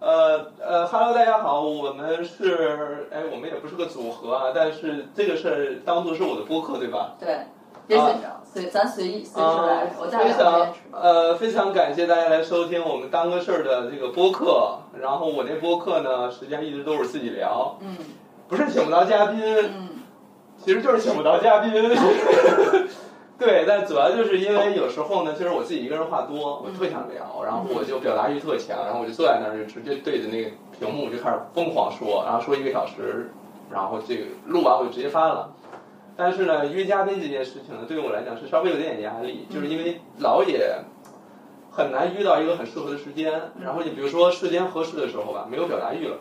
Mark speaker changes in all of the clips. Speaker 1: 呃 Hello，大家好，我们是哎，我们也不是个组合啊，但是这个事儿当做是我的播客对吧？
Speaker 2: 对，别紧张，随咱随意随时来，我在
Speaker 1: 啊非
Speaker 2: 两边
Speaker 1: 常
Speaker 2: 吃吧。
Speaker 1: 呃，非常感谢大家来收听我们当个事儿的这个播客。然后我那播客呢，实际上一直都是自己聊，
Speaker 2: 嗯
Speaker 1: 不是 请不到嘉宾，
Speaker 2: 嗯，
Speaker 1: 其实就是请不到嘉宾。 对，但主要就是因为有时候呢，就是我自己一个人话多，我特想聊，然后我就表达欲特强，然后我就坐在那儿就直接对着那个屏幕就开始疯狂说，然后说一个小时，然后这个录完我就直接发了。但是呢，约嘉宾这件事情呢，对于我来讲是稍微有点压力，就是因为老也很难遇到一个很适合的时间，然后你比如说时间合适的时候吧，没有表达欲了。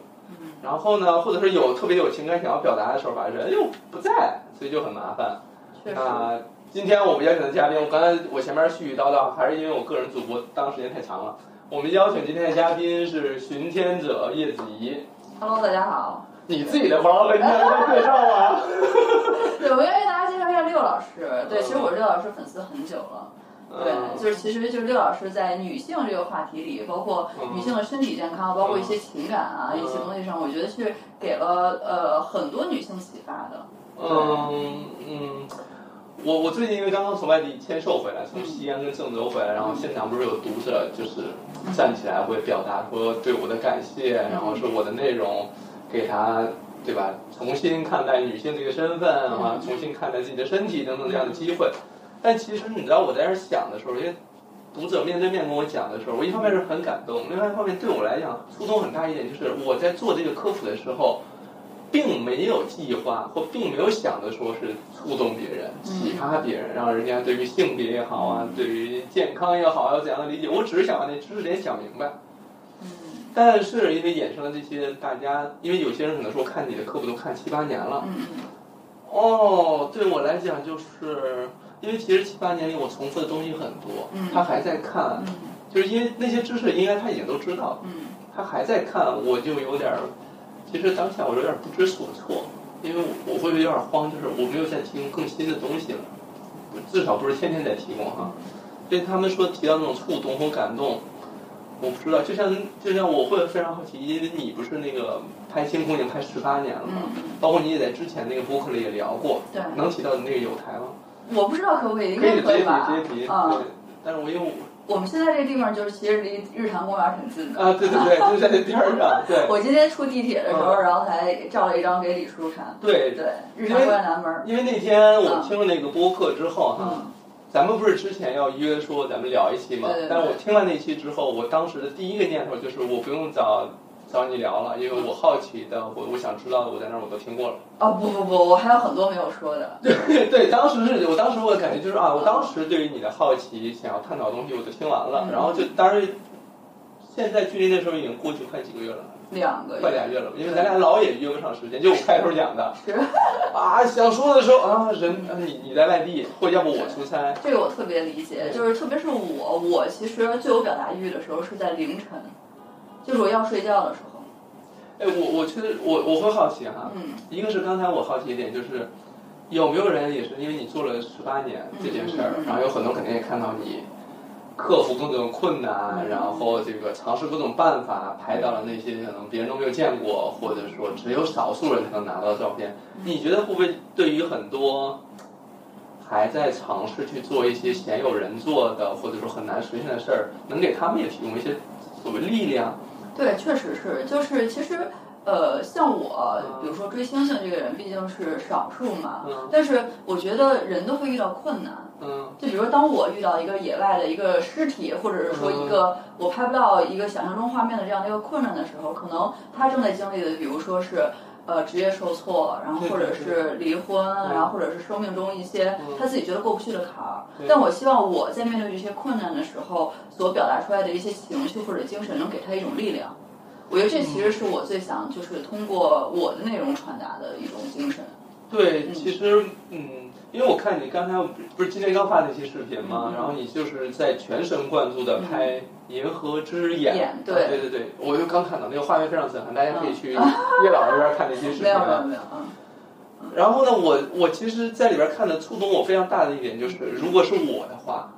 Speaker 1: 然后呢，或者是有特别有情感想要表达的时候吧，人又不在，所以就很麻烦。
Speaker 2: 确实，
Speaker 1: 啊，今天我们邀请的嘉宾，我刚才我前面絮絮叨叨，还是因为我个人主播当时间太长了。我们邀请今天的嘉宾是巡天者叶子怡，
Speaker 2: Hello，大家好。
Speaker 1: 你自己的朋友跟大家介绍啊。
Speaker 2: 对，我要给大家介绍一下六老师。对，其实
Speaker 1: 嗯
Speaker 2: 我是六老师粉丝很久了。对，就是其实就是六老师在女性这个话题里，包括
Speaker 1: 嗯
Speaker 2: 女性的身体健康，包括一些情感啊，一些东西上，我觉得是给了呃很多女性启发的。
Speaker 1: 嗯嗯，我我最近因为刚刚从外地签售回来，从西安跟郑州回来，然后现场不是有读者就是站起来会表达说对我的感谢，然后说我的内容给他对吧，重新看待女性这个身份啊，重新看待自己的身体等等这样的机会。但其实你知道我在这儿想的时候，因为读者面对面跟我讲的时候，我一方面是很感动，另外一方面对我来讲触动很大一点就是我在做这个科普的时候。并没有计划或并没有想着说是触动别人、启发
Speaker 2: 嗯
Speaker 1: 别人，让人家对于性别也好啊，对于健康也好，要怎样的理解，我只是想把那知识点想明白。
Speaker 2: 嗯
Speaker 1: 但是因为衍生了这些，大家因为有些人可能说看你的科普都看七八年了，
Speaker 2: 嗯
Speaker 1: 哦，对我来讲就是因为其实七八年里我重复的东西很多，
Speaker 2: 嗯
Speaker 1: 他还在看，
Speaker 2: 嗯
Speaker 1: 就是因为那些知识应该他已经都知道了，
Speaker 2: 嗯
Speaker 1: 他还在看，我就有点儿，其实当下我有点儿不知所措，因为我我会有点儿慌，就是哎我没有再提供更新的东西了，至少不是天天在提供哈。对他们说提到那种触动和感动，我不知道，就像就像我会非常好奇，因为你不是那个拍《星空》已经拍十八年了嘛，
Speaker 2: 嗯
Speaker 1: 包括你也在之前那个播客里也聊过，
Speaker 2: 对
Speaker 1: 能提到你那个有台吗？
Speaker 2: 嗯，我不知道可不可以，应
Speaker 1: 可以直
Speaker 2: 该
Speaker 1: 接提，
Speaker 2: 吧？
Speaker 1: 直接提，
Speaker 2: 啊
Speaker 1: 对。但是我因为
Speaker 2: 我们现在这地方就是其实离日坛公园挺近
Speaker 1: 我
Speaker 2: 的。
Speaker 1: 啊，对对对，就是在那边儿上，对。
Speaker 2: 我今天出地铁的时候，
Speaker 1: 嗯
Speaker 2: 然后还照了一张给李叔看。
Speaker 1: 对
Speaker 2: 对，日坛公园南门儿。
Speaker 1: 因为那天我听了那个播客之后哈、
Speaker 2: 嗯
Speaker 1: 咱们不是之前要约说咱们聊一期嘛
Speaker 2: 对对对？
Speaker 1: 但是我听完那期之后，我当时的第一个念头就是我不用找找你聊了，因为我好奇的，我我想知道的，我在那儿我都听过了。
Speaker 2: 哦不不不，我还有很多没有说的。
Speaker 1: 对对，当时是我当时我的感觉就是啊，我当时对于你的好奇、想要探讨的东西，我都听完了，
Speaker 2: 嗯
Speaker 1: 然后就当然。现在距离那时候已经过去快几个月了，
Speaker 2: 两个
Speaker 1: 快俩月了，因为咱俩老也约不上时间，就我开头讲的，
Speaker 2: 是
Speaker 1: 啊，想说的时候啊，人啊你你在外地，或要不我出差，
Speaker 2: 这个我特别理解，就是特别是我，我其实最有表达欲的时候是在凌晨，就是我要睡觉的时候。
Speaker 1: 哎，我我其实我我会好奇哈、
Speaker 2: 嗯
Speaker 1: 一个是刚才我好奇一点就是，有没有人也是因为你做了十八年这件事儿
Speaker 2: 嗯嗯，嗯
Speaker 1: 然后有很多肯定也看到你克服各种困难，
Speaker 2: 嗯
Speaker 1: 然后这个尝试各种办法，拍到了那些可能别人都没有见过，或者说只有少数人才能拿到的照片。
Speaker 2: 嗯
Speaker 1: 你觉得会不会对于很多还在尝试去做一些鲜有人做的，或者说很难实现的事儿，能给他们也提供一些所谓力量？
Speaker 2: 对，确实是，就是其实，呃，像我
Speaker 1: 嗯，
Speaker 2: 比如说追星星这个人，毕竟是少数嘛，
Speaker 1: 嗯
Speaker 2: 但是我觉得人都会遇到困难。
Speaker 1: 嗯。
Speaker 2: 就比如说，当我遇到一个野外的一个尸体，或者是说一个我拍不到一个想象中画面的这样的一个困难的时候，可能他正在经历的，比如说是呃职业受挫，然后或者是离婚，啊然后或者是生命中一些他自己觉得过不去的坎儿。但我希望我在面对这些困难的时候，所表达出来的一些情绪或者精神，能给他一种力量。我觉得这其实是我最想就是通过我的内容传达的一种精神。
Speaker 1: 对，其实嗯，因为我看你刚才不是今天刚发那期视频吗？
Speaker 2: 嗯
Speaker 1: 然后你就是在全神贯注的拍《银河之眼》
Speaker 2: 眼对
Speaker 1: 啊对对对，我就刚看到那个画面非常震撼，大家可以去叶老师那边看那期视
Speaker 2: 没
Speaker 1: 频
Speaker 2: 有没有
Speaker 1: 啊。
Speaker 2: 没有，嗯
Speaker 1: 然后呢，我我其实在里边看的触动我非常大的一点就是，
Speaker 2: 嗯
Speaker 1: 如果是我的话，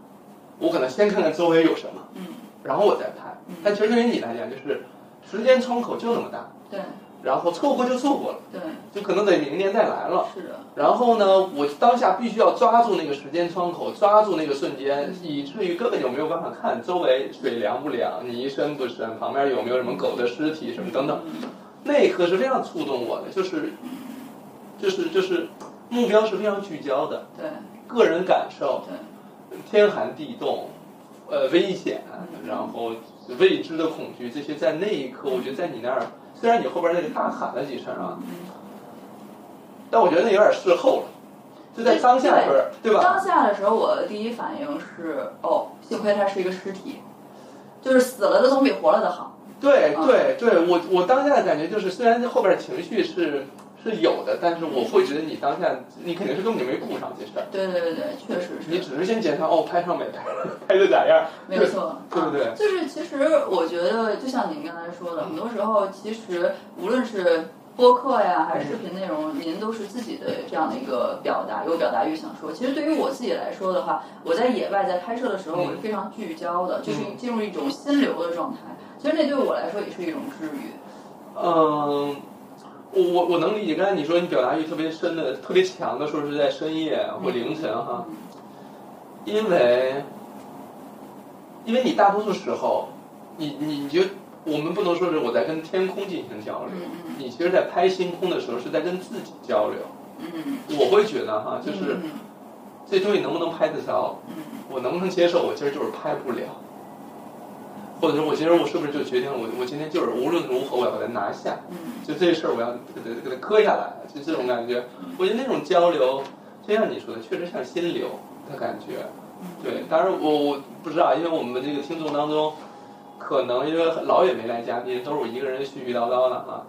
Speaker 1: 我可能先看看周围有什么，
Speaker 2: 嗯，
Speaker 1: 然后我再拍。但其实对于你来讲，就是时间窗口就那么大，
Speaker 2: 对。对
Speaker 1: 然后错过就错过了，
Speaker 2: 对，
Speaker 1: 就可能得明年再来了。
Speaker 2: 是的，
Speaker 1: 然后呢，我当下必须要抓住那个时间窗口，抓住那个瞬间，以至于根本就没有办法看周围水凉不凉，泥深不深，旁边有没有什么狗的尸体什么等等。
Speaker 2: 嗯
Speaker 1: 那一刻是非常触动我的，就是，就是就是目标是非常聚焦的，
Speaker 2: 嗯对
Speaker 1: 个人感受，
Speaker 2: 对
Speaker 1: 天寒地冻，呃，危险，然后未知的恐惧，这些在那一刻，我觉得在你那儿，虽然你后边那个大喊了几声啊，
Speaker 2: 嗯
Speaker 1: 但我觉得那有点事后了，就在当下边儿，对
Speaker 2: 当
Speaker 1: 吧？
Speaker 2: 下的时候，我的第一反应是，哦，幸亏它是一个尸体，就是死了的总比活了的好。
Speaker 1: 对
Speaker 2: 嗯
Speaker 1: 对对，我我当下的感觉就是，虽然后边情绪是是有的，但是我会觉得你当下你肯定是根本就没顾上这事儿，
Speaker 2: 对对对对，确实
Speaker 1: 你
Speaker 2: 是，
Speaker 1: 只是先检查哦，拍上没拍， 拍的咋样？
Speaker 2: 没有错，
Speaker 1: 对对不对
Speaker 2: 啊就是其实我觉得，就像您刚才说的，很多时候其实无论是。播客呀，还是视频内容，您都是自己的这样的一个表达，有表达欲想说。其实对于我自己来说的话，我在野外在拍摄的时候，
Speaker 1: 嗯
Speaker 2: 我是非常聚焦的，就是进入一种心流的状态。其实那对我来说也是一种治愈。
Speaker 1: 嗯，我我我能理解。刚才你说你表达欲特别深的、特别强的，说是在深夜或啊凌晨哈，
Speaker 2: 嗯
Speaker 1: 因为因为你大多数时候，你你你就我们不能说是我在跟天空进行交流，
Speaker 2: 嗯嗯
Speaker 1: 你其实，在拍星空的时候是在跟自己交流。
Speaker 2: 嗯，
Speaker 1: 我会觉得哈，就是
Speaker 2: 嗯
Speaker 1: 这东西能不能拍得着，
Speaker 2: 嗯
Speaker 1: 我能不能接受，我今儿就是拍不了。或者说，我今儿我是不是就决定了，我我今天就是无论如何我要把它拿下。
Speaker 2: 嗯
Speaker 1: 就这事儿我要给它给它磕下来，就这种感觉。我觉得那种交流，就像你说的，确实像心流的感觉。
Speaker 2: 嗯
Speaker 1: 对，当然我我不知道，因为我们这个听众当中，可能因为老也没来嘉宾，都是我一个人絮絮叨叨的啊。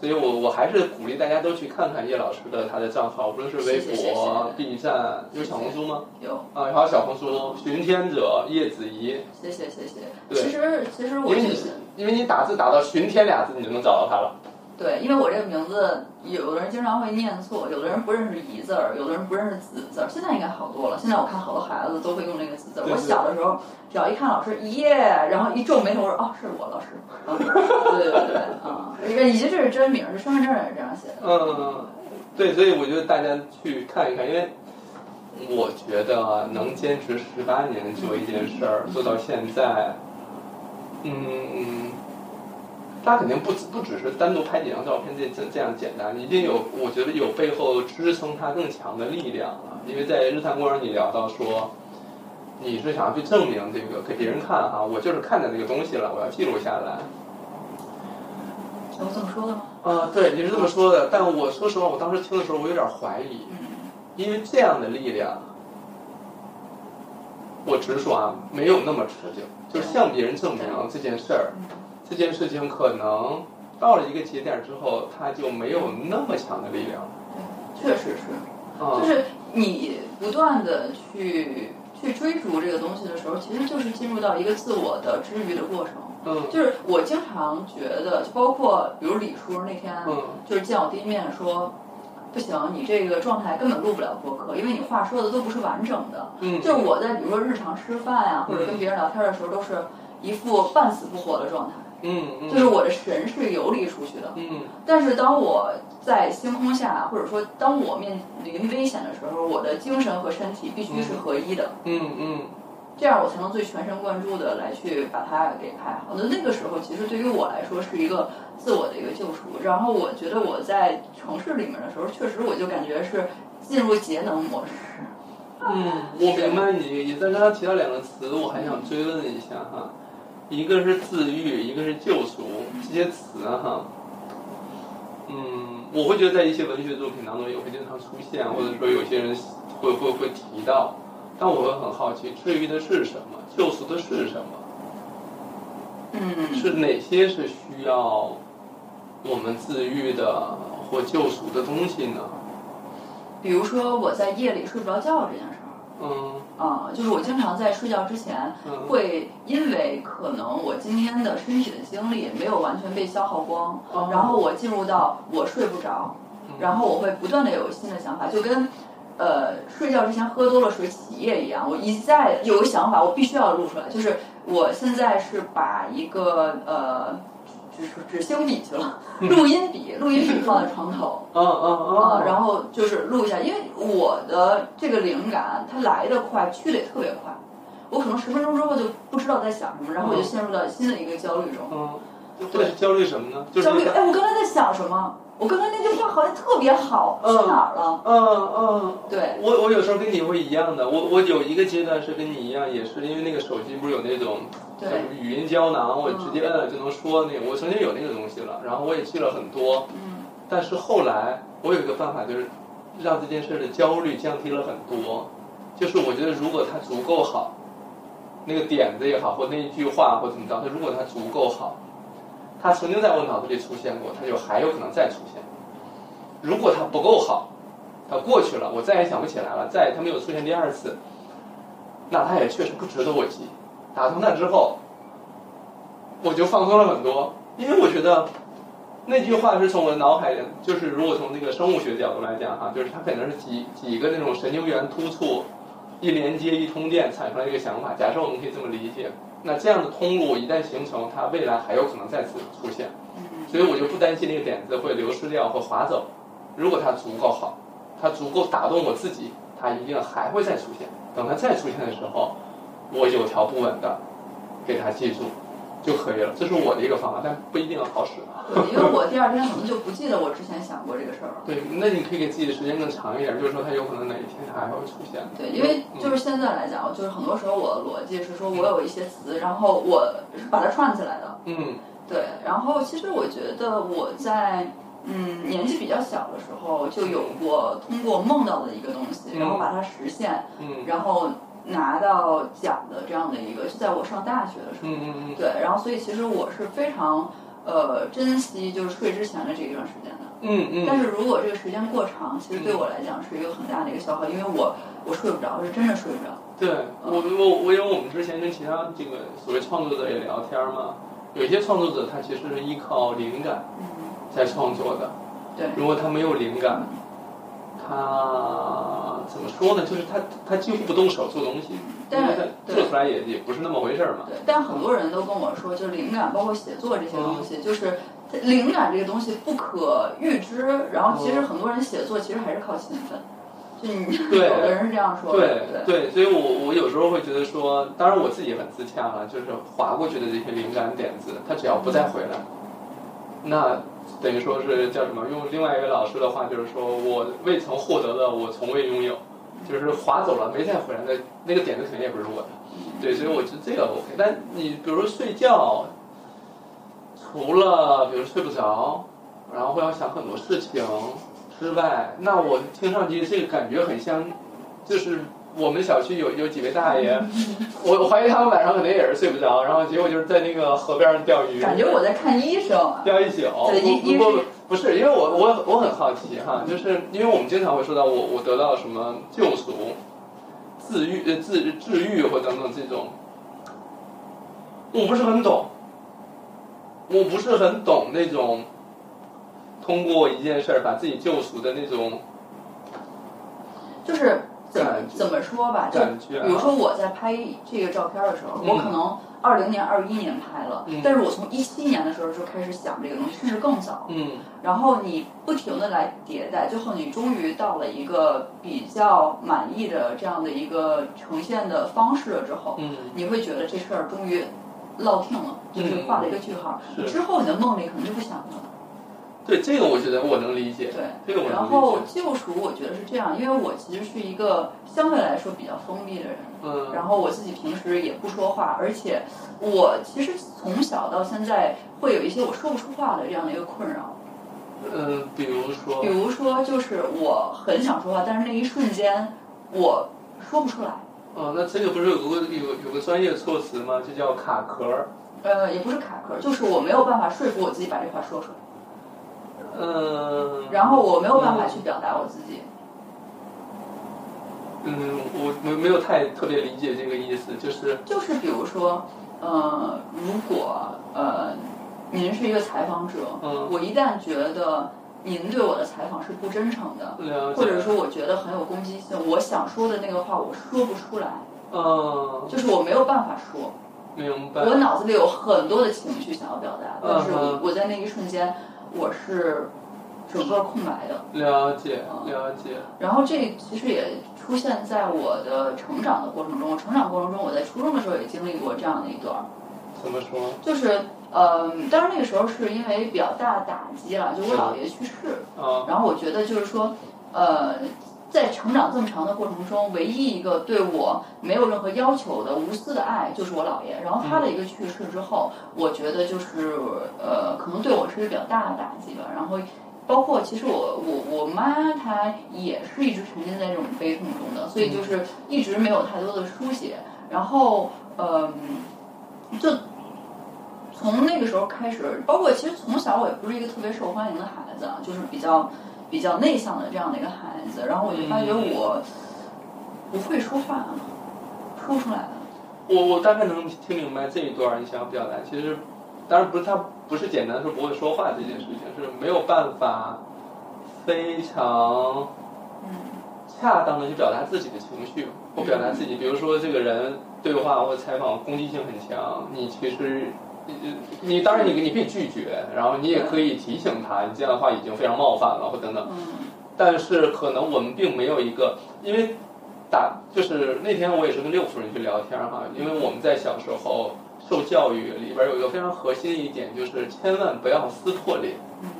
Speaker 1: 所以我我还是鼓励大家都去看看叶老师的他的账号，无论是微
Speaker 2: 谢谢谢
Speaker 1: 博
Speaker 2: 谢、
Speaker 1: B 站，有小红书吗？
Speaker 2: 有，
Speaker 1: 啊，还有小红书“寻天者叶子怡
Speaker 2: 谢谢谢谢。
Speaker 1: 对
Speaker 2: 其实其实”，我
Speaker 1: 因为
Speaker 2: 觉
Speaker 1: 你
Speaker 2: 得，
Speaker 1: 因为你打字打到“寻天”俩字，你就能找到他了。
Speaker 2: 对，因为我这个名字，有的人经常会念错，有的人不认识怡字儿，有的人不认识子字儿。现在应该好多了，现在我看好多孩子都会用这个子字儿。
Speaker 1: 对
Speaker 2: 我
Speaker 1: 对
Speaker 2: 小的时候，只要一看老师一耶，然后一皱眉头，我说哦，是我老师。啊对对对对，啊，以及这是真名，这身份证也是这样写的。
Speaker 1: 嗯，对，所以我觉得大家去看一看，因为我觉得啊能坚持十八年做一件事儿，做到现在，嗯，他肯定不只不只是单独拍几张照片这这这样简单，一定有，我觉得有背后支撑它更强的力量了。因为在日坛公园，你聊到说。你是想要去证明这个给别人看哈、我就是看见这个东西了，我要记录下来。
Speaker 2: 哦我这么说的吗？
Speaker 1: 啊，对，你是这么说的，但我说实话，我当时听的时候，我有点怀疑，
Speaker 2: 嗯
Speaker 1: 因为这样的力量，啊我直说啊，没有那么持久。就是向别人证明这件事儿，这件事情可能到了一个节点之后，它就没有那么强的力量了。
Speaker 2: 确实是。
Speaker 1: 啊、
Speaker 2: 就是你不断的去去追逐这个东西的时候，其实就是进入到一个自我的治愈的过程。
Speaker 1: 嗯
Speaker 2: 就是我经常觉得，就包括比如李叔那天，
Speaker 1: 嗯
Speaker 2: 就是见我第一面说，不行，你这个状态根本录不了播客，因为你话说的都不是完整的。
Speaker 1: 嗯，
Speaker 2: 就是我在比如说日常吃饭啊，或者跟别人聊天的时候，都是一副半死不活的状态，
Speaker 1: 嗯嗯，
Speaker 2: 就是我的神是游离出去的。
Speaker 1: 嗯
Speaker 2: 但是当我在星空下，或者说当我面临危险的时候，我的精神和身体必须是合一的，
Speaker 1: 嗯嗯
Speaker 2: 这样我才能最全神贯注的来去把它给拍好。那那个时候，其实对于我来说是一个自我的一个救赎。然后我觉得我在城市里面的时候，确实我就感觉是进入节能模式。
Speaker 1: 嗯，我明白你这个意思。但刚刚提到两个词，我还想追问一下哈，一个是自愈，一个是救赎，这些词哈，嗯，我会觉得在一些文学作品当中也会经常出现，或者说有些人会会会提到，但我会很好奇，治愈的是什么？救赎的是什么？
Speaker 2: 嗯，
Speaker 1: 是哪些是需要我们自愈的或救赎的东西呢？
Speaker 2: 比如说我在夜里睡不着觉这件事儿。
Speaker 1: 嗯
Speaker 2: 啊、就是我经常在睡觉之前
Speaker 1: 嗯
Speaker 2: 会因为可能我今天的身体的精力没有完全被消耗光，
Speaker 1: 哦嗯
Speaker 2: 然后我进入到我睡不着，然后我会不断的有新的想法，就跟呃睡觉之前喝多了水起夜一样，我一再有想法，我必须要录出来。就是我现在是把一个呃就是纸性笔去了，录音笔，录音笔放在床头，
Speaker 1: 嗯嗯
Speaker 2: 啊，
Speaker 1: 嗯，
Speaker 2: 然后就是录一下，因为我的这个灵感它来得快，去得也特别快，我可能十分钟之后就不知道在想什么，然后我就陷入到新的一个焦虑中。
Speaker 1: 嗯，这是焦虑什么呢？就是
Speaker 2: 焦
Speaker 1: 那
Speaker 2: 虑，
Speaker 1: 个
Speaker 2: 哎，我刚才在想什么？我刚才那句话好像特别好，去哪儿了？
Speaker 1: 嗯嗯，
Speaker 2: 对，
Speaker 1: 我我有时候跟你会一样的，我我有一个阶段是跟你一样，也是因为那个手机不是有那种
Speaker 2: 对
Speaker 1: 什么语音胶囊，我直接摁了就能说那个，我曾经有那个东西了，然后我也记了很多，
Speaker 2: 嗯，
Speaker 1: 但是后来我有一个办法，就是让这件事的焦虑降低了很多。就是我觉得，如果它足够好，那个点子也好，或那一句话或怎么着，它如果它足够好，它曾经在我脑子里出现过，它就还有可能再出现。如果它不够好，它过去了，我再也想不起来了，再也它没有出现第二次，那它也确实不值得我记。打通它之后，我就放松了很多，因为我觉得那句话是从我的脑海里，就是如果从那个生物学角度来讲哈、就是它可能是几几个那种神经元突触一连接一通电产生了一个想法。假设我们可以这么理解，那这样的通路一旦形成，它未来还有可能再次出现，所以我就不担心那个点子会流失掉或划走。如果它足够好，它足够打动我自己，它一定还会再出现。等它再出现的时候，我有条不紊的给它记住就可以了。这是我的一个方法，但不一定好使。
Speaker 2: 对，因为我第二天可能就不记得我之前想过这个事儿了。
Speaker 1: 对，那你可以给自己的时间更长一点，就是说它有可能哪一天它还会出现。
Speaker 2: 对，因为
Speaker 1: 嗯
Speaker 2: 就是现在来讲，就是很多时候我的逻辑是说我有一些词，然后我是把它串起来的。
Speaker 1: 嗯
Speaker 2: 对，然后其实我觉得我在嗯年纪比较小的时候就有过通过梦到的一个东西，然后把它实现，
Speaker 1: 嗯
Speaker 2: 然后拿到奖的这样的一个，就在我上大学的时候。
Speaker 1: 嗯嗯嗯
Speaker 2: 对，然后所以其实我是非常呃珍惜就是睡之前的这一段时间的。
Speaker 1: 嗯
Speaker 2: 但
Speaker 1: 嗯，
Speaker 2: 是如果这个时间过长，其实对我来讲是一个很大的一个消耗，因为我我睡不着，是真的睡不着。
Speaker 1: 对我我我因为我们之前跟其他这个所谓创作者也聊天嘛，有一些创作者他其实是依靠灵感
Speaker 2: 嗯，
Speaker 1: 在创作的，
Speaker 2: 对，
Speaker 1: 如果他没有灵感，他怎么说呢？就是他他几乎不动手做东西，因
Speaker 2: 但
Speaker 1: 为
Speaker 2: 是
Speaker 1: 他
Speaker 2: 对
Speaker 1: 做出来也也不是那么回事儿嘛。
Speaker 2: 对，但很多人都跟我说，就是灵感，包括写作这些东西，就是灵感这个东西不可预知。然后其
Speaker 1: 哦
Speaker 2: 实很多人写作其实还是靠勤奋，就你
Speaker 1: 对
Speaker 2: 有的人是这样说
Speaker 1: 对
Speaker 2: 的，对
Speaker 1: 对，所以我我有时候会觉得说，当然我自己也很自洽了，就是划过去的这些灵感点子，它只要不再回来，那等于说是叫什么？用另外一位老师的话就是说，我未曾获得的，我从未拥有，就是划走了没再回来的那个点子，肯定也不是我的。对，所以我觉得这个 OK。但你比如说睡觉，除了比如睡不着，然后会要想很多事情之外，那我听上去这个感觉很像，就是我们小区有有几位大爷，我我怀疑他们晚上可能也是睡不着，然后结果就是在那个河边上钓鱼，
Speaker 2: 感觉我在看医生啊。
Speaker 1: 钓一宿。
Speaker 2: 对
Speaker 1: 不
Speaker 2: 一一
Speaker 1: 不
Speaker 2: 是
Speaker 1: 不是，因为我我我很好奇哈，就是因为我们经常会说到我我得到什么救赎、自愈、呃自治愈或等等这种，我不是很懂，我不是很懂那种通过一件事儿把自己救赎的那种
Speaker 2: 就是怎么
Speaker 1: 感觉
Speaker 2: 怎么说吧，就
Speaker 1: 感觉啊
Speaker 2: 比如说我在拍这个照片的时候，
Speaker 1: 嗯
Speaker 2: 我可能二零年、二一年拍了，
Speaker 1: 嗯
Speaker 2: 但是我从一七年的时候就开始想这个东西，甚至更早。
Speaker 1: 嗯
Speaker 2: 然后你不停的来迭代，最后你终于到了一个比较满意的这样的一个呈现的方式了之后，
Speaker 1: 嗯
Speaker 2: 你会觉得这事儿终于落定了，就是画了一个句号。
Speaker 1: 嗯是
Speaker 2: 之后你的梦里可能就不想它了。
Speaker 1: 对这个我觉得我能理解，这个我
Speaker 2: 对，然后
Speaker 1: 能理解，
Speaker 2: 救赎我觉得是这样，因为我其实是一个相对来说比较封闭的人，
Speaker 1: 嗯
Speaker 2: 然后我自己平时也不说话，而且我其实从小到现在会有一些我说不出话的这样的一个困扰，
Speaker 1: 嗯，比如说
Speaker 2: 比如说就是我很想说话，但是那一瞬间我说不出来，
Speaker 1: 哦，那这个不是有个有有个专业措辞吗？就叫卡壳儿。
Speaker 2: 呃，也不是卡壳，就是我没有办法说服我自己把这话说出来，
Speaker 1: 嗯，
Speaker 2: 然后我没有办法去表达我自己，
Speaker 1: 嗯，我没没有太特别理解这个意思，就是
Speaker 2: 就是比如说，呃，如果呃，您是一个采访者，
Speaker 1: 嗯
Speaker 2: 我一旦觉得您对我的采访是不真诚的，
Speaker 1: 了解
Speaker 2: 或者说我觉得很有攻击性，我想说的那个话我说不出来，
Speaker 1: 嗯
Speaker 2: 就是我没有办法说，
Speaker 1: 明白。
Speaker 2: 我脑子里有很多的情绪想要表达，但是我
Speaker 1: 嗯
Speaker 2: 我在那一瞬间我是整个空白的。
Speaker 1: 了解了解，
Speaker 2: 然后这其实也出现在我的成长的过程中。成长过程中，我在初中的时候也经历过这样的一段儿，
Speaker 1: 怎么说？
Speaker 2: 就是嗯，当然那个时候是因为比较大的打击了，就我姥爷去世，
Speaker 1: 啊，
Speaker 2: 然后我觉得就是说，呃，在成长这么长的过程中，唯一一个对我没有任何要求的无私的爱就是我姥爷。然后他的一个去世之后，我觉得就是呃，可能对我是比较大的打击吧。然后。包括其实我我我妈她也是一直沉浸在这种悲痛中的，所以就是一直没有太多的书写。然后嗯，就从那个时候开始，包括其实从小我也不是一个特别受欢迎的孩子，啊，就是比较比较内向的这样的一个孩子。然后我就发觉我不会说话，说不出来了。
Speaker 1: 我我大概能听明白这一段你想要表达。其实，当然不是他不是简单说不会说话这件事情，是没有办法非常
Speaker 2: 嗯
Speaker 1: 恰当的去表达自己的情绪或表达自己。比如说，这个人对话或采访攻击性很强，你其实。你你当然你你可以拒绝，然后你也可以提醒他，你这样的话已经非常冒犯了或等等。
Speaker 2: 嗯
Speaker 1: 但是可能我们并没有一个，因为打就是那天我也是跟六夫人去聊天哈、因为我们在小时候受教育里边有一个非常核心的一点，就是千万不要撕破脸。
Speaker 2: 嗯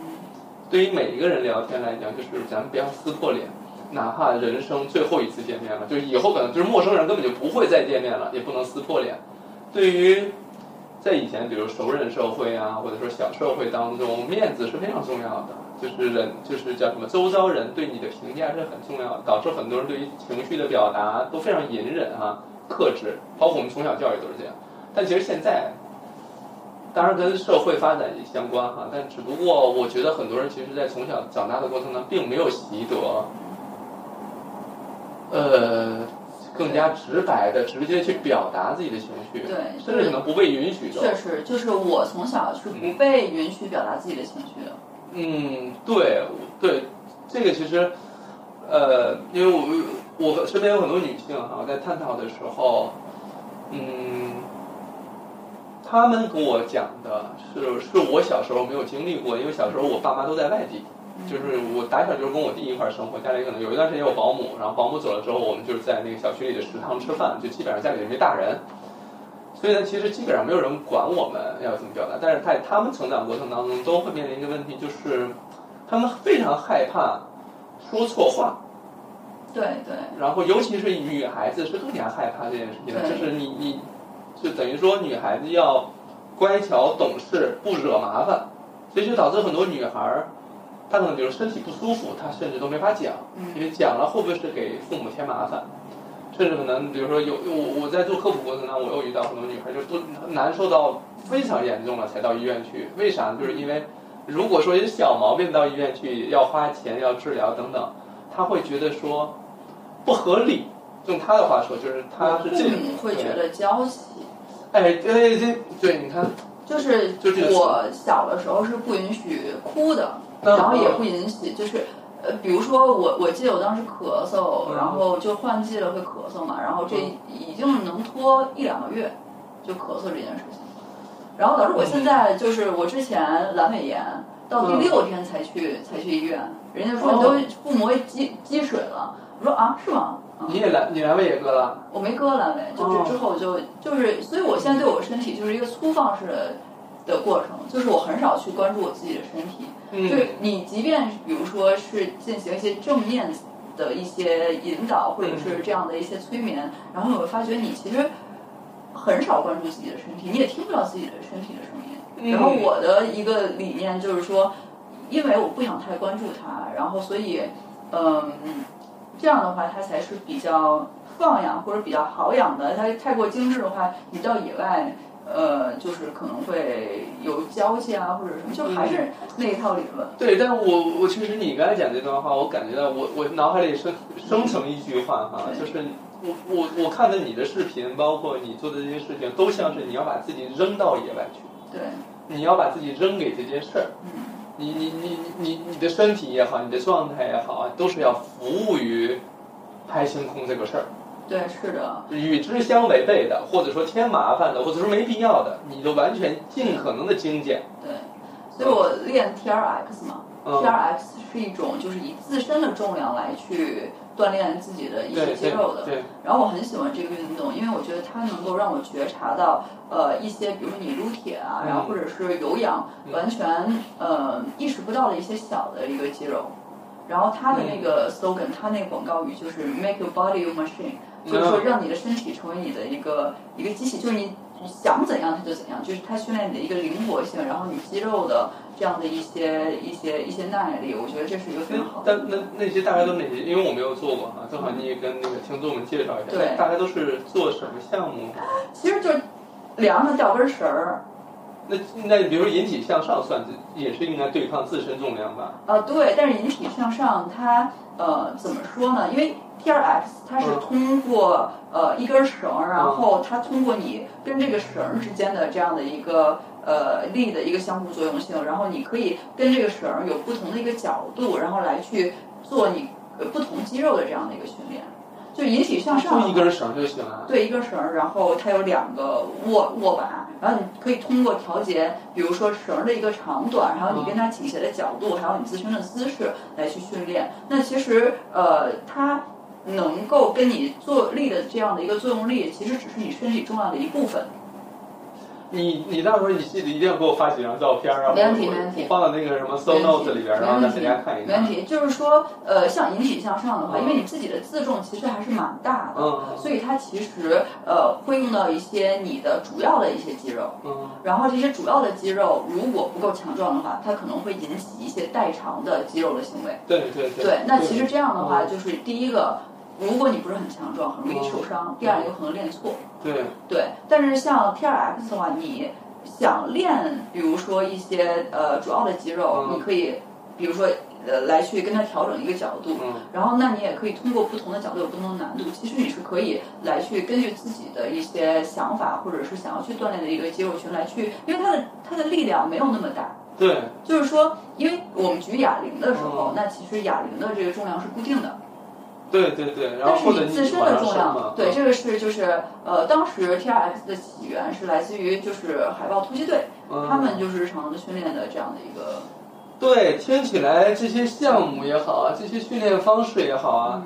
Speaker 1: 对于每一个人聊天来讲，就是咱们不要撕破脸，哪怕人生最后一次见面了，就是以后可能就是陌生人根本就不会再见面了，也不能撕破脸。对于在以前，比如熟人社会啊，或者说小社会当中，面子是非常重要的，就是人就是叫什么，周遭人对你的评价是很重要的，导致很多人对于情绪的表达都非常隐忍啊、克制，包括我们从小教育都是这样。但其实现在当然跟社会发展也相关哈，但只不过我觉得很多人其实，在从小长大的过程当中，并没有习得，呃，更加直白的、直接去表达自己的情绪，
Speaker 2: 对
Speaker 1: 甚至可能不被允许
Speaker 2: 确
Speaker 1: 的。
Speaker 2: 实，就是我从小是不被允许表达自己的情绪的。
Speaker 1: 嗯，对对，这个其实，呃，因为我我身边有很多女性哈，我在探讨的时候，嗯，她们跟我讲的是，是我小时候没有经历过，因为小时候我爸妈都在外地。
Speaker 2: 嗯
Speaker 1: 就是我打小就是跟我弟一块儿生活，家里可能有一段时间有保姆，然后保姆走了之后，我们就是在那个小区里的食堂吃饭，就基本上家里也没大人，所以呢，其实基本上没有人管我们要怎么表达，但是在他们成长过程当中都会面临一个问题，就是他们非常害怕说错话，
Speaker 2: 对对，
Speaker 1: 然后尤其是女孩子是更加害怕这件事情的，就
Speaker 2: 对
Speaker 1: 是你你就等于说女孩子要乖巧懂事，不惹麻烦，所以就导致很多女孩儿，她可能比如身体不舒服，她甚至都没法讲，因
Speaker 2: 嗯
Speaker 1: 为讲了会不会是给父母添麻烦，甚至可能比如说有我我在做科普过程当中，我又遇到很多女孩儿就都难受到非常严重了才到医院去，为啥呢？就是因为如果说一些小毛病到医院去要花钱要治疗等等，她会觉得说不合理。用她的话说，就是她是
Speaker 2: 父
Speaker 1: 这种
Speaker 2: 母会觉
Speaker 1: 对
Speaker 2: 得娇气，
Speaker 1: 哎，对对对，你看，
Speaker 2: 就是
Speaker 1: 就这个
Speaker 2: 我小的时候是不允许哭的，
Speaker 1: 嗯
Speaker 2: 然后也不允许就是。呃，比如说我，我记得我当时咳嗽，
Speaker 1: 嗯
Speaker 2: 然后就换季了会咳嗽嘛，然后这
Speaker 1: 嗯
Speaker 2: 已经能拖一两个月，就咳嗽这件事情。然后导致我现在就是我之前阑尾炎到第
Speaker 1: 嗯
Speaker 2: 六天才去才去医院，人家说你都
Speaker 1: 哦
Speaker 2: 腹膜积积水了，我说啊是吗？啊
Speaker 1: 你也阑你阑尾也割了，
Speaker 2: 我没割阑尾，就是
Speaker 1: 哦
Speaker 2: 之后就就是，所以我现在对我身体就是一个粗放式的的过程，就是我很少去关注我自己的身体。
Speaker 1: 嗯
Speaker 2: 就是你即便比如说是进行一些正面的一些引导，或者
Speaker 1: 嗯
Speaker 2: 是这样的一些催眠，然后我发觉你其实很少关注自己的身体，你也听不到自己的身体的声音。
Speaker 1: 嗯
Speaker 2: 然后我的一个理念就是说，因为我不想太关注它，然后所以，嗯，这样的话它才是比较放养或者比较好养的。它太过精致的话，你到野外，呃，就是可能会有交际啊或者什么，就还是那一套理论。
Speaker 1: 对，但我我其实你刚才讲这段话，我感觉到我我脑海里生生成一句话哈，
Speaker 2: 对
Speaker 1: 就是我我我看的你的视频，包括你做的这些事情，都像是你要把自己扔到野外去，
Speaker 2: 对，
Speaker 1: 你要把自己扔给这件事儿，
Speaker 2: 嗯，
Speaker 1: 你你你你你的身体也好，你的状态也好，都是要服务于拍星空这个事儿。
Speaker 2: 对，是的，
Speaker 1: 与之相违背的，或者说添麻烦的，或者说没必要的，你就完全尽可能的精简。
Speaker 2: 对。所以我练 T R X 嘛、t
Speaker 1: 嗯
Speaker 2: R X 是一种就是以自身的重量来去锻炼自己的一些
Speaker 1: 对对
Speaker 2: 肌肉的。
Speaker 1: 对，
Speaker 2: 然后我很喜欢这个运动，因为我觉得它能够让我觉察到，呃，一些比如说你撸铁啊，然后
Speaker 1: 嗯
Speaker 2: 或者是有氧，完全呃意识不到的一些小的一个肌肉。然后它的那
Speaker 1: 嗯
Speaker 2: 个 slogan，它那个广告语就是 “Make your body your machine”，就是
Speaker 1: 嗯
Speaker 2: 说让你的身体成为你的一个一个机器，就是你想怎样它就怎样，就是它训练你的一个灵活性，然后你肌肉的这样的一些一些一些耐力，我觉得这是一个非常好的。
Speaker 1: 嗯但那那些大概都哪些？因为我没有做过哈，正好你也跟那个听众们介绍一下，
Speaker 2: 对
Speaker 1: 大概都是做什么项目？
Speaker 2: 其实就是量着吊根绳儿，
Speaker 1: 那那比如说引体向上算也是应该对抗自身重量吧？
Speaker 2: 呃，对，但是引体向上它呃怎么说呢？因为 T R X 它是
Speaker 1: 嗯
Speaker 2: 通过、呃一根绳儿，然后它通过你跟这个绳儿之间的这样的一个呃力的一个相互作用性，然后你可以跟这个绳儿有不同的一个角度，然后来去做你呃不同肌肉的这样的一个训练。就引体向上的话，
Speaker 1: 就一根绳就行啊。
Speaker 2: 对，一根绳儿，然后它有两个握握把，然后你可以通过调节，比如说绳儿的一个长短，然后你跟它倾斜的角度，还有你自身的姿势来去训练。那其实呃，它能够跟你做力的这样的一个作用力，其实只是你身体重量的一部分。
Speaker 1: 你你到时候你记得一定要给我发几张照片啊，
Speaker 2: 没问题
Speaker 1: 我
Speaker 2: 没问题
Speaker 1: 我放到那个什么 show
Speaker 2: 没问
Speaker 1: notes
Speaker 2: 题
Speaker 1: 里边，然后让大家看一
Speaker 2: 没问
Speaker 1: 看。
Speaker 2: 题，就是说，呃，像引体向上的话，
Speaker 1: 嗯
Speaker 2: 因为你自己的自重其实还是蛮大的，
Speaker 1: 嗯嗯
Speaker 2: 所以它其实呃会用到一些你的主要的一些肌肉。
Speaker 1: 嗯，
Speaker 2: 然后这些主要的肌肉如果不够强壮的话，它可能会引起一些代偿的肌肉的行为。
Speaker 1: 对对对。
Speaker 2: 对，那其实这样的话，
Speaker 1: 嗯
Speaker 2: 就是第一个，如果你不是很强壮，很容易受伤；第二，有可能练错。
Speaker 1: 对
Speaker 2: 对，但是像 T R X 的话，你想练，比如说一些呃主要的肌肉，
Speaker 1: 嗯
Speaker 2: 你可以，比如说呃来去跟它调整一个角度，
Speaker 1: 嗯
Speaker 2: 然后那你也可以通过不同的角度有不同的难度，其实你是可以来去根据自己的一些想法或者是想要去锻炼的一个肌肉群来去，因为它的它的力量没有那么大，
Speaker 1: 对
Speaker 2: 就是说，因为我们举哑铃的时
Speaker 1: 嗯
Speaker 2: 候，那其实哑铃的这个重量是固定的，
Speaker 1: 对对对，然后
Speaker 2: 但是
Speaker 1: 或者
Speaker 2: 你自身
Speaker 1: 往
Speaker 2: 的
Speaker 1: 上
Speaker 2: 重
Speaker 1: 升嘛嗯
Speaker 2: 量，对，这个是就是呃，当时 T R X 的起源是来自于就是海豹突击队，
Speaker 1: 嗯
Speaker 2: 他们就是日常的训练的这样的一个，
Speaker 1: 对，听起来这些项目也好啊，这些训练方式也好啊，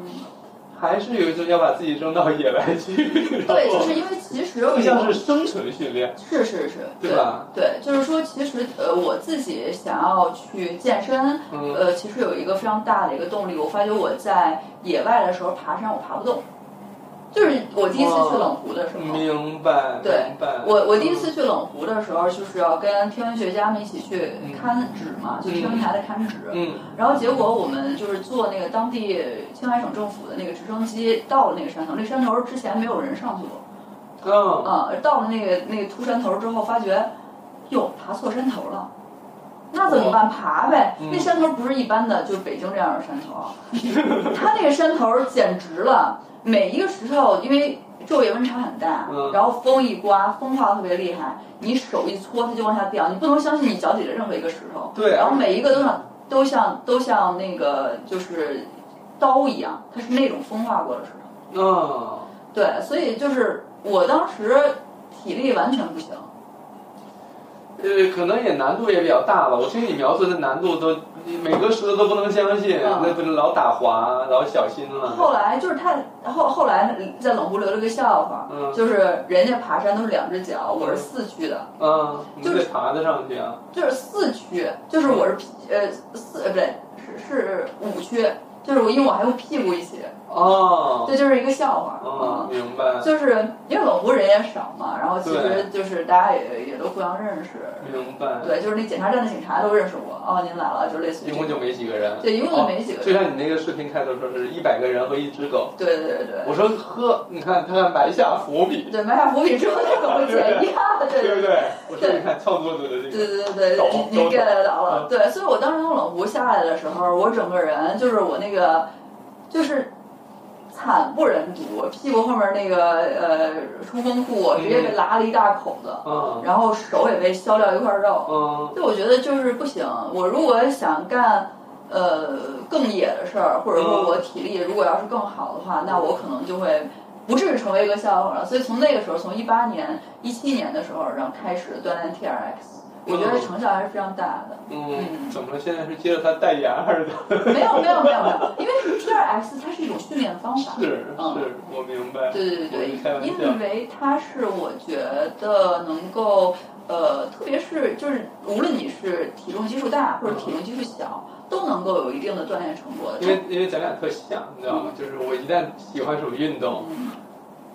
Speaker 1: 还是有一种要把自己扔到野外去，
Speaker 2: 对，
Speaker 1: 然
Speaker 2: 就
Speaker 1: 后
Speaker 2: 是因为其实我
Speaker 1: 更哦像是生存训练。
Speaker 2: 是是是，
Speaker 1: 对
Speaker 2: 对
Speaker 1: 吧
Speaker 2: 对，就是说，其实呃，我自己想要去健身，
Speaker 1: 嗯
Speaker 2: 呃，其实有一个非常大的一个动力。我发觉我在野外的时候爬山，我爬不动。就是我第一次去冷湖的时候，
Speaker 1: 哦明白，
Speaker 2: 对
Speaker 1: 明白。
Speaker 2: 我我第一次去冷湖的时候，就是要跟天文学家们一起去看纸嘛，就天文台的看纸。
Speaker 1: 嗯，
Speaker 2: 然后结果我们就是坐那个当地青海省政府的那个直升机到了那个山头，那山头之前没有人上去过。
Speaker 1: 嗯，
Speaker 2: 啊，到了那个那个秃山头之后，发觉，哟，爬错山头了。那怎么办？爬呗！
Speaker 1: 嗯
Speaker 2: 那山头不是一般的，就是北京这样的山 头啊，它那个山头简直了，每一个石头因为昼夜温差很大，
Speaker 1: 嗯
Speaker 2: 然后风一刮，风化特别厉害，你手一搓它就往下掉，你不能相信你脚底的任何一个石头，
Speaker 1: 对
Speaker 2: 然后每一个都像都像都像那个就是刀一样，它是那种风化过的石头。
Speaker 1: 嗯，
Speaker 2: 对，所以就是我当时体力完全不行。
Speaker 1: 呃，可能也难度也比较大吧。我听你描述的难度都，每个石头都不能相信，
Speaker 2: 嗯
Speaker 1: 那不能老打滑，老小心了。
Speaker 2: 后来就是他后后来在冷湖留了个笑话，
Speaker 1: 嗯
Speaker 2: 就是人家爬山都是两只脚，我是四驱的，
Speaker 1: 嗯，你
Speaker 2: 就是
Speaker 1: 得爬得上去啊。
Speaker 2: 就是四驱，就是我是
Speaker 1: 嗯
Speaker 2: 呃四呃不对是是五驱，就是我因为我还用屁股一起，
Speaker 1: 哦，
Speaker 2: 这就是一个笑话。
Speaker 1: 哦，
Speaker 2: 嗯
Speaker 1: 明白，
Speaker 2: 就是因为冷湖人也少嘛，然后其
Speaker 1: 对
Speaker 2: 实就是大家也也都互相认识，
Speaker 1: 明白。
Speaker 2: 对，就是那检查站的警察都认识我，哦，您来了，就类似于
Speaker 1: 一
Speaker 2: 这
Speaker 1: 共
Speaker 2: 种。
Speaker 1: 就没几个人。
Speaker 2: 对一共就没几个人
Speaker 1: 哦就像你那个视频开头说是一百个人和一只狗，
Speaker 2: 对对对对。
Speaker 1: 我说呵，你看他埋下伏笔，
Speaker 2: 对，埋下伏笔之后他可能会 解压，对
Speaker 1: 对不
Speaker 2: 对
Speaker 1: 对？我说你看创作者的这
Speaker 2: 对
Speaker 1: 个，
Speaker 2: 对对对，
Speaker 1: 懂
Speaker 2: 你你
Speaker 1: 懂
Speaker 2: get 到了
Speaker 1: 嗯，
Speaker 2: 对，所以我当时从冷湖下来的时候，我整个人就是我那个就是惨不忍睹，我屁股后面那个呃冲锋裤直接被拉了一大口子，
Speaker 1: 嗯
Speaker 2: 然后手也被削掉一块肉，
Speaker 1: 嗯，
Speaker 2: 对，我觉得就是不行。我如果想干
Speaker 1: 嗯
Speaker 2: 呃更野的事儿，或者说我体力如果要是更好的话，那我可能就会不至于成为一个笑话了。所以从那个时候，从一八年、一七年的时候，然后开始锻炼 TRX，我觉得成效还是非常大 的。
Speaker 1: 嗯，怎么了？现在是接着他代言还是怎么？
Speaker 2: 没有没有没有没有，因为 TRX 它是一种训练方法。
Speaker 1: 是是
Speaker 2: 嗯，，
Speaker 1: 我明白。
Speaker 2: 对对
Speaker 1: 我
Speaker 2: 对
Speaker 1: 一开玩
Speaker 2: 对，因
Speaker 1: 笑。
Speaker 2: 为它是我觉得能够呃，特别是就是无论你是体重基数大或者体重基数小，都能够有一定的锻炼成果的。
Speaker 1: 因为因为咱俩特像，你知道吗？就是我一旦喜欢什么运动，
Speaker 2: 嗯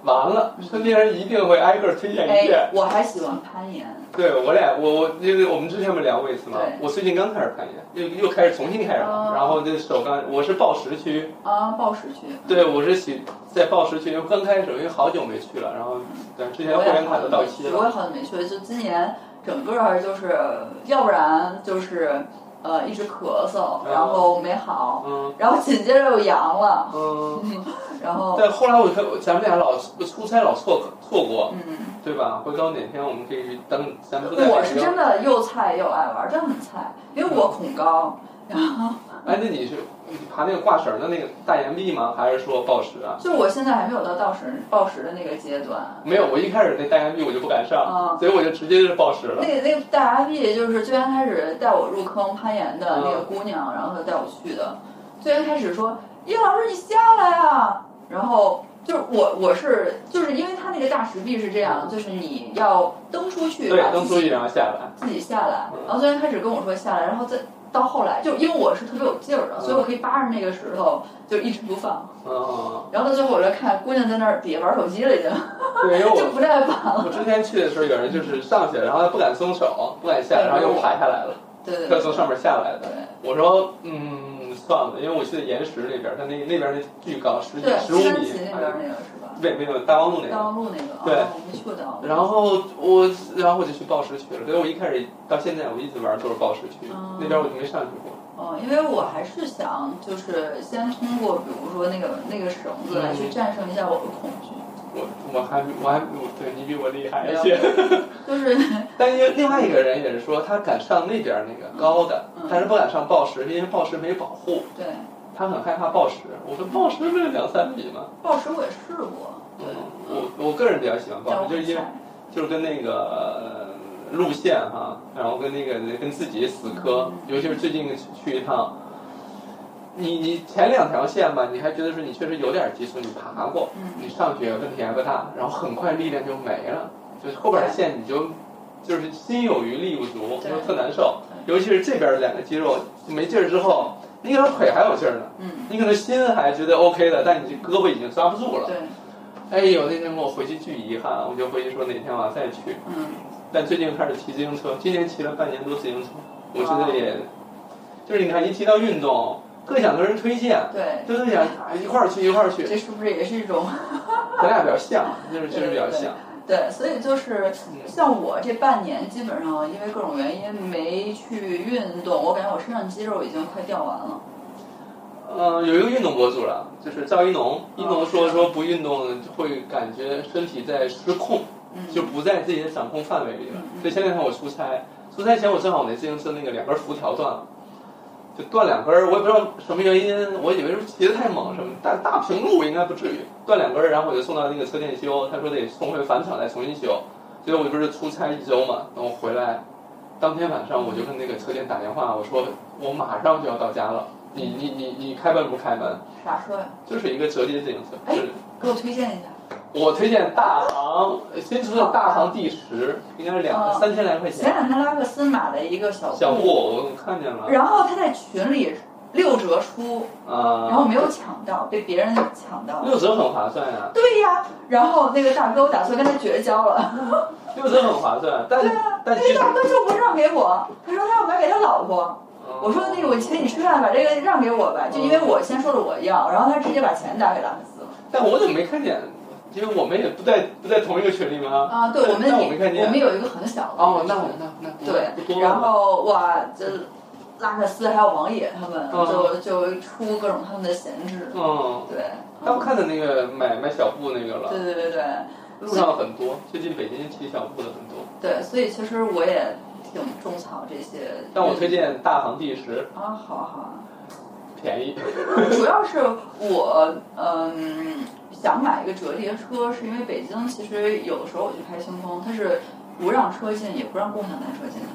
Speaker 1: 完了，身边人一定会挨个推荐一遍
Speaker 2: 哎。，我还喜欢攀岩，
Speaker 1: 对我俩，我我因为我们之前不是聊过一次吗
Speaker 2: 对？
Speaker 1: 我最近刚开始攀岩，又又开始重新开始了。
Speaker 2: 哦
Speaker 1: 然后这手刚，我是报时区，
Speaker 2: 啊，暴食区。
Speaker 1: 对我是喜在报时区，因为刚开始因为好久没去了，然后对之前
Speaker 2: 我
Speaker 1: 会
Speaker 2: 也
Speaker 1: 员卡
Speaker 2: 好
Speaker 1: 都
Speaker 2: 久
Speaker 1: 到
Speaker 2: 没
Speaker 1: 期
Speaker 2: 去，
Speaker 1: 了。
Speaker 2: 我也好久没去了。就今年整个儿就是，要不然就是呃一直咳嗽，然后没好，
Speaker 1: 嗯
Speaker 2: 然后紧接着又阳了，
Speaker 1: 嗯，
Speaker 2: 然后
Speaker 1: 但后来我看咱们俩老出差老错错过，
Speaker 2: 嗯，
Speaker 1: 对吧？回头哪天我们可以当咱们都在
Speaker 2: 我是
Speaker 1: 北京
Speaker 2: 真的又菜又爱玩，真的很菜，因为我恐高，然后
Speaker 1: 哎，那你是你爬那个挂绳的那个大岩壁吗？还是说暴食啊？
Speaker 2: 就是我现在还没有到到时暴食的那个阶段。
Speaker 1: 没有，我一开始那大岩壁我就不敢上，
Speaker 2: 啊
Speaker 1: 所以我就直接就是暴食了。
Speaker 2: 那个那个大阿碧就是最刚开始带我入坑攀岩的那个姑娘，然后她带我去的。最刚开始说：“叶老师，你下来啊！”然后就是我我是就是因为它那个大石壁是这样，就是你要蹬出去，
Speaker 1: 对
Speaker 2: 把，
Speaker 1: 蹬
Speaker 2: 自
Speaker 1: 出
Speaker 2: 己
Speaker 1: 去然后下来。
Speaker 2: 自己下来。然后最刚开始跟我说下来，然后再到后来，就因为我是特别有劲儿的，所以我可以扒着那个石头就一直不放。
Speaker 1: 嗯，
Speaker 2: 然后到最后我就看姑娘在那儿底下玩手机了，已经
Speaker 1: 对，因为
Speaker 2: 就
Speaker 1: 我
Speaker 2: 不耐烦了。
Speaker 1: 我之前去的时候，有人就是上去，然后他不敢松手，不敢下，
Speaker 2: 对
Speaker 1: 然后又爬下来了，
Speaker 2: 对对
Speaker 1: 要
Speaker 2: 对
Speaker 1: 从上面下来的。
Speaker 2: 对。
Speaker 1: 我说，嗯，算了，因为我去的岩石那边，它那那边是巨高，十几
Speaker 2: 对，
Speaker 1: 十五
Speaker 2: 西三
Speaker 1: 米
Speaker 2: 旗，那边儿那个是吧？
Speaker 1: 没没有大望路那
Speaker 2: 大
Speaker 1: 个。
Speaker 2: 望路那个，
Speaker 1: 对
Speaker 2: 哦，我没去过大望路。
Speaker 1: 然后我，然后我就去报时区了。所以我一开始到现在，我一直玩都是报时区，
Speaker 2: 嗯
Speaker 1: 那边我就没上去过。
Speaker 2: 哦，因为我还是想就是先通过，比如说那个那个绳
Speaker 1: 嗯
Speaker 2: 子来去战胜一下我的恐惧。
Speaker 1: 我我还我还我对你比我厉害一
Speaker 2: 没
Speaker 1: 些
Speaker 2: 有。就是
Speaker 1: 但因为另外一个人也是说，他敢上那边那个高的，
Speaker 2: 嗯
Speaker 1: 但是不敢上暴石，因为暴石没保护，
Speaker 2: 对，
Speaker 1: 他很害怕暴石。我说暴石不是两三米吗？
Speaker 2: 暴食我也试过，对，
Speaker 1: 我我个人比较喜欢
Speaker 2: 但
Speaker 1: 暴
Speaker 2: 我
Speaker 1: 石，嗯就是
Speaker 2: 很
Speaker 1: 因为
Speaker 2: 菜。
Speaker 1: 就是跟那个呃路线哈、然后跟那个跟自己死磕，
Speaker 2: 嗯
Speaker 1: 尤其是最近去一趟。你你前两条线吧，你还觉得说你确实有点基础，你爬过，
Speaker 2: 嗯，
Speaker 1: 你上学问题还不大，然后很快力量就没了，就是后边的线你就就是心有余力不足，
Speaker 2: 对
Speaker 1: 就特难受。尤其是这边两个肌肉没劲儿之后，你可能腿还有劲儿呢，
Speaker 2: 嗯，
Speaker 1: 你可能心还觉得 OK 的，但你这胳膊已经抓不住了。
Speaker 2: 对，
Speaker 1: 哎呦，那天我回去巨遗憾，我就回去说哪天我要再去。
Speaker 2: 嗯，
Speaker 1: 但最近开始骑自行车，今年骑了半年多自行车，我觉得也，就是你看一提到运动，更想跟人推荐，
Speaker 2: 对，
Speaker 1: 就是想啊一块儿去一块儿去，
Speaker 2: 这是不是也是一种
Speaker 1: 咱俩比较像，就是就是比较像。
Speaker 2: 对？所以就是
Speaker 1: 嗯
Speaker 2: 像我这半年，基本上因为各种原因没去运动，我感觉我身上肌肉已经快掉完了。
Speaker 1: 呃，有一个运动博主了，就是赵一农。一农说
Speaker 2: 哦是
Speaker 1: 说不运动会感觉身体在失控，
Speaker 2: 嗯，
Speaker 1: 就不在自己的掌控范围里了
Speaker 2: 嗯。嗯
Speaker 1: 所以前两天我出差，出差前我正好我那自行车那个两根辐条断了，就断两根儿，我也不知道什么原因，我以为是骑得太猛什么，但大平路应该不至于断两根儿，然后我就送到那个车店修，他说得送回返厂再重新修，所以我不是出差一周嘛，等我回来，当天晚上我就跟那个车店打电话，我说我马上就要到家了，你你你你开门不开门？
Speaker 2: 啥车呀？
Speaker 1: 就是一个折叠自行车，就是
Speaker 2: 给我推荐一下。
Speaker 1: 我推荐大唐新出的大唐第十，应该是两
Speaker 2: 哦
Speaker 1: 三千来块
Speaker 2: 前
Speaker 1: 钱。
Speaker 2: 两天拉克斯买了一个小
Speaker 1: 小布，我看见了
Speaker 2: 然后他在群里六折出，然后
Speaker 1: 啊，
Speaker 2: 没有抢到，被别人抢到了。
Speaker 1: 六折很划算呀，
Speaker 2: 对呀，然后那个大哥，我打算跟他绝交了。
Speaker 1: 六折很划算，但
Speaker 2: 那
Speaker 1: 但其
Speaker 2: 个
Speaker 1: 实
Speaker 2: 大哥就不让给我，他说他要买给他老婆。
Speaker 1: 嗯
Speaker 2: 我说那个我请你吃饭，把这个让给我吧，就因为我先说了我要，然后他直接把钱打给拉克斯了。
Speaker 1: 但我怎么没看见？因为我们也不在不在同一个群里吗？
Speaker 2: 啊，对我们
Speaker 1: 但我没看见
Speaker 2: 我们有一个很小的
Speaker 1: 哦，那我那那不不
Speaker 2: 对，
Speaker 1: 多
Speaker 2: 然后哇，这拉克斯还有王野他们
Speaker 1: 嗯
Speaker 2: 就就出各种他们的闲置。
Speaker 1: 嗯，
Speaker 2: 对，
Speaker 1: 但我看到那个买买小布那个了，
Speaker 2: 对对对对
Speaker 1: 路上很多，最近北京骑小布的很多。
Speaker 2: 对，所以其实我也挺种草这些。
Speaker 1: 但我推荐大唐第十，
Speaker 2: 啊，好好啊，
Speaker 1: 便宜。
Speaker 2: 主要是我嗯想买一个折叠车，是因为北京其实有的时候我去拍星空，它是不让车进，也不让共享单车进的。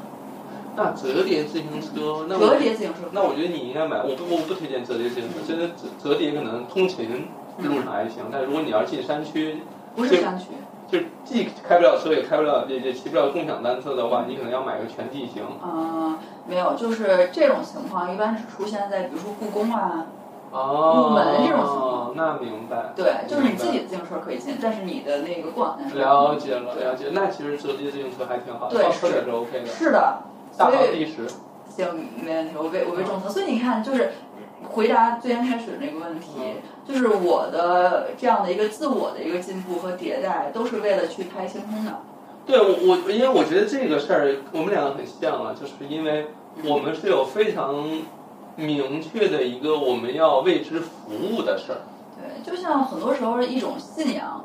Speaker 1: 那折叠自行车，那我
Speaker 2: 折叠自行车，
Speaker 1: 那我觉得你应该买，我不我不推荐折叠自行车，真的折折叠可能通勤路上还
Speaker 2: 嗯
Speaker 1: 行，但如果你要是进山区，
Speaker 2: 不是山区，
Speaker 1: 就是既开不了车，也开不了，也也骑不了共享单车的话，你可能要买个全地形。
Speaker 2: 嗯，没有，就是这种情况一般是出现在比如说故宫啊，
Speaker 1: 哦，
Speaker 2: 入门这种情况
Speaker 1: 那明白。
Speaker 2: 对，就是你自己
Speaker 1: 明
Speaker 2: 的自行车可以进，但是你的那个共享单
Speaker 1: 白。
Speaker 2: 车
Speaker 1: 了解了，了解。那其实折叠自行车还挺好的，
Speaker 2: 对
Speaker 1: 倒车
Speaker 2: 是
Speaker 1: 也是 OK 的。
Speaker 2: 是的，
Speaker 1: 大
Speaker 2: 所
Speaker 1: 好
Speaker 2: 以
Speaker 1: 第十，
Speaker 2: 行没问题，我被我被种草，所以你看就是。回答最先开始那个问题，就是我的这样的一个自我的一个进步和迭代，都是为了去拍星空的。
Speaker 1: 对我我，因为我觉得这个事儿我们两个很像啊，就是因为我们是有非常明确的一个我们要为之服务的事儿。
Speaker 2: 对，就像很多时候是一种信仰，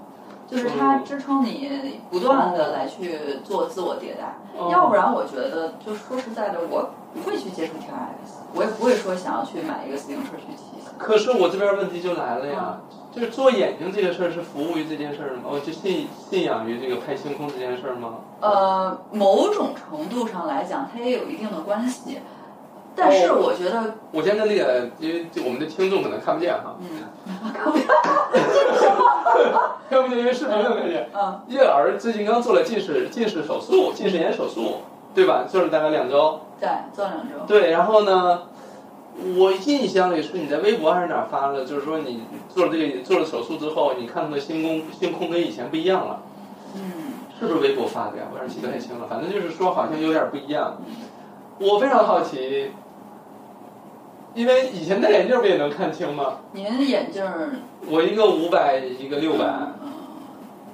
Speaker 2: 就是它支撑你不断的来去做自我迭代。
Speaker 1: 哦
Speaker 2: 要不然，我觉得就说实在的，我不会去接触 T R X，我也不会说想要去买一个自行车去骑。
Speaker 1: 可是我这边问题就来了呀，就是做眼睛这个事儿是服务于这件事儿吗？哦，就信信仰于这个拍星空这件事儿吗？
Speaker 2: 呃，某种程度上来讲，它也有一定的关系，但是
Speaker 1: 哦
Speaker 2: 我觉得，
Speaker 1: 我先跟那个，因为我们的听众可能看不见哈，
Speaker 2: 嗯
Speaker 1: 看不见因为视频看不见。
Speaker 2: 嗯
Speaker 1: 叶儿最近刚做了近视近视手术，近视眼手术，对吧？做了大概两周。
Speaker 2: 对，做两周。
Speaker 1: 对，然后呢，我印象里是你在微博还是哪儿发了，就是说你做了这个做了手术之后，你看到的星空星空跟以前不一样了，
Speaker 2: 嗯，
Speaker 1: 是不是微博发的呀？我有点记不太清了，反正就是说好像有点不一样。我非常好奇，因为以前戴眼镜不也能看清吗？
Speaker 2: 您的眼镜儿，
Speaker 1: 我一个五百，一个六百，
Speaker 2: 嗯，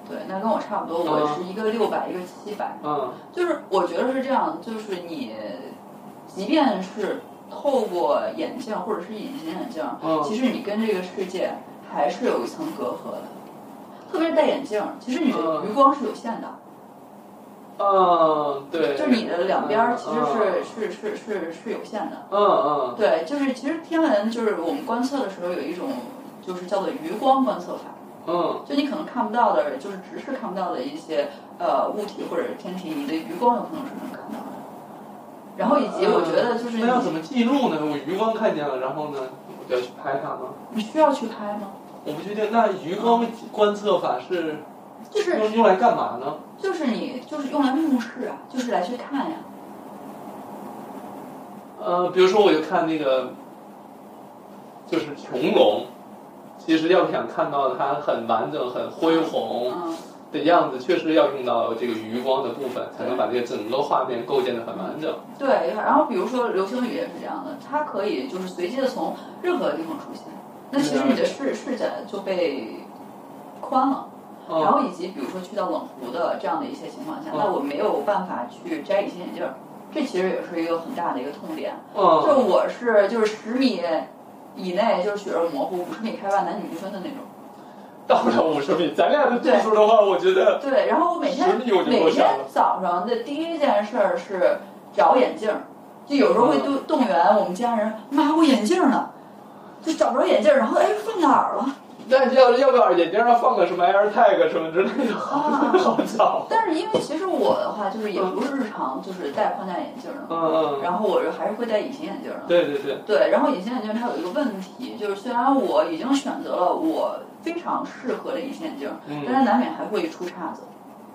Speaker 2: 对，那跟我差不多，我
Speaker 1: 嗯
Speaker 2: 是一个六百，一个七百。
Speaker 1: 嗯
Speaker 2: 就是我觉得是这样，就是你，即便是透过眼镜或者是隐形眼镜，
Speaker 1: 嗯
Speaker 2: 其实你跟这个世界还是有一层隔阂的。特别是戴眼镜，其实你的
Speaker 1: 嗯
Speaker 2: 余光是有限的，
Speaker 1: 嗯，对，
Speaker 2: 就是你的两边儿其实
Speaker 1: 嗯
Speaker 2: 是、是是是是有限的。
Speaker 1: 嗯嗯，
Speaker 2: 对，就是其实天文就是我们观测的时候有一种就是叫做余光观测法，
Speaker 1: 嗯
Speaker 2: 就你可能看不到的，就是直视看不到的一些呃物体或者是天体，你的余光有可能是能看到的。然后以及我觉得就是你
Speaker 1: 嗯那要怎么记录呢？我余光看见了，然后呢，我就要去拍它吗？
Speaker 2: 你需要去拍吗？
Speaker 1: 我不确定，那余光观测法是
Speaker 2: 就是
Speaker 1: 用用来干嘛呢？
Speaker 2: 就是你就是用来目视啊，就是来去看呀、
Speaker 1: 呃，比如说我就看那个，就是穹隆，其实要想看到它很完整、很恢宏
Speaker 2: 嗯，
Speaker 1: 的样子，确实要用到这个余光的部分，才能把这个整个画面构建的很完整。
Speaker 2: 对。然后比如说流星雨也是这样的，它可以就是随机的从任何地方出现，那其实你的视视角就被宽了。然后
Speaker 1: 嗯
Speaker 2: 以及比如说去到冷湖的这样的一些情况下，
Speaker 1: 嗯
Speaker 2: 那我没有办法去摘隐形眼镜儿，这其实也是一个很大的一个痛点。就
Speaker 1: 嗯，
Speaker 2: 我是就是十米以内就是血肉模糊，五十米开外男女不分的那种。
Speaker 1: 到了五十米，咱俩的度数的话，我觉得
Speaker 2: 对，然后我每天
Speaker 1: 10米我就
Speaker 2: 每
Speaker 1: 够呛了
Speaker 2: 天早上的第一件事儿是找眼镜儿，就有时候会动
Speaker 1: 嗯
Speaker 2: 动员我们家人，妈我眼镜儿呢，就找不着眼镜儿，然后哎放哪儿了？
Speaker 1: 那要要不要眼睛上放个什么 AirTag 什么之类的，好
Speaker 2: 啊
Speaker 1: 好找。
Speaker 2: 但是因为其实我的话就是也不是日常就是戴框架眼镜儿的，
Speaker 1: 嗯嗯，
Speaker 2: 然后我是还是会戴隐形眼镜儿的。
Speaker 1: 对对对，
Speaker 2: 对，然后隐形眼镜它有一个问题，就是虽然我已经选择了我非常适合的隐形眼镜，
Speaker 1: 嗯
Speaker 2: 但是难免还会出岔子。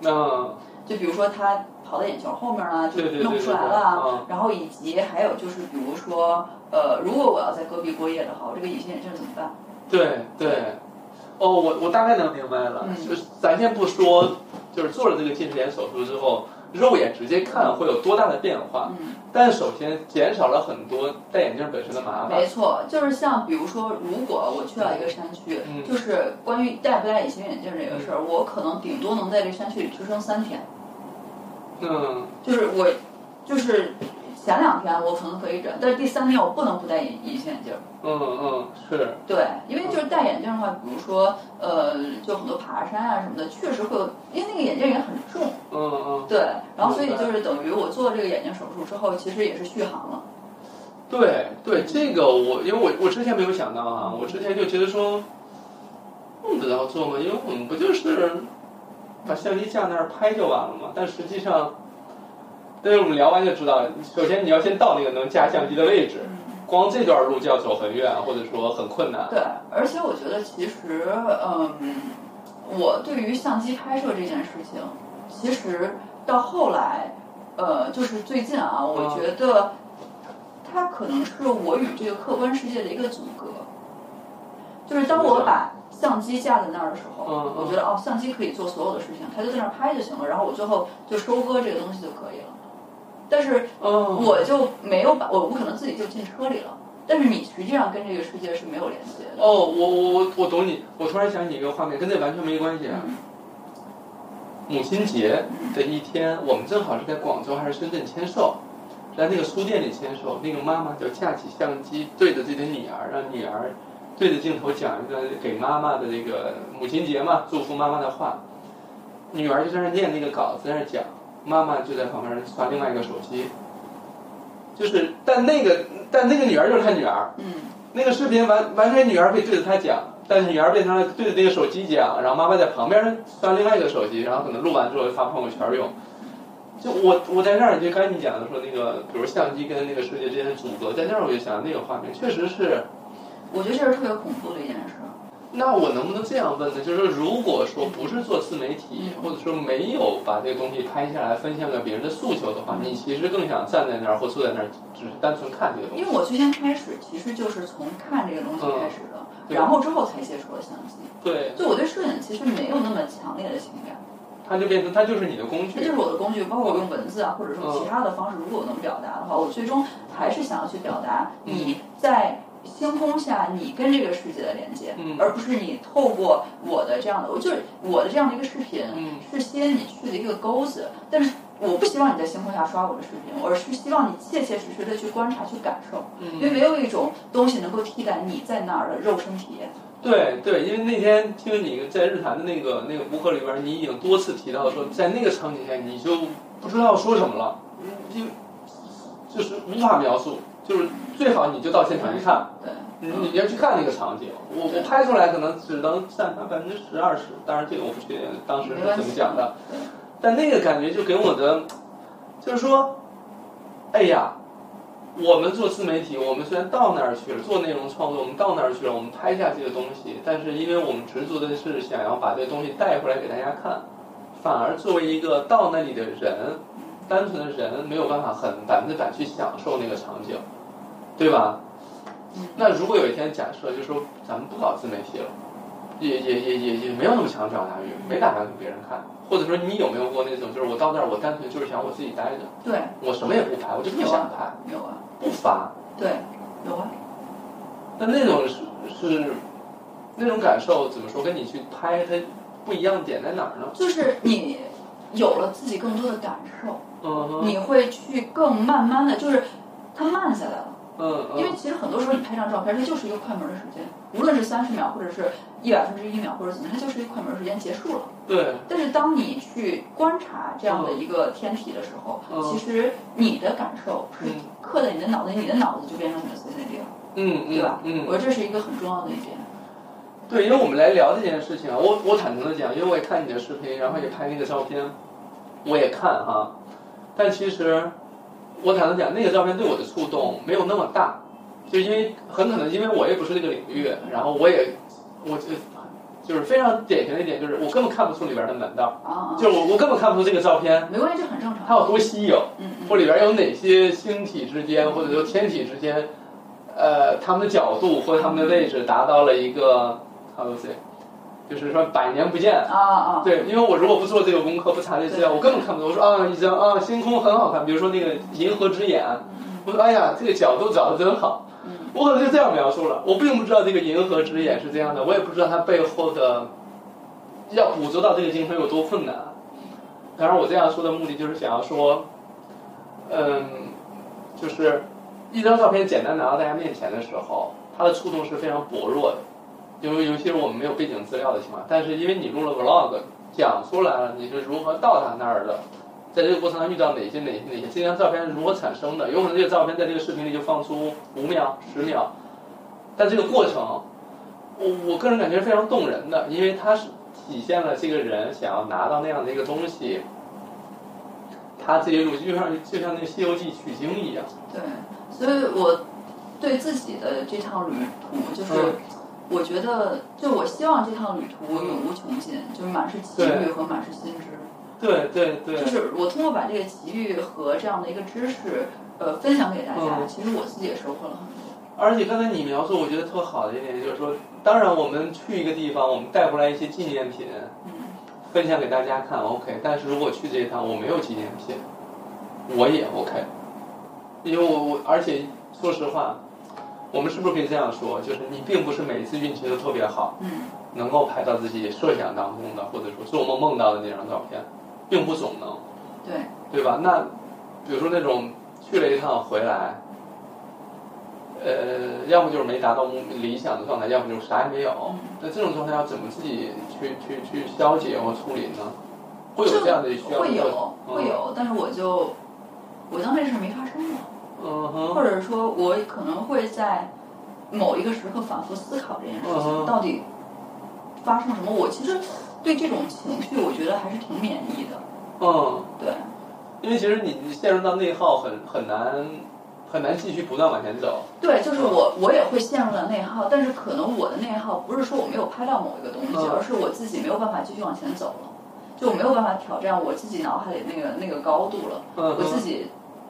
Speaker 1: 嗯
Speaker 2: 就比如说它跑到眼球后面儿啊，就
Speaker 1: 对对对
Speaker 2: 弄不
Speaker 1: 对
Speaker 2: 出来
Speaker 1: 对
Speaker 2: 了啊。
Speaker 1: 嗯
Speaker 2: 然后以及还有就是，比如说，呃，如果我要在戈壁过夜的话，我这个隐形眼镜怎么办？
Speaker 1: 对对，哦，我我大概能明白了，
Speaker 2: 嗯
Speaker 1: 就是咱先不说，就是做了这个近视眼手术之后，肉眼直接看会有多大的变化，
Speaker 2: 嗯，
Speaker 1: 但首先减少了很多戴眼镜本身的麻烦
Speaker 2: 没。错，就是像比如说，如果我去到一个山区，
Speaker 1: 嗯
Speaker 2: 就是关于戴不戴隐形眼镜这个事儿，我可能顶多能在这山区里支撑三天。
Speaker 1: 嗯，
Speaker 2: 就是我，就是前两天我可能可以忍，但是第三天我不能不戴隐隐形眼镜儿。
Speaker 1: 嗯嗯，是，
Speaker 2: 对，因为就是戴眼镜的话，比如说呃，就很多爬山啊什么的，确实会有，因为那个眼镜也很重。
Speaker 1: 嗯嗯。
Speaker 2: 对，然后所以
Speaker 1: 明白
Speaker 2: 就是等于我做这个眼镜手术之后，其实也是续航了。
Speaker 1: 对对，这个我因为我我之前没有想到啊，我之前就觉得说，用得着做吗？因为我们不就是把相机架那儿拍就完了嘛。但实际上，但是我们聊完就知道，首先你要先到那个能架相机的位置，光这段路就要走很远，或者说很困难。
Speaker 2: 对，而且我觉得其实，嗯，我对于相机拍摄这件事情，其实到后来，呃，就是最近啊，
Speaker 1: 嗯
Speaker 2: 我觉得它可能是我与这个客观世界的一个阻隔。就是当我把相机架在那儿的时候，
Speaker 1: 嗯嗯
Speaker 2: 我觉得哦，相机可以做所有的事情，它就在那儿拍就行了，然后我最后就收割这个东西就可以了。但是
Speaker 1: 嗯，
Speaker 2: 我就没有把，我不可能自己就进车里了。但是你实际上跟这个世界是没有连接的。
Speaker 1: 哦，我我我我懂你，我突然想起一个画面，跟这完全没关系啊。
Speaker 2: 嗯
Speaker 1: 母亲节的一天，我们正好是在广州还是深圳签售，在那个书店里签售，那个妈妈就架起相机对着自己的女儿，让女儿对着镜头讲一段给妈妈的那个母亲节嘛，祝福妈妈的话。女儿就在那儿念那个稿子，在那儿讲，妈妈就在旁边刷另外一个手机。就是，但那个但那个女儿就是她女儿，
Speaker 2: 嗯，
Speaker 1: 那个视频完完全女儿可以对着他讲，但是女儿变成了对着那个手机讲，然后妈妈在旁边刷另外一个手机，然后可能录完之后就发朋友圈用。就我我在那儿就刚才你讲的说那个，比如相机跟那个世界之间的阻隔，在那儿我就想那个画面确实是。
Speaker 2: 我觉得这是特别恐怖的一件事。
Speaker 1: 那我能不能这样问呢？就是说如果说不是做自媒体，或者说没有把这个东西拍下来分享给别人的诉求的话，你其实更想站在那儿或坐在那儿，只是单纯看这个东西
Speaker 2: 因。为我最先开始其实就是从看这个东西
Speaker 1: 嗯
Speaker 2: 开始的，
Speaker 1: 对
Speaker 2: 然后之后才接触了相机。
Speaker 1: 对，
Speaker 2: 就我对摄影其实没有那么强烈的情感，
Speaker 1: 它就变成它就是你的工
Speaker 2: 这
Speaker 1: 具
Speaker 2: 就。是我的工具，包括我用文字啊，或者说
Speaker 1: 嗯
Speaker 2: 其他的方式，如果我能表达的话，我最终还是想要去表达
Speaker 1: 嗯
Speaker 2: 你在星空下你跟这个世界的连接，
Speaker 1: 嗯
Speaker 2: 而不是你透过我的这样的，我就是我的这样的一个视频，
Speaker 1: 嗯
Speaker 2: 是先你去的一个钩子，但是我不希望你在星空下刷我的视频，我是希望你切切实实的去观察、去感受，
Speaker 1: 嗯
Speaker 2: 因为没有一种东西能够替代你在那儿的肉身体验。
Speaker 1: 对对，因为那天听你在日坛的那个那个博客里边，你已经多次提到说，在那个场景下你就不知道说什么了，嗯就就是无法描述，就是最好你就到现场去看，
Speaker 2: 对，
Speaker 1: 你你要去看那个场景。我我拍出来可能只能占它百分之十二十，当然这个我不确定当时
Speaker 2: 没
Speaker 1: 是
Speaker 2: 关
Speaker 1: 怎么
Speaker 2: 系
Speaker 1: 讲的，
Speaker 2: 对
Speaker 1: 但那个感觉就给我的，就是说，哎呀，我们做自媒体，我们虽然到那儿去了，做内容创作，我们到那儿去了，我们拍下这个东西，但是因为我们执着的是想要把这个东西带回来给大家看，反而作为一个到那里的人，单纯的人没有办法很百分之百去享受那个场景，对吧？
Speaker 2: 嗯
Speaker 1: 那如果有一天假设，就说咱们不搞自媒体了，也也也也也没有那么强的表达欲，没打算给别人看，或者说你有没有过那种，就是我到那儿，我单纯就是想我自己待着，
Speaker 2: 对，嗯
Speaker 1: 我什么也不拍，我就不想拍，
Speaker 2: 有啊，
Speaker 1: 不发，
Speaker 2: 对，有啊。
Speaker 1: 那那种是是那种感受怎么说？跟你去拍它不一样的点在哪儿呢？
Speaker 2: 就是你有了自己更多的感受，
Speaker 1: 嗯哼
Speaker 2: 你会去更慢慢的，就是它慢下来了。
Speaker 1: 嗯
Speaker 2: 因为
Speaker 1: 嗯，
Speaker 2: 其实很多时候你拍张照片，它就是一个快门的时间，无论是三十秒，或者是一百分之一秒，或者怎么样，它就是一个快门时间结束了。
Speaker 1: 对，
Speaker 2: 但是当你去观察这样的一个天体的时候，
Speaker 1: 嗯
Speaker 2: 其实你的感受是
Speaker 1: 嗯
Speaker 2: 刻在你的脑袋，你的脑子就变成你的随身力了，
Speaker 1: 嗯
Speaker 2: 对吧？
Speaker 1: 嗯
Speaker 2: 我觉得这是一个很重要的一点。
Speaker 1: 对，因为我们来聊这件事情啊，我我坦诚的讲，因为我也看你的视频，然后也拍那个照片，我也看哈、但其实我坦诚地讲，那个照片对我的触动没有那么大，就因为很可能因为我也不是这个领域，然后我也我就就是非常典型的一点就是我根本看不出里边的门道，
Speaker 2: 啊啊，
Speaker 1: 就是我我根本看不出这个照片
Speaker 2: 没关系，这很正常。
Speaker 1: 它有多稀有，
Speaker 2: 嗯
Speaker 1: 或
Speaker 2: 嗯，
Speaker 1: 里边有哪些星体之间，或者说天体之间，呃，它们的角度或者它们的位置达到了一个 how to say，就是说百年不见。
Speaker 2: 啊啊，
Speaker 1: 对，因为我如果不做这个功课，不查这资料，我根本看不懂。我说啊，一张啊，星空很好看，比如说那个银河之眼，我说哎呀，这个角度找的真好。
Speaker 2: 嗯
Speaker 1: 我可能就这样描述了，我并不知道这个银河之眼是这样的，我也不知道它背后的要捕捉到这个精髓有多困难。啊当然，我这样说的目的就是想要说，嗯，就是一张照片简单拿到大家面前的时候，它的触动是非常薄弱的，因为尤其是我们没有背景资料的情况。但是因为你录了 vlog，讲出来了你是如何到达那儿的，在这个过程中遇到哪些哪哪些这张照片是如何产生的？有可能这个照片在这个视频里就放出五秒、十秒，但这个过程，我我个人感觉是非常动人的，因为它是体现了这个人想要拿到那样的一个东西，他这些路就像就像那个《西游记》取经一样。
Speaker 2: 对，所以我对自己的这趟旅途，就是
Speaker 1: 嗯
Speaker 2: 我觉得，就我希望这趟旅途永无穷尽，就是满是奇遇
Speaker 1: 对
Speaker 2: 和满是新知。
Speaker 1: 对对对
Speaker 2: 就，是我通过把这个奇遇和这样的一个知识，呃，分享给大家，
Speaker 1: 嗯
Speaker 2: 其实我自己也收获了很多。
Speaker 1: 而且刚才你描述，我觉得特好的一点就是说，当然我们去一个地方，我们带回来一些纪念品，
Speaker 2: 嗯，
Speaker 1: 分享给大家看 OK，但是如果去这一趟我没有纪念品，我也 OK，因为我我而且说实话，我们是不是可以这样说，就是你并不是每一次运气都特别好，
Speaker 2: 嗯，
Speaker 1: 能够拍到自己设想当中的或者说做梦梦到的那张照片，并不总能，
Speaker 2: 嗯对，
Speaker 1: 对吧？那比如说那种去了一趟回来，呃，要么就是没达到目理想的状态，要么就是啥也没有。
Speaker 2: 嗯
Speaker 1: 那这种状态要怎么自己去去去消解或处理呢？会有这样的需要？
Speaker 2: 会有
Speaker 1: 嗯
Speaker 2: 会。有，但是我就我当这事没发生过。
Speaker 1: 嗯哼。
Speaker 2: 或者说我可能会在某一个时刻反复思考这件事
Speaker 1: 嗯
Speaker 2: 情
Speaker 1: 哼
Speaker 2: 到底发生了什么。我其实对这种情绪，我觉得还是挺免疫的。
Speaker 1: 嗯，
Speaker 2: 对，
Speaker 1: 因为其实你你陷入到内耗很很难很难继续不断往前走。
Speaker 2: 对，就是我我也会陷入了内耗，但是可能我的内耗不是说我没有拍到某一个东西，
Speaker 1: 嗯
Speaker 2: 而是我自己没有办法继续往前走了，就我没有办法挑战我自己脑海里那个那个高度了。
Speaker 1: 嗯
Speaker 2: 我自
Speaker 1: 哼。
Speaker 2: 己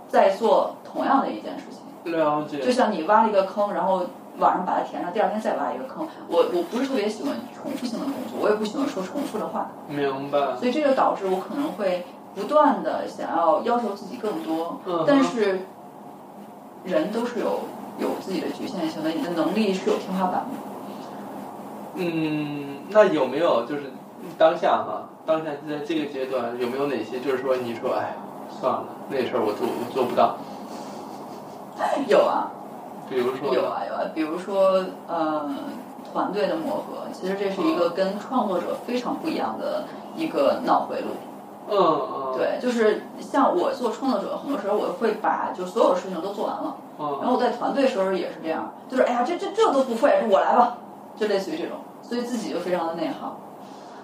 Speaker 2: 在做同样的一件事情。
Speaker 1: 了
Speaker 2: 就
Speaker 1: 解。
Speaker 2: 像你挖了一个坑，然后晚上把它填上，第二天再挖一个坑。我我不是特别喜欢重复性的工作，我也不喜欢说重复的话，
Speaker 1: 明白。
Speaker 2: 所以这就导致我可能会不断的想要要求自己更多，
Speaker 1: 嗯哼
Speaker 2: 但是人都是有有自己的局限性的，你的能力是有天花板的。
Speaker 1: 嗯，那有没有就是当下哈、当下在这个阶段有没有哪些就是说你说哎算了那事儿我做我做不到，
Speaker 2: 有啊，
Speaker 1: 比如说
Speaker 2: 有啊，有啊，比如说呃。团队的磨合，其实这是一个跟创作者非常不一样的一个脑回路。
Speaker 1: 嗯嗯
Speaker 2: 对，就是像我做创作者，很多时候我会把就所有事情都做完了，然
Speaker 1: 嗯
Speaker 2: 后我在团队时候也是这样，就是哎呀，这这这都不会，我来吧，就类似于这种，所以自己就非常的内耗。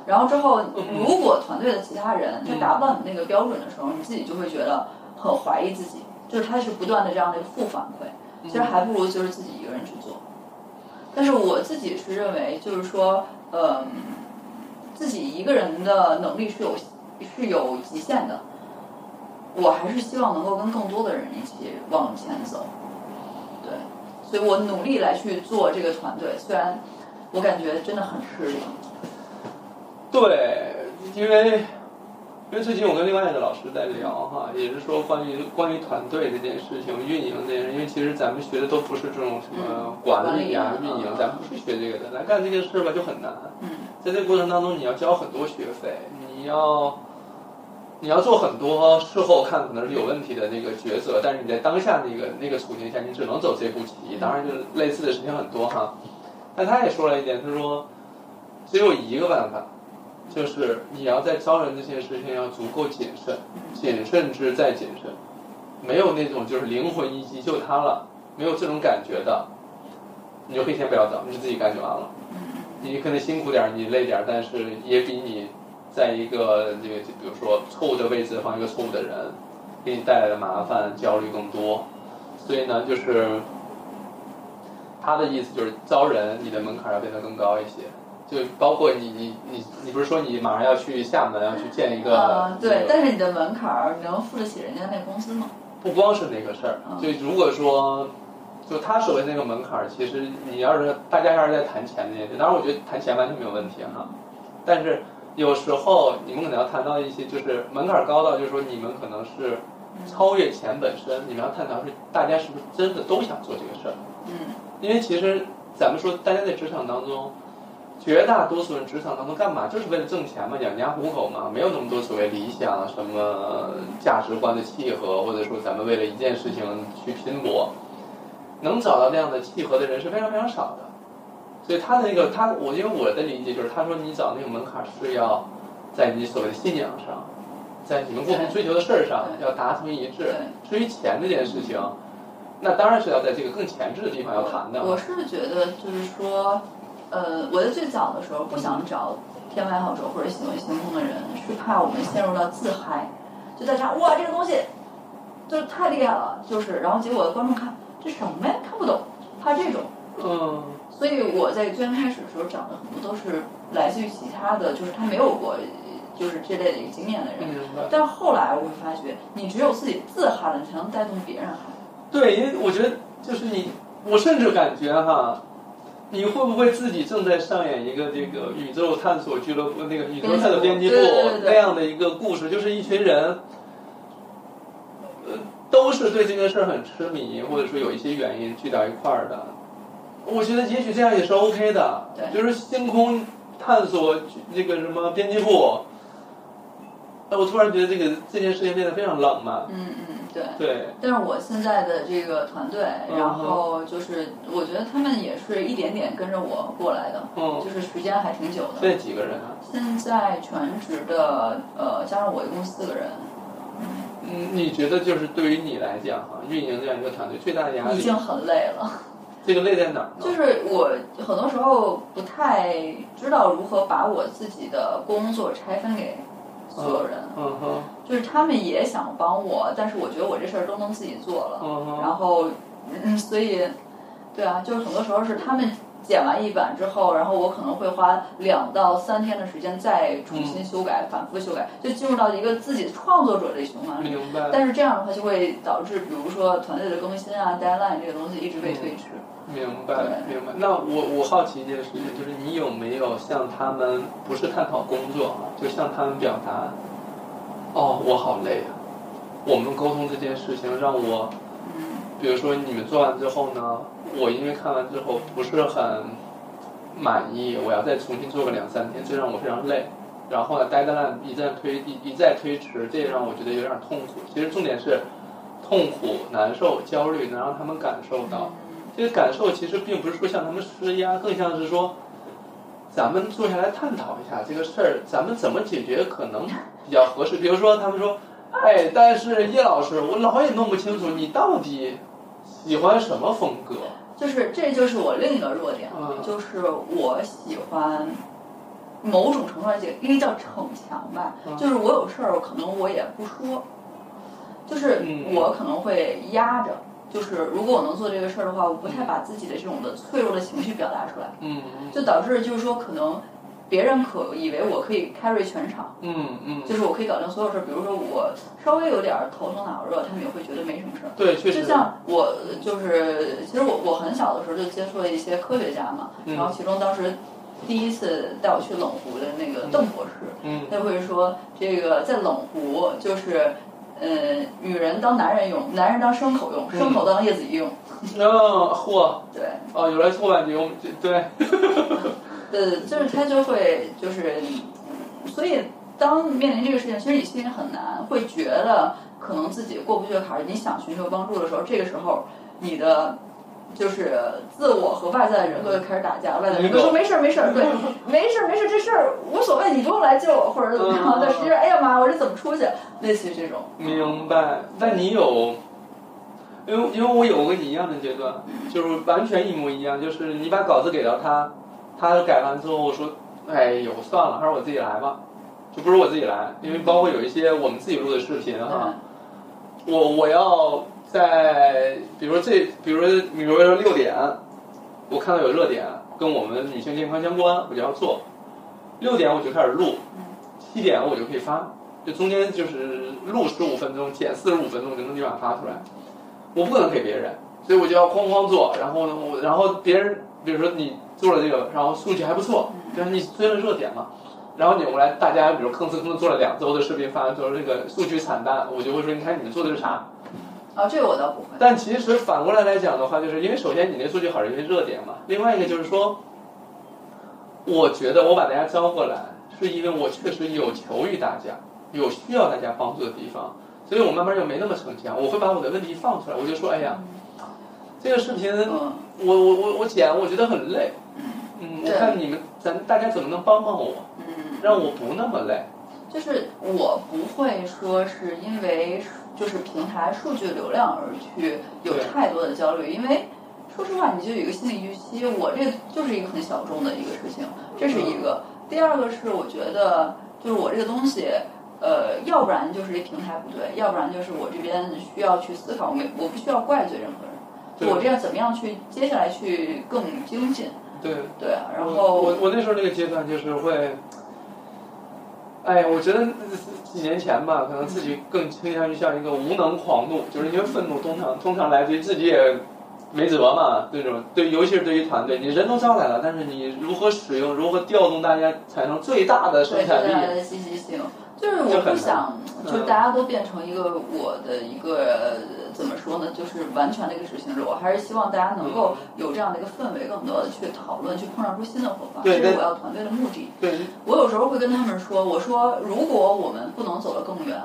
Speaker 2: 然后之后，
Speaker 1: 嗯
Speaker 2: 如果团队的其他人他
Speaker 1: 嗯
Speaker 2: 达不到你那个标准的时候，你自己就会觉得很怀疑自己，就是他是不断的这样的一个负反馈，其实还不如就是自己一个人去做。但是我自己是认为，就是说，嗯，自己一个人的能力是有是有极限的，我还是希望能够跟更多的人一起往前走。对，所以我努力来去做这个团队，虽然我感觉真的很吃力。
Speaker 1: 对，因为因为最近我跟另外一个老师在聊哈，也是说关于关于团队这件事情、运营这件事，因为其实咱们学的都不是这种什么管理啊、
Speaker 2: 嗯管
Speaker 1: 运
Speaker 2: 理啊
Speaker 1: 营，咱们不是学这个的，来干这件事吧就很难。
Speaker 2: 嗯
Speaker 1: 在这个过程当中，你要交很多学费，你要你要做很多事后看可能是有问题的那个抉择，但是你在当下那个那个处境下，你只能走这步棋。当然，就是类似的事情很多哈。但他也说了一点，他说只有一个办法，就是你要在招人这件事情要足够谨慎，谨慎之再谨慎，没有那种就是灵魂一击就他了，没有这种感觉的，你就可以先不要找，你自己干就完
Speaker 2: 嗯
Speaker 1: 了。你可能辛苦点儿，你累点儿，但是也比你在一个这个，比如说错误的位置放一个错误的人，给你带来的麻烦、焦虑更多。所以呢，就是他的意思就是招人，你的门槛儿要变得更高一些。就包括你你你你不是说你马上要去厦门要去见一个、
Speaker 2: 呃，对，
Speaker 1: 那个
Speaker 2: 但是你的门槛儿能付得起人家那公司吗？
Speaker 1: 不光是那个事儿，
Speaker 2: 嗯
Speaker 1: 就如果说，就他所谓那个门槛儿，其实你要是大家要是在谈钱这件事，当然我觉得谈钱完全没有问题哈，但是有时候你们可能要谈到一些就是门槛儿高到就是说你们可能是超越钱本身，你们要探讨是大家是不是真的都想做这个事儿，
Speaker 2: 嗯，
Speaker 1: 因为其实咱们说大家在职场当中。绝大多数人职场当中干嘛？就是为了挣钱嘛，养家糊口嘛，没有那么多所谓理想、啊什么价值观的契合，或者说咱们为了一件事情去拼搏，能找到那样的契合的人是非常非常少的。所以他的那个他，我因为我的理解就是，他说你找那个门槛是要在你所谓的信仰上，在你们共同追求的事儿上要达成一致。至于钱这件事情，那当然是要在这个更前置的地方要谈的。
Speaker 2: 我是觉得就是说，呃，我在最早的时候不想找天外好手或者行为行动的人，是怕我们陷入到自嗨，就在想哇这个东西就是太厉害了，就是然后结果观众看这什么呀看不懂，怕这种。
Speaker 1: 嗯，
Speaker 2: 所以我在最开始的时候找的很多都是来自于其他的，就是他没有过就是这类的经验的人。
Speaker 1: 明白。
Speaker 2: 但后来我会发觉，你只有自己自嗨了，你才能带动别人嗨。
Speaker 1: 对，因为我觉得就是你，我甚至感觉哈，你会不会自己正在上演一个这个宇宙探索俱乐部那个宇宙探索编辑部
Speaker 2: 对对对对
Speaker 1: 那样的一个故事，就是一群人，呃，都是对这件事儿很痴迷，或者说有一些原因聚到一块儿的。我觉得也许这样也是 OK 的，
Speaker 2: 对
Speaker 1: 就是星空探索那个什么编辑部。哎，我突然觉得这个这件事情变得非常浪漫，
Speaker 2: 嗯嗯，对。
Speaker 1: 对，
Speaker 2: 但是我现在的这个团队，
Speaker 1: 嗯
Speaker 2: 然后就是我觉得他们也是一点点跟着我过来的，
Speaker 1: 嗯
Speaker 2: 就是时间还挺久的。
Speaker 1: 这几个人啊。
Speaker 2: 现在全职的，呃，加上我一共四个人，
Speaker 1: 嗯，你觉得就是对于你来讲哈，运营这样一个团队最大的压
Speaker 2: 已
Speaker 1: 力
Speaker 2: 经，很累了。
Speaker 1: 这个累在哪儿呢？
Speaker 2: 就是我很多时候不太知道如何把我自己的工作拆分给所有人，啊
Speaker 1: 嗯哼，
Speaker 2: 就是他们也想帮我，但是我觉得我这事儿都能自己做了，
Speaker 1: 嗯哼，
Speaker 2: 然后，嗯，所以，对啊，就是很多时候是他们剪完一版之后，然后我可能会花两到三天的时间再重新修改、反复修改，就进入到一个自己创作者的循环里。
Speaker 1: 明白，
Speaker 2: 但是这样的话就会导致，比如说团队的更新啊、deadline 这个东西一直被推迟。
Speaker 1: 明白，明白。那我我好奇一件事情，就是你有没有向他们不是探讨工作啊，就向他们表达，哦，我好累啊，我们沟通这件事情让我，
Speaker 2: 嗯
Speaker 1: 比如说你们做完之后呢，我因为看完之后不是很满意，我要再重新做个两三天，这让我非常累。然后呢，待在那一再推一一再推迟，这也让我觉得有点痛苦。其实重点是痛苦、难受、焦虑，能让他们感受到。
Speaker 2: 嗯
Speaker 1: 这个感受其实并不是说向哎他们施压，更像是说，咱们坐下来探讨一下这个事儿，咱们怎么解决可能比较合适。比如说，他们说，哎，但是叶老师，我老也弄不清楚你到底喜欢什么风格。
Speaker 2: 就是这就是我另一个弱点，
Speaker 1: 嗯
Speaker 2: 就是我喜欢某种程度上讲，应该叫逞强吧，
Speaker 1: 嗯
Speaker 2: 就是我有事儿，可能我也不说，就是
Speaker 1: 嗯
Speaker 2: 我可能会压着。就是如果我能做这个事儿的话，我不太把自己的这种的脆弱的情绪表达出来，
Speaker 1: 嗯
Speaker 2: 就导致就是说可能别人可以为我可以 carry 全场，
Speaker 1: 嗯嗯，
Speaker 2: 就是我可以搞定所有事儿。比如说我稍微有点儿头疼脑热，他们也会觉得没什么事儿。
Speaker 1: 对，确
Speaker 2: 就
Speaker 1: 实，
Speaker 2: 像我就是，其实我我很小的时候就接触了一些科学家嘛，
Speaker 1: 嗯
Speaker 2: 然后其中当时第一次带我去冷湖的那个邓博士，
Speaker 1: 嗯
Speaker 2: 他会说这个在冷湖就是，呃，女人当男人用，男人当牲口用，牲口当叶子鱼用，
Speaker 1: 嗯，嚯，
Speaker 2: 对
Speaker 1: 哦，有来后半句，我们对，
Speaker 2: 对，就是他就会就是，所以当面临这个事情，其实你心里很难，会觉得可能自己过不去的坎儿，你想寻求帮助的时候，这个时候你的。就是自我和外在的人格就开始打架，外在人格说没事儿没事儿，对，没事儿没事儿，这事儿无所谓，你不用来救我或者怎么样，但实际上，哎呀妈，我这怎么出去？类似于这种，
Speaker 1: 明白。那你有，因为因为我有个你一样的阶段，就是完全一模一样，就是你把稿子给到他，他改完之后我说，哎呦算了，还是我自己来吧，就不如我自己来，因为包括有一些我们自己录的视频哈，我我要在比如说这，比如说比如说六点，我看到有热点跟我们女性健康相关，我就要做，六点我就开始录，七点我就可以发，就中间就是录十五分钟，剪四十五分钟就能立马发出来。我不可能给别人，所以我就要哐哐做。然后呢，我然后别人比如说你做了这个，然后数据还不错，就是你追了热点嘛。然后你我来大家比如吭哧吭哧做了两周的视频，发完之后这个数据惨淡，我就会说你看你们做的是啥？
Speaker 2: 啊，这个我倒不会，
Speaker 1: 但其实反过来来讲的话，就是因为首先你那数据好是因为热点嘛，另外一个就是说，我觉得我把大家招过来，是因为我确实有求于大家，有需要大家帮助的地方，所以我慢慢就没那么逞强，我会把我的问题放出来，我就说，哎呀，这个视频
Speaker 2: 嗯，
Speaker 1: 我我我我剪，我觉得很累，
Speaker 2: 嗯
Speaker 1: 嗯，我
Speaker 2: 对
Speaker 1: 看你们咱大家怎么能帮帮我，
Speaker 2: 嗯，
Speaker 1: 让我不那么累，
Speaker 2: 就是我不会说是因为就是平台数据流量而去有太多的焦虑，因为说实话，你就有一个心理预期，我这就是一个很小众的一个事情，这是一个。第二个是我觉得就是我这个东西。呃，要不然就是这平台不对，要不然就是我这边需要去思考，我没我不需要怪罪任何人，就我这样怎么样去接下来去更精进，
Speaker 1: 对，
Speaker 2: 对啊，然
Speaker 1: 我
Speaker 2: 后
Speaker 1: 我我那时候那个阶段就是会，哎呀，我觉得几年前吧，可能自己更倾向于像一个无能狂怒，就是因为愤怒通常通常来自于自己也没辙嘛，这种对，尤其是对于团队，你人都招来了，但是你如何使用，如何调动大家产生最大的生
Speaker 2: 对大
Speaker 1: 产
Speaker 2: 家
Speaker 1: 力，
Speaker 2: 的积极性，就是我不想
Speaker 1: 就很难嗯
Speaker 2: 就大家都变成一个我的一个呃怎么说呢，就是完全的一个执行者，我还是希望大家能够
Speaker 1: 嗯
Speaker 2: 有这样的一个氛围，更多的去讨论，去碰撞出新的火花，这
Speaker 1: 对
Speaker 2: 是
Speaker 1: 对
Speaker 2: 我要团队的目的。
Speaker 1: 对，
Speaker 2: 我有时候会跟他们说，我说如果我们不能走得更远，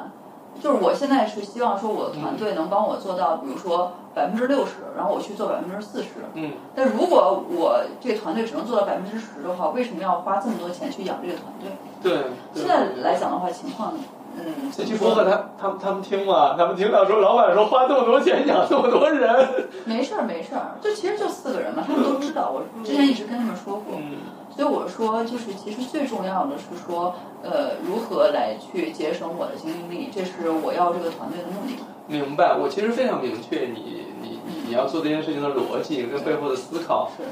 Speaker 2: 就是我现在是希望说我的
Speaker 1: 嗯
Speaker 2: 团队能帮我做到，比如说百分之六十，然后我去做百分之四十。
Speaker 1: 嗯，
Speaker 2: 但如果我这个团队只能做到百分之十的话，为什么要花这么多钱去养这个团队？
Speaker 1: 对，对
Speaker 2: 现在来讲的话，情况，嗯，
Speaker 1: 这句说和他他们他们听嘛，他们听到说老板说花这么多钱养这么多人，
Speaker 2: 没事儿没事儿，就其实就四个人嘛，他们都知道，我之前一直跟他们说过。
Speaker 1: 嗯，
Speaker 2: 所以我说，就是其实最重要的是说，呃，如何来去节省我的精力，这是我要这个团队的目的。
Speaker 1: 明白。我其实非常明确你你你你要做这件事情的逻辑跟背后的思考，
Speaker 2: 是，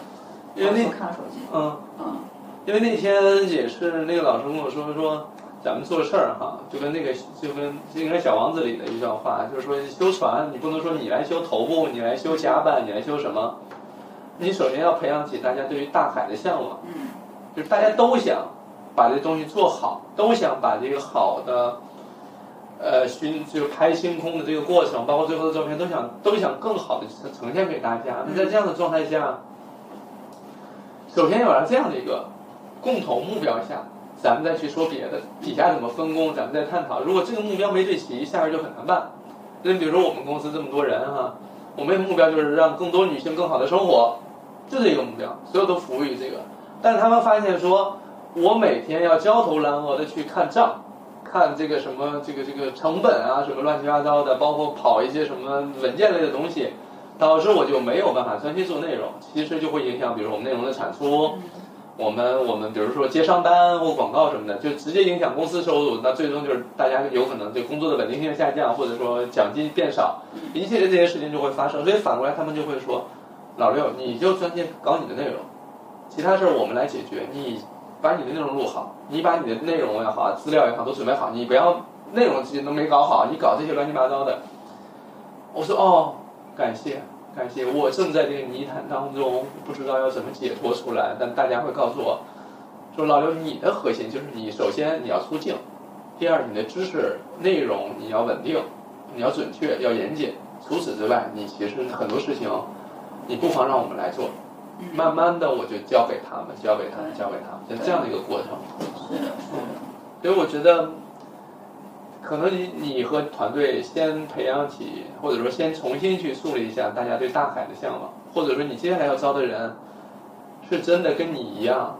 Speaker 1: 因为
Speaker 2: 我
Speaker 1: 那
Speaker 2: 看手机，
Speaker 1: 嗯，
Speaker 2: 嗯，
Speaker 1: 因为那天也是那个老师跟我说说。咱们做事儿哈，就跟那个就跟应该《小王子》里的一段话，就是说修船，你不能说你来修头部，你来修甲板，你来修什么，你首先要培养起大家对于大海的向往。
Speaker 2: 嗯，
Speaker 1: 就是大家都想把这东西做好，都想把这个好的，呃，寻就是拍星空的这个过程，包括最后的照片，都想都想更好的呈呈现给大家。那在这样的状态下，首先有了这样的一个共同目标下，咱们再去说别的，底下怎么分工，咱们再探讨。如果这个目标没对齐，下边就很难办。那比如说我们公司这么多人哈、我们的目标就是让更多女性更好的生活，就这个目标，所有都服务于这个。但是他们发现说，我每天要焦头烂额的去看账，看这个什么这个这个成本啊，什么乱七八糟的，包括跑一些什么文件类的东西，导致我就没有办法专心做内容，其实就会影响，比如我们内容的产出，我们我们比如说接商单或广告什么的，就直接影响公司收入，那最终就是大家有可能对工作的稳定性下降，或者说奖金变少，一系列这些事情就会发生，所以反过来他们就会说，老六你就专心搞你的内容，其他事儿我们来解决，你把你的内容录好，你把你的内容也好，资料也好都准备好，你不要内容自己都没搞好，你搞这些乱七八糟的。我说哦，感谢感谢，我正在这个泥潭当中，不知道要怎么解脱出来。但大家会告诉我，说老刘，你的核心就是你首先你要出镜，第二你的知识内容你要稳定，你要准确，要严谨。除此之外，你其实很多事情，你不妨让我们来做。
Speaker 2: 嗯
Speaker 1: 慢慢的，我就交给他们，交给他们，
Speaker 2: 对
Speaker 1: 交给他们，就这样的一个过程。
Speaker 2: 是的，是
Speaker 1: 哦
Speaker 2: 的，
Speaker 1: 所以我觉得，可能你你和团队先培养起，或者说先重新去树立一下大家对大海的向往，或者说你接下来要招的人，是真的跟你一样，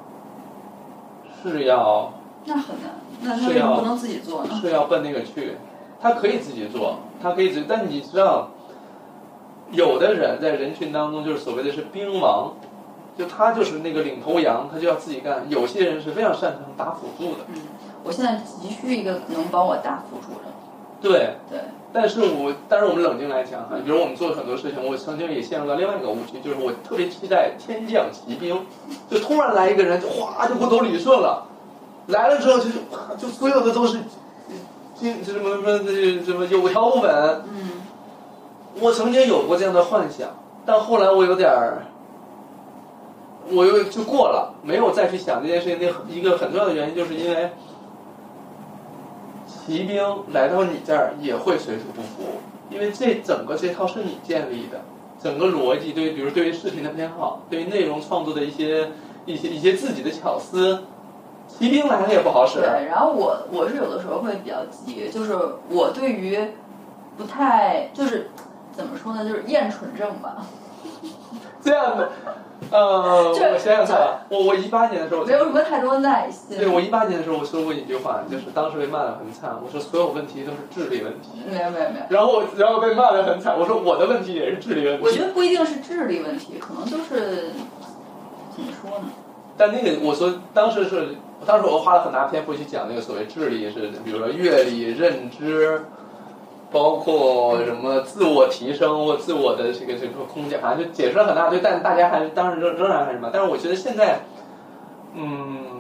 Speaker 1: 是要
Speaker 2: 那很难，那那
Speaker 1: 是
Speaker 2: 为什么
Speaker 1: 要
Speaker 2: 不能自己做呢？
Speaker 1: 是要奔那个去，他可以自己做，他可以自己，但你知道，有的人在人群当中就是所谓的是兵王，就他就是那个领头羊，他就要自己干。有些人是非常擅长打辅助的，
Speaker 2: 嗯，我现在急需一个能帮我打辅助的，
Speaker 1: 对。
Speaker 2: 对，
Speaker 1: 但是我，但是我们冷静来讲哈，比如我们做很多事情，我曾经也陷入到另外一个误区，就是我特别期待天降奇兵，就突然来一个人，就哗就给我都捋顺了，来了之后就是哇就所有的都是，这这什么什么这什么有条不紊，
Speaker 2: 嗯，
Speaker 1: 我曾经有过这样的幻想，但后来我有点儿，我又就过了，没有再去想这件事情。那一个很重要的原因，就是因为骑兵来到你这儿也会水土不服，因为这整个这套是你建立的，整个逻辑对于，比如对于视频的偏好，对于内容创作的一些一些一些自己的巧思，骑兵来了也不好使。
Speaker 2: 对。然后我我是有的时候会比较急，就是我对于不太就是怎么说呢，就是厌蠢症吧。
Speaker 1: 这样的，呃，
Speaker 2: 这
Speaker 1: 我想想看啊，我我一八年的时候，
Speaker 2: 没有什么太多耐心。
Speaker 1: 对我一八年的时候，我说过一句话，就是当时被骂的很惨，我说所有问题都是智力问题。
Speaker 2: 没有没有没有，
Speaker 1: 然后我然后被骂的很惨，我说我的问题也是智力问题。
Speaker 2: 我觉得不一定是智力问题，可能就是怎么说呢？
Speaker 1: 但那个我说当时是，当时我花了很大篇幅去讲那个所谓智力是，比如说阅历、认知，包括什么自我提升或自我的这个这个空间，反正就解释了很大堆，但大家还是当时仍仍然还是嘛。但是我觉得现在，嗯，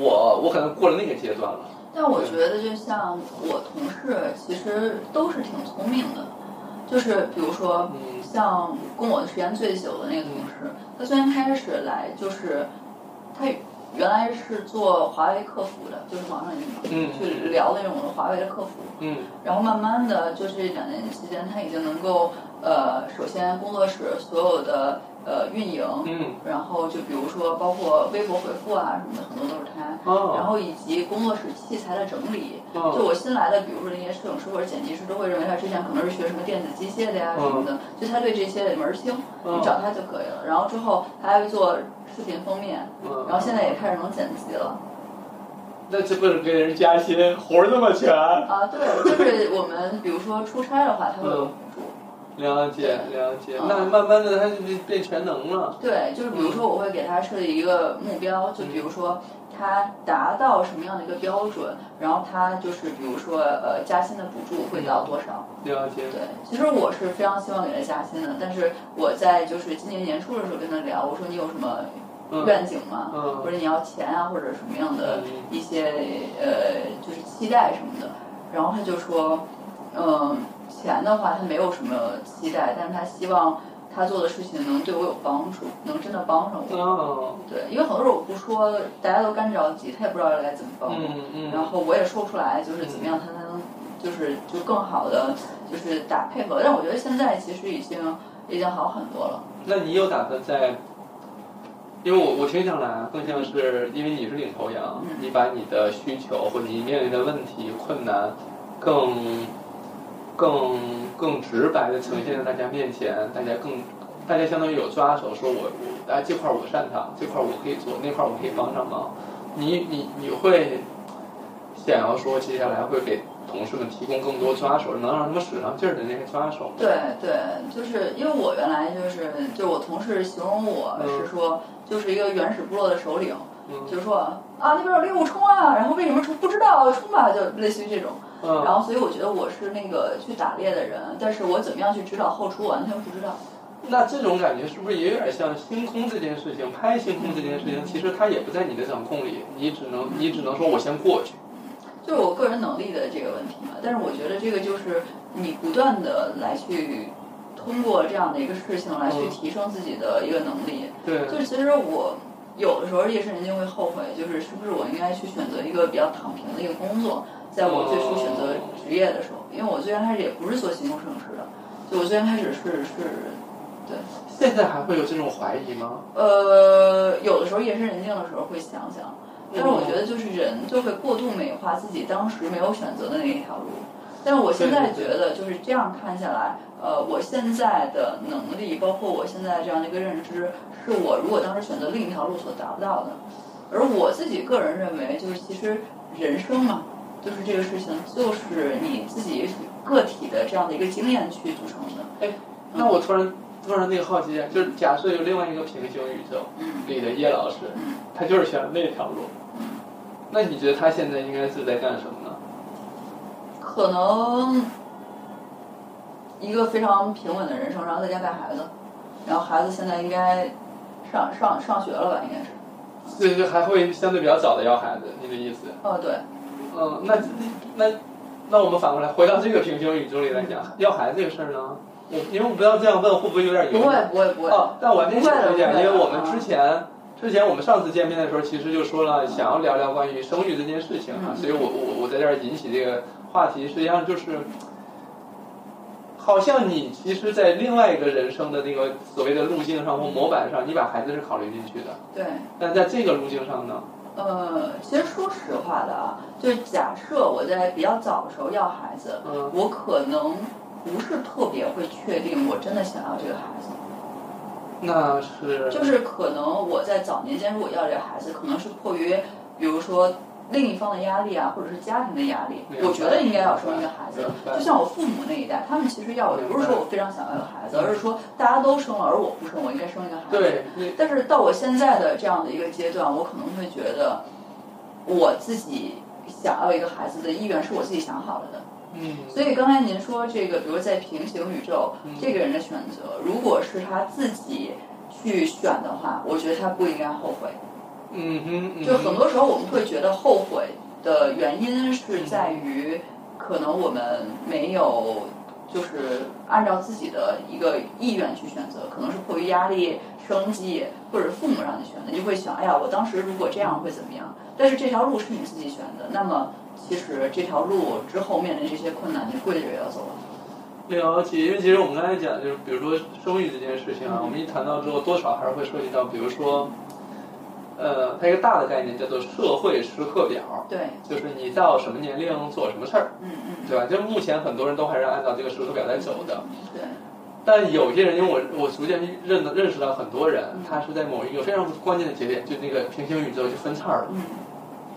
Speaker 1: 我我可能过了那个阶段了。
Speaker 2: 但我觉得，就像我同事，其实都是挺聪明的。就是比如说，
Speaker 1: 嗯
Speaker 2: 像跟我时间最久的那个同事，他虽然开始来就是他原来是做华为客服的，就是网上
Speaker 1: 嗯
Speaker 2: 去聊那种华为的客服，
Speaker 1: 嗯
Speaker 2: 然后慢慢的，就这两年期间，他已经能够呃，首先工作室所有的呃运营，
Speaker 1: 嗯
Speaker 2: 然后就比如说包括微博回复啊什么的，很多都是他。
Speaker 1: 哦
Speaker 2: 然后以及工作室器材的整理，
Speaker 1: 哦
Speaker 2: 就我新来的，比如说那些摄影师或者剪辑师，都会认为他之前可能是学什么电子机械的呀、
Speaker 1: 哦
Speaker 2: 什么的，就他对这些门儿清，
Speaker 1: 嗯
Speaker 2: 你找他就可以了。然后之后他还会做视频封面，
Speaker 1: 嗯
Speaker 2: 然后现在也开始能剪辑了。
Speaker 1: 那这不是给人加薪，活儿那么全？
Speaker 2: 啊，对，就是我们比如说出差的话，他会有
Speaker 1: 嗯
Speaker 2: 补助。
Speaker 1: 了解了解，
Speaker 2: 嗯
Speaker 1: 那慢慢的他就变变全能了。
Speaker 2: 对，就是比如说我会给他设立一个目标，就比如说他达到什么样的一个标准，然后他就是比如说呃加薪的补助会到多少。
Speaker 1: 了解。
Speaker 2: 对，其实我是非常希望给他加薪的，但是我在就是今年年初的时候跟他聊，我说你有什么愿景吗？
Speaker 1: 嗯
Speaker 2: 或者你要钱啊，或者什么样的
Speaker 1: 嗯
Speaker 2: 一些呃就是期待什么的。然后他就说，嗯，钱的话他没有什么期待，但是他希望他做的事情能对我有帮助，能真的帮上我。
Speaker 1: 哦，
Speaker 2: 对，因为很多时候我不说，大家都干着急，他也不知道该怎么帮我。
Speaker 1: 嗯嗯
Speaker 2: 然后我也说不出来，就是怎么样才能，就是就更好的就是打配合。但我觉得现在其实已经已经好很多了。
Speaker 1: 那你有打算在？因为我我听上来啊更像是因为你是领头羊，
Speaker 2: 嗯
Speaker 1: 你把你的需求或你面临的问题困难更更更直白的呈现在大家面前，大家更大家相当于有抓手，说我我哎这块儿我擅长，这块儿我可以做，那块儿我可以帮上忙。你你你会想要说接下来会给同事们提供更多抓手，能让他们使上劲儿的那些抓手。
Speaker 2: 对对，就是因为我原来就是就我同事形容我
Speaker 1: 嗯
Speaker 2: 是说就是一个原始部落的首领，
Speaker 1: 嗯
Speaker 2: 就是说啊那边有猎物冲啊，然后为什么冲不知道冲吧，就类似于这种。
Speaker 1: 嗯
Speaker 2: 然后所以我觉得我是那个去打猎的人，但是我怎么样去指导后厨，我完全不知道。
Speaker 1: 那这种感觉是不是也有点像星空这件事情？拍星空这件事情，其实它也不在你的掌控里，你只能你只能说我先过去。
Speaker 2: 就是我个人能力的这个问题嘛。但是我觉得这个就是你不断的来去通过这样的一个事情来去
Speaker 1: 嗯
Speaker 2: 提升自己的一个能力。
Speaker 1: 对，
Speaker 2: 就是其实我有的时候夜深人静会后悔，就是是不是我应该去选择一个比较躺平的一个工作，在我最初选择职业的时候，因为我最先开始也不是做行动摄影师的，就我最先开始是是。对，
Speaker 1: 现在还会有这种怀疑吗？
Speaker 2: 呃，有的时候夜深人静的时候会想想，但是我
Speaker 1: 嗯
Speaker 2: 觉得就是人就会过度美化自己当时没有选择的那一条路。但是我现在
Speaker 1: 对
Speaker 2: 觉
Speaker 1: 对
Speaker 2: 得就是这样看下来，呃，我现在的能力，包括我现在这样的一个认知，是我如果当时选择另一条路所达不到的。而我自己个人认为，就是其实人生嘛，就是这个事情，就是你自己个体的这样的一个经验去组成的。
Speaker 1: 哎，那我突然突然那个好奇，就是假设有另外一个平行宇宙
Speaker 2: 嗯
Speaker 1: 里的叶老师，他就是选了那条路，那你觉得他现在应该是在干什么呢？
Speaker 2: 可能一个非常平稳的人生，然后在家带孩子，然后孩子现在应该上上上学了吧？应该是。
Speaker 1: 就是还会相对比较早的要孩子，你的意思？
Speaker 2: 哦，对，
Speaker 1: 嗯，那那那我们反过来回到这个平行宇宙里来讲，要孩子这个事儿呢，我因为我不知道这样问会不会有点
Speaker 2: 不
Speaker 1: 油
Speaker 2: 会
Speaker 1: 腻
Speaker 2: 不会不会。
Speaker 1: 哦，但我还没想这一点，
Speaker 2: 不会
Speaker 1: 因
Speaker 2: 的嗯
Speaker 1: 为
Speaker 2: 不会的
Speaker 1: 我们之前之前我们上次见面的时候，其实就说了想要聊聊关于生育这件事情啊，
Speaker 2: 嗯
Speaker 1: 所以我我我在这儿引起这个话题，实际上就是。好像你其实，在另外一个人生的那个所谓的路径上或模板上，你把孩子是考虑进去的，
Speaker 2: 对，
Speaker 1: 但在这个路径上呢，
Speaker 2: 呃，其实说实话的啊，就是假设我在比较早的时候要孩子，
Speaker 1: 嗯
Speaker 2: 我可能不是特别会确定我真的想要这个孩子。
Speaker 1: 那是
Speaker 2: 就是可能我在早年间如果要这个孩子，可能是迫于比如说另一方的压力啊，或者是家庭的压力
Speaker 1: 明，白
Speaker 2: 我觉得应该要生一个孩子
Speaker 1: 明。白
Speaker 2: 就像我父母那一代，他们其实要我，也不是说我非常想要一个孩子，而是说大家都生了，而我不生，我应该生一个孩子。
Speaker 1: 对，你
Speaker 2: 但是到我现在的这样的一个阶段，我可能会觉得我自己想要一个孩子的意愿是我自己想好了的。
Speaker 1: 嗯，
Speaker 2: 所以刚才您说这个，比如在平行宇宙，这个人的选择，如果是他自己去选的话，我觉得他不应该后悔。
Speaker 1: 嗯哼，嗯哼
Speaker 2: 就很多时候我们会觉得后悔的原因是在于，可能我们没有就是按照自己的一个意愿去选择，可能是迫于压力、生计或者父母让你选的，你就会想，哎呀，我当时如果这样会怎么样？但是这条路是你自己选的，那么其实这条路之后面临这些困难，你跪着也要走完。
Speaker 1: 了解，因为其实我们刚才讲，就是比如说生育这件事情
Speaker 2: 嗯
Speaker 1: 啊，我们一谈到之后，多少还是会涉及到，比如说，呃，它一个大的概念叫做社会时刻表，
Speaker 2: 对，
Speaker 1: 就是你到什么年龄做什么事儿，
Speaker 2: 嗯嗯，
Speaker 1: 对吧？就是目前很多人都还是按照这个时刻表在走的，
Speaker 2: 对，
Speaker 1: 但有些人，因为我我逐渐认认识到很多人，
Speaker 2: 嗯
Speaker 1: 他是在某一个非常关键的节点，就那个平行宇宙就分叉了，
Speaker 2: 嗯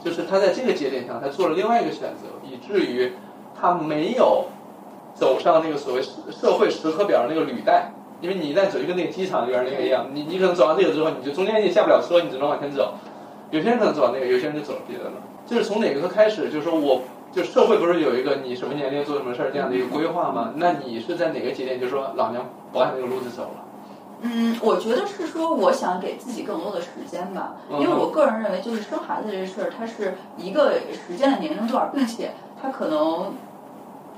Speaker 1: 就是他在这个节点上，他做了另外一个选择，以至于他没有走上那个所谓社社会时刻表的那个履带。因为你一旦走，就跟那个机场里边那个一样，你你可能走上这个之后，你就中间你也下不了车，你只能往前走。有些人可能走到那个，有些人就走别的了。就是从哪个开始，就是说我，就社会不是有一个你什么年龄做什么事儿这样的一个规划吗？那你是在哪个节点就说老娘不按那个路子走了？
Speaker 2: 嗯，我觉得是说，我想给自己更多的时间吧，因为我个人认为，就是生孩子这事儿，它是一个时间的年龄段，并且它可能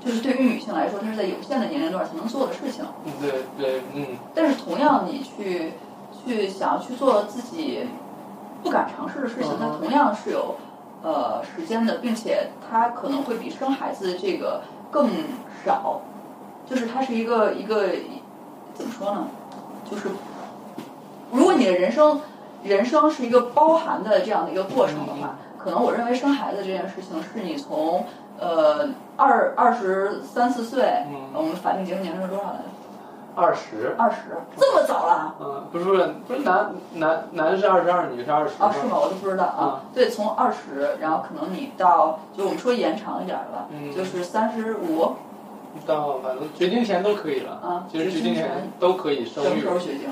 Speaker 2: 就是对于女性来说，它是在有限的年龄段才能做的事情。
Speaker 1: 嗯对对，嗯
Speaker 2: 但是同样，你去去想要去做自己不敢尝试的事情，它
Speaker 1: 嗯哼
Speaker 2: 同样是有呃时间的，并且它可能会比生孩子这个更少，就是它是一个一个怎么说呢？就是如果你的人生人生是一个包含的这样的一个过程的
Speaker 1: 嗯
Speaker 2: 话，可能我认为生孩子这件事情是你从呃二二十三四岁，
Speaker 1: 嗯
Speaker 2: 我们法定结婚年龄是多少来着？
Speaker 1: 二十，
Speaker 2: 二十，这么早了？啊
Speaker 1: 嗯，不是不是不是男男男是二十二，女是二十
Speaker 2: 啊，是吗？我都不知道啊。
Speaker 1: 嗯
Speaker 2: 对，从二十，然后可能你到，就我们说延长一点儿吧，
Speaker 1: 嗯
Speaker 2: 就是三十五，
Speaker 1: 到反正决定前都可以了，
Speaker 2: 啊
Speaker 1: 其实决定前都可以
Speaker 2: 什
Speaker 1: 生
Speaker 2: 么
Speaker 1: 育
Speaker 2: 时。候啊绝经？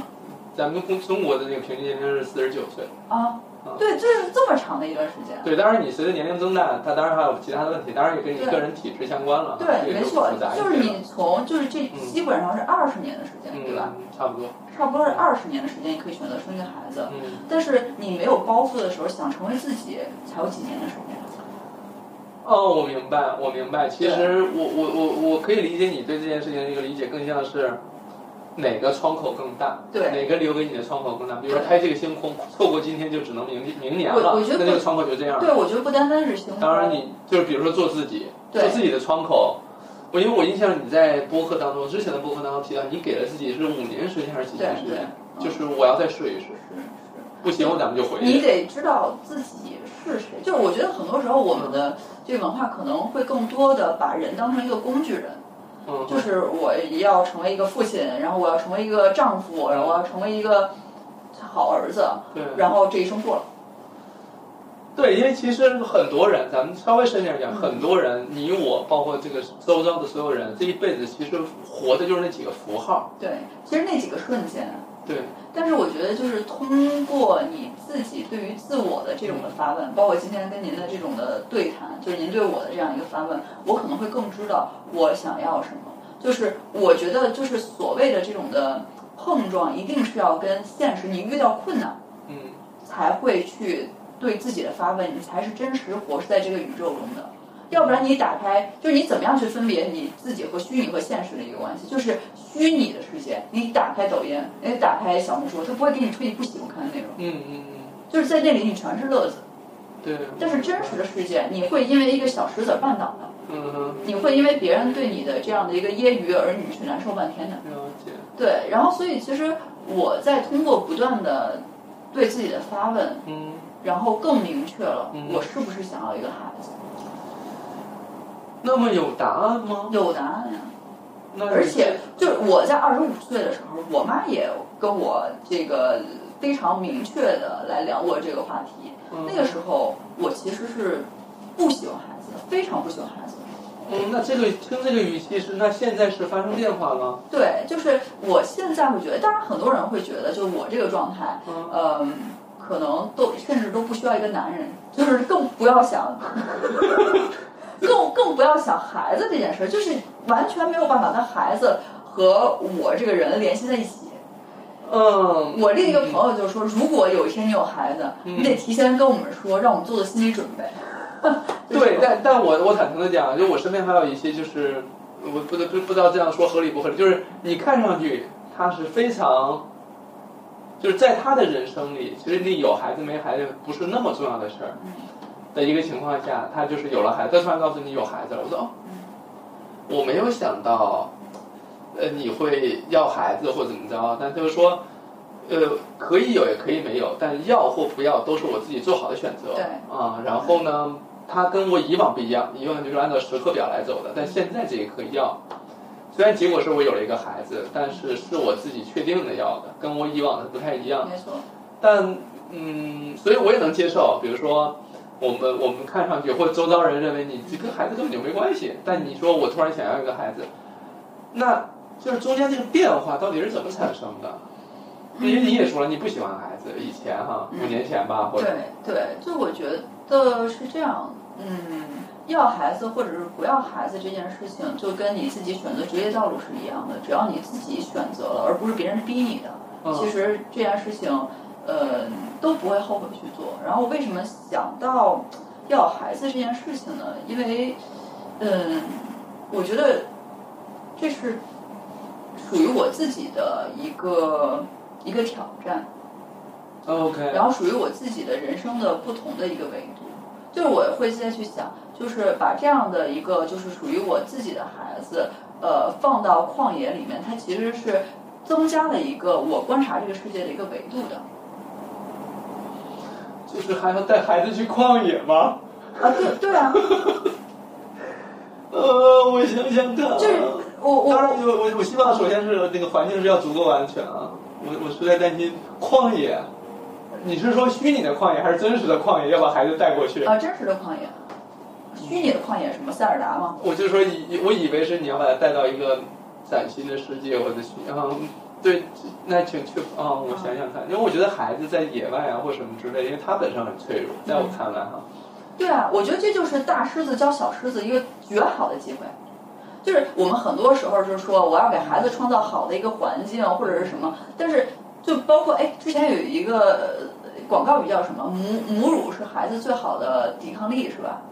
Speaker 1: 咱们中中国的那个平均年龄是四十九岁，
Speaker 2: 啊
Speaker 1: 啊，
Speaker 2: 对，这是这么长的一段时间。
Speaker 1: 对，当然你随着年龄增大，它当然还有其他的问题，当然也跟你
Speaker 2: 对
Speaker 1: 个人体质相关了，这
Speaker 2: 对，
Speaker 1: 个
Speaker 2: 没
Speaker 1: 就
Speaker 2: 错
Speaker 1: 复杂，一
Speaker 2: 就
Speaker 1: 些
Speaker 2: 是
Speaker 1: 了
Speaker 2: 你从，就是这
Speaker 1: 嗯
Speaker 2: 基本上是二十年的时间，对吧？
Speaker 1: 嗯，差不多，
Speaker 2: 差不多是二十年的时间，你可以选择生一个孩子。
Speaker 1: 嗯，
Speaker 2: 但是你没有包袱的时候，想成为自己，才有几年的时间。
Speaker 1: 哦，我明白，我明白。其实我我我我可以理解你对这件事情的一个理解，更像是哪个窗口更大，
Speaker 2: 对
Speaker 1: 哪个留给你的窗口更大。比如说
Speaker 2: 对
Speaker 1: 开这个星空，错过今天就只能明明年
Speaker 2: 我
Speaker 1: 了
Speaker 2: 我觉，得
Speaker 1: 那这个窗口就这样了。
Speaker 2: 对，我觉得不单单是星
Speaker 1: 嗯当然
Speaker 2: 空
Speaker 1: 你，就是比如说做自己，
Speaker 2: 对
Speaker 1: 做自己的窗口。我因为我印象你在播客当中之前的播客当中提到，你给了自己是五年时间还是几
Speaker 2: 对
Speaker 1: 年时
Speaker 2: 对
Speaker 1: 间？，
Speaker 2: 嗯
Speaker 1: 就是我要再试一试，
Speaker 2: 是是。
Speaker 1: 不行我咱们就回去。
Speaker 2: 你得知道自己是谁。就是我觉得很多时候我们的这文化可能会更多的把人当成一个工具人，
Speaker 1: 嗯，
Speaker 2: 就是我要成为一个父亲，然后我要成为一个丈夫，然后我要成为一个好儿子，
Speaker 1: 对
Speaker 2: 然后这一生过了。
Speaker 1: 对，因为其实很多人，咱们稍微深一
Speaker 2: 嗯
Speaker 1: 点讲，很多人，你我，包括这个周遭的所有人，这一辈子其实活的就是那几个符号。
Speaker 2: 对，其实那几个瞬间。
Speaker 1: 对，
Speaker 2: 但是我觉得，就是通过你自己对于自我的这种的发问，包括今天跟您的这种的对谈，就是您对我的这样一个发问，我可能会更知道我想要什么。就是我觉得，就是所谓的这种的碰撞，一定是要跟现实，你遇到困难
Speaker 1: 嗯，
Speaker 2: 才会去对自己的发问，你才是真实活是在这个宇宙中的。要不然你打开，就是你怎么样去分别你自己和虚拟和现实的一个关系？就是虚拟的世界，你打开抖音，你打开小红书，它不会给你推你不喜欢看的内容，
Speaker 1: 嗯嗯
Speaker 2: 就是在那里你全是乐子。
Speaker 1: 嗯，对。
Speaker 2: 但是真实的世界，你会因为一个小石子儿绊倒的，
Speaker 1: 嗯哼，
Speaker 2: 你会因为别人对你的这样的一个揶揄而你去难受半天的。
Speaker 1: 了解。
Speaker 2: 对，然后所以其实我在通过不断的对自己的发问，
Speaker 1: 嗯，
Speaker 2: 然后更明确了
Speaker 1: 嗯
Speaker 2: 我是不是想要一个孩子，
Speaker 1: 那么有答案吗？
Speaker 2: 有答案呀。啊
Speaker 1: 那你
Speaker 2: 而且就是我在二十五岁的时候，我妈也跟我这个非常明确的来聊过这个话题。那个时候我其实是不喜欢孩子的，非常不喜欢孩子的。
Speaker 1: 嗯，那这个听这个语气是，那现在是发生变化了？
Speaker 2: 对，就是我现在会觉得，当然很多人会觉得，就我这个状态，嗯、可能都甚至都不需要一个男人，就是更不要想， 更更不要想孩子这件事，就是完全没有办法跟孩子和我这个人联系在一起。
Speaker 1: 嗯，
Speaker 2: 我另一个朋友就说，如果有一天你有孩子，你得提前跟我们说，让我们做做心理准备。
Speaker 1: 对，但但我我坦诚的讲，就我身边还有一些就是，我不不不知道这样说合理不合理，就是你看上去他是非常，就是在他的人生里，其实你有孩子没孩子不是那么重要的事儿
Speaker 2: 嗯
Speaker 1: 的一个情况下，他就是有了孩子，他突然告诉你有孩子了，我说哦，
Speaker 2: 嗯
Speaker 1: 我没有想到，呃，你会要孩子或怎么着，但就是说。呃，可以有也可以没有，但要或不要都是我自己做好的选择。
Speaker 2: 对
Speaker 1: 啊、然后呢，它跟我以往不一样，以往就是按照时刻表来走的，但现在这一刻要。虽然结果是我有了一个孩子，但是是我自己确定的要的，跟我以往的不太一样。
Speaker 2: 没错，
Speaker 1: 但嗯，所以我也能接受，比如说我们我们看上去或者周遭人认为你这跟孩子根本就没关系，但你说我突然想要一个孩子，那就是中间这个变化到底是怎么产生的？因为你也说了你不喜欢孩子，以前哈五年前吧，或
Speaker 2: 嗯对
Speaker 1: 者
Speaker 2: 对，就我觉得是这样，嗯，要孩子或者是不要孩子这件事情，就跟你自己选择职业道路是一样的，只要你自己选择了，而不是别人逼你的，
Speaker 1: 嗯
Speaker 2: 其实这件事情，呃，都不会后悔去做。然后为什么想到要有孩子这件事情呢？因为，嗯，我觉得这是属于我自己的一个一个挑战。
Speaker 1: 嗯 OK，
Speaker 2: 然后属于我自己的人生的不同的一个维度，就是我会现在去想，就是把这样的一个就是属于我自己的孩子，呃，放到旷野里面，它其实是增加了一个我观察这个世界的一个维度的。
Speaker 1: 就是还要带孩子去旷野吗？
Speaker 2: 啊，对对啊，
Speaker 1: 呃，我想想看。
Speaker 2: 就是我我
Speaker 1: 当然，我我我希望首先是那个环境是要足够安全啊。我我实在担心旷野，你是说虚拟的旷野还是真实的旷野？要把孩子带过去？
Speaker 2: 啊，真实的旷野，虚拟的旷野，什么塞尔达吗？
Speaker 1: 我就说以我以为是你要把他带到一个崭新的世界或者去，嗯，对，那请去啊、我想想看，因为我觉得孩子在野外啊或什么之类，因为他本身很脆弱，在我看来哈，
Speaker 2: 对啊，我觉得这就是大狮子教小狮子一个绝好的机会。就是我们很多时候就是说，我要给孩子创造好的一个环境或者是什么，但是就包括哎，之前有一个呃广告语叫什么“母母乳是孩子最好的抵抗力”是吧？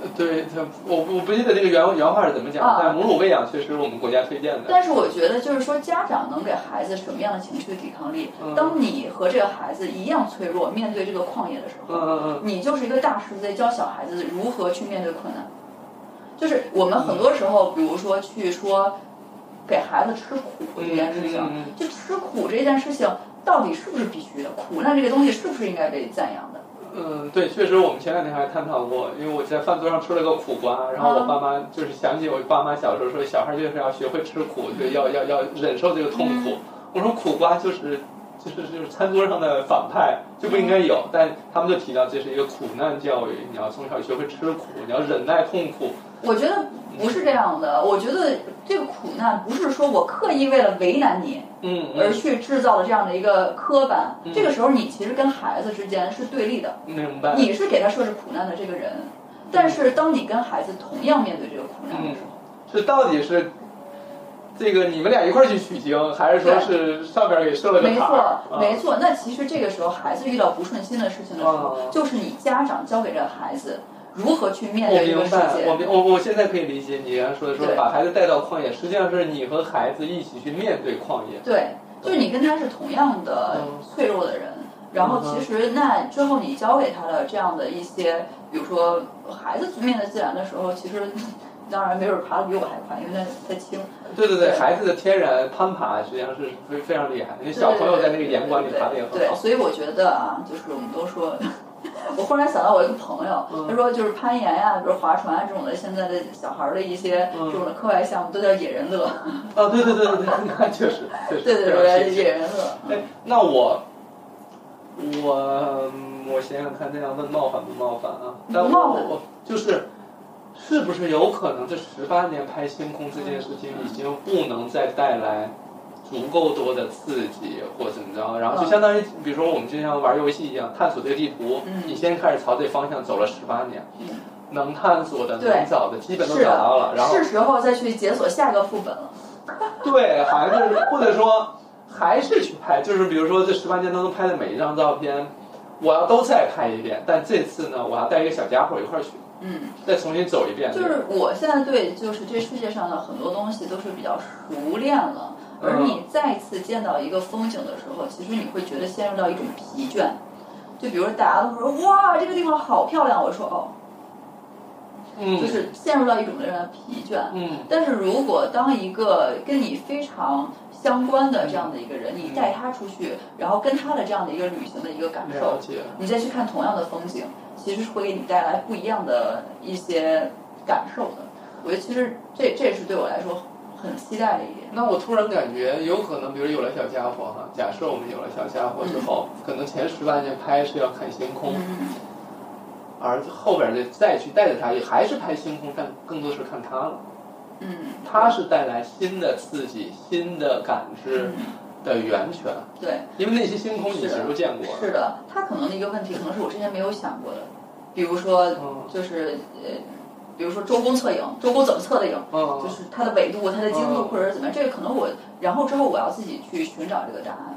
Speaker 1: 呃对他，我不我不记得这个原原话是怎么讲，
Speaker 2: 啊
Speaker 1: 但母乳喂养确实我们国家推荐的。
Speaker 2: 但是我觉得就是说，家长能给孩子什么样的情绪抵抗力
Speaker 1: 嗯？
Speaker 2: 当你和这个孩子一样脆弱，面对这个旷野的时候，
Speaker 1: 嗯嗯嗯，
Speaker 2: 你就是一个大师在教小孩子如何去面对困难。就是我们很多时候，比如说去说给孩子吃苦这件事情，
Speaker 1: 嗯嗯嗯
Speaker 2: 就吃苦这件事情到底是不是必须的？苦难这个东西是不是应该被赞扬的？
Speaker 1: 嗯，对，确实，我们前两天还探讨过，因为我在饭桌上吃了个苦瓜，然后我
Speaker 2: 啊
Speaker 1: 爸妈就是想起我爸妈小时候说，小孩就是要学会吃苦，就要要要忍受这个痛苦。我说苦瓜就是就是就是餐桌上的反派，就不应该有，但他们就提到这是一个苦难教育，你要从小学会吃苦，你要忍耐痛苦。
Speaker 2: 我觉得不是这样的。我觉得这个苦难不是说我刻意为了为难你
Speaker 1: 嗯
Speaker 2: 而
Speaker 1: 嗯，
Speaker 2: 去制造的这样的一个刻板。这个时候，你其实跟孩子之间是对立的。
Speaker 1: 明白。
Speaker 2: 你是给他设置苦难的这个人，但是当你跟孩子同样面对这个苦难的时候，
Speaker 1: 是到底是这个你们俩一块儿去取经，还是说是上边儿给设了个嗯
Speaker 2: 没
Speaker 1: 坎儿？
Speaker 2: 错，没错。那其实这个时候，孩子遇到不顺心的事情的时
Speaker 1: 哦
Speaker 2: 候，就是你家长教给这个孩子如何去面
Speaker 1: 我
Speaker 2: 对这个
Speaker 1: 明
Speaker 2: 世
Speaker 1: 白，我
Speaker 2: 界。
Speaker 1: 明我我现在可以理解你刚才说的，说
Speaker 2: 对
Speaker 1: 把孩子带到旷野，实际上是你和孩子一起去面对旷野。
Speaker 2: 对，就是你跟他是同样的
Speaker 1: 嗯
Speaker 2: 脆弱的人。然后其实那之后你教给他的这样的一些，比如说孩子面对自然的时候，其实 当然没准爬的比我还快，因为他他轻。
Speaker 1: 对对对，
Speaker 2: 对
Speaker 1: 孩子的天然攀爬实际上是非非常厉害的，因为
Speaker 2: 对
Speaker 1: 小朋友在那个岩馆里爬的也
Speaker 2: 对，
Speaker 1: 很好。
Speaker 2: 所以我觉得啊，就是我们都说 我忽然想到我一个朋友，
Speaker 1: 嗯
Speaker 2: 他说就是攀岩呀、比如划船啊这种的，现在的小孩儿的一些
Speaker 1: 嗯
Speaker 2: 这种的课外项目都叫野 人乐。
Speaker 1: 啊，对对对对对， 那确实确实
Speaker 2: 对对
Speaker 1: 非常
Speaker 2: 对，
Speaker 1: 贴切
Speaker 2: 野人乐。
Speaker 1: 哎，那我我嗯我想想看，这样问冒犯不冒犯啊？但我
Speaker 2: 冒犯
Speaker 1: 我就是是不是有可能这十八年拍星空这件事情已经不能再带来？足够多的刺激或怎么着，然后就
Speaker 2: 嗯
Speaker 1: 相当于，比如说我们就像玩游戏一样，探索这个地图，
Speaker 2: 嗯
Speaker 1: 你先开始朝这方向走了十八年，
Speaker 2: 嗯
Speaker 1: 能探索的、
Speaker 2: 对
Speaker 1: 能找的基本都
Speaker 2: 是
Speaker 1: 找到了，然后
Speaker 2: 是时候再去解锁下个副本了。
Speaker 1: 对，还是或者说还是去拍，就是比如说这十八年当中拍的每一张照片，我要都再拍一遍，但这次呢，我要带一个小家伙一块儿去，
Speaker 2: 嗯。
Speaker 1: 再重新走一遍。
Speaker 2: 就是我现在对就是这世界上的很多东西都是比较熟练了，
Speaker 1: 嗯
Speaker 2: 而你再次见到一个风景的时候，其实你会觉得陷入到一种疲倦。就比如大家都说哇这个地方好漂亮，我说哦，
Speaker 1: 嗯，
Speaker 2: 就是陷入到一种让人疲倦。
Speaker 1: 嗯
Speaker 2: 但是如果当一个跟你非常相关的这样的一个人，你带他出去，然后跟他的这样的一个旅行的一个感受
Speaker 1: 了，解。
Speaker 2: 你再去看同样的风景，其实是会给你带来不一样的一些感受的。我觉得其实这这也是对我来说很期待的一点。
Speaker 1: 那我突然感觉，有可能，比如有了小家伙哈，假设我们有了小家伙之后，可能前十八年拍是要看星空，
Speaker 2: 嗯，
Speaker 1: 而后边的再去带着他，也还是拍星空，但更多是看他了。
Speaker 2: 嗯，
Speaker 1: 他是带来新的刺激、新的感知的源泉。
Speaker 2: 嗯对，
Speaker 1: 因为那些星空以前都见过，
Speaker 2: 是的，他可能的一个问题，可能是我之前没有想过的，比如说
Speaker 1: 嗯
Speaker 2: 就是呃，比如说周公测影，周公怎么测的影？
Speaker 1: 嗯
Speaker 2: 就是它的纬度、它的经度
Speaker 1: 嗯
Speaker 2: 或者是怎么样，这个可能我，然后之后我要自己去寻找这个答案。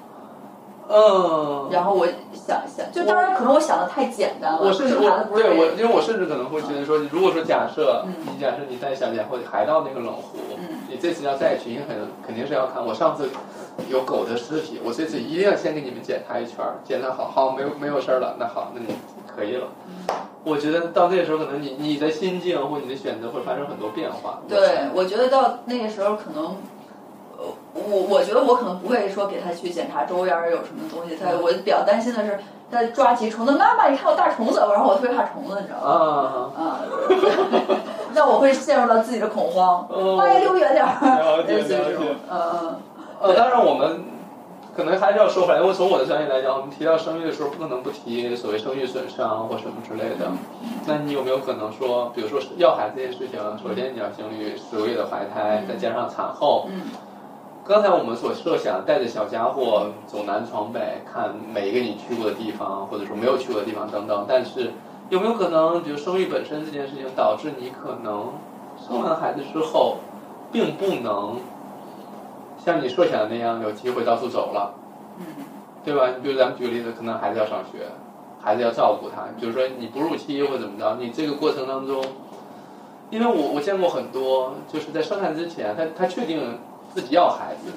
Speaker 1: 嗯，
Speaker 2: 然后我想一想，就当然可能我想的太简单了，
Speaker 1: 我甚至
Speaker 2: 答的
Speaker 1: 我
Speaker 2: 不是
Speaker 1: 对我，
Speaker 2: 这个
Speaker 1: 因为我甚至可能会觉得说，如果说假设
Speaker 2: 嗯
Speaker 1: 你假设你带小家伙还到那个冷湖
Speaker 2: 嗯，
Speaker 1: 你这次要再去，你肯肯定是要看。我上次有狗的尸体，我这次一定要先给你们检查一圈儿，检查好，好没有没有事儿了，那好，那你可以了。
Speaker 2: 嗯
Speaker 1: 我觉得到那时候，可能你你的心境或你的选择会发生很多变化。
Speaker 2: 对，我觉得到那个时候可能，呃，我我觉得我可能不会说给他去检查周边儿有什么东西，他
Speaker 1: 嗯
Speaker 2: 我比较担心的是他抓起虫子，妈妈你看我大虫子，然后我特别怕虫子，你知道吗？
Speaker 1: 啊，
Speaker 2: 啊， 那我会陷入到自己的恐慌，
Speaker 1: 哦
Speaker 2: 妈呀，离我远点儿，
Speaker 1: 了解
Speaker 2: 类似于这种
Speaker 1: 了解，
Speaker 2: 嗯
Speaker 1: 呃，当然我们可能还是要说回来，因为从我的专业来讲，我们提到生育的时候，不可能不提所谓生育损伤或什么之类的。那你有没有可能说，比如说要孩子这件事情，首先你要经历十个月的怀胎，再加上产后
Speaker 2: 嗯，嗯，
Speaker 1: 刚才我们所设想带着小家伙走南闯北，看每一个你去过的地方，或者说没有去过的地方等等，但是有没有可能，比如生育本身这件事情，导致你可能生完孩子之后，并不能像你设想的那样有机会到处走了，
Speaker 2: 嗯
Speaker 1: 对吧？你比如咱们举个例子，可能孩子要上学，孩子要照顾他，比如说你哺乳期或怎么着，你这个过程当中，因为我我见过很多，就是在生孩子之前，他他确定自己要孩子，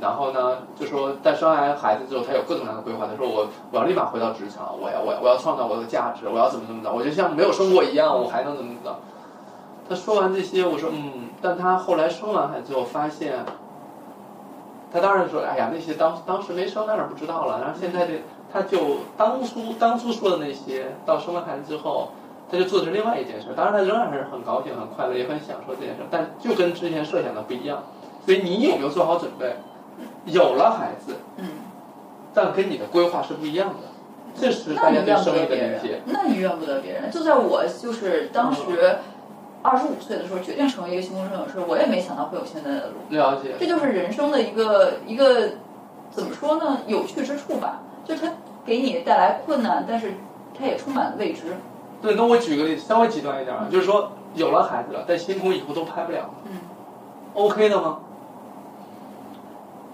Speaker 1: 然后呢，就说在生完孩子之后，他有各种各样的规划，他说我我要立马回到职场，我要我要我要创造我的价值，我要怎么怎么着，我就像没有生过一样，我还能怎么怎么着。他说完这些，我说嗯，但他后来生完孩子之后发现，他当然说，哎呀，那些当当时没生，当然不知道了。然后现在这，他就当初当初说的那些，到生完孩子之后，他就做的是另外一件事。当然，他仍然是很高兴、很快乐，也很享受这件事，但就跟之前设想的不一样。所以你有没有做好准备？有了孩子，
Speaker 2: 嗯，
Speaker 1: 但跟你的规划是不一样的。这是
Speaker 2: 那
Speaker 1: 大
Speaker 2: 你
Speaker 1: 家对
Speaker 2: 怨不
Speaker 1: 生
Speaker 2: 得
Speaker 1: 育的
Speaker 2: 别
Speaker 1: 理
Speaker 2: 人
Speaker 1: 解。，嗯
Speaker 2: 那你怨不得别人。就在我就是当时二十五岁的时候，决定成为一个星空摄影师，我也没想到会有现在的路。
Speaker 1: 了解，
Speaker 2: 这就是人生的一个一个怎么说呢？有趣之处吧，就它给你带来困难，但是它也充满未知。
Speaker 1: 对，那我举个例子，稍微极端一点啊，就是说有了孩子了，但星空以后都拍不了了
Speaker 2: 嗯
Speaker 1: ，OK 的吗？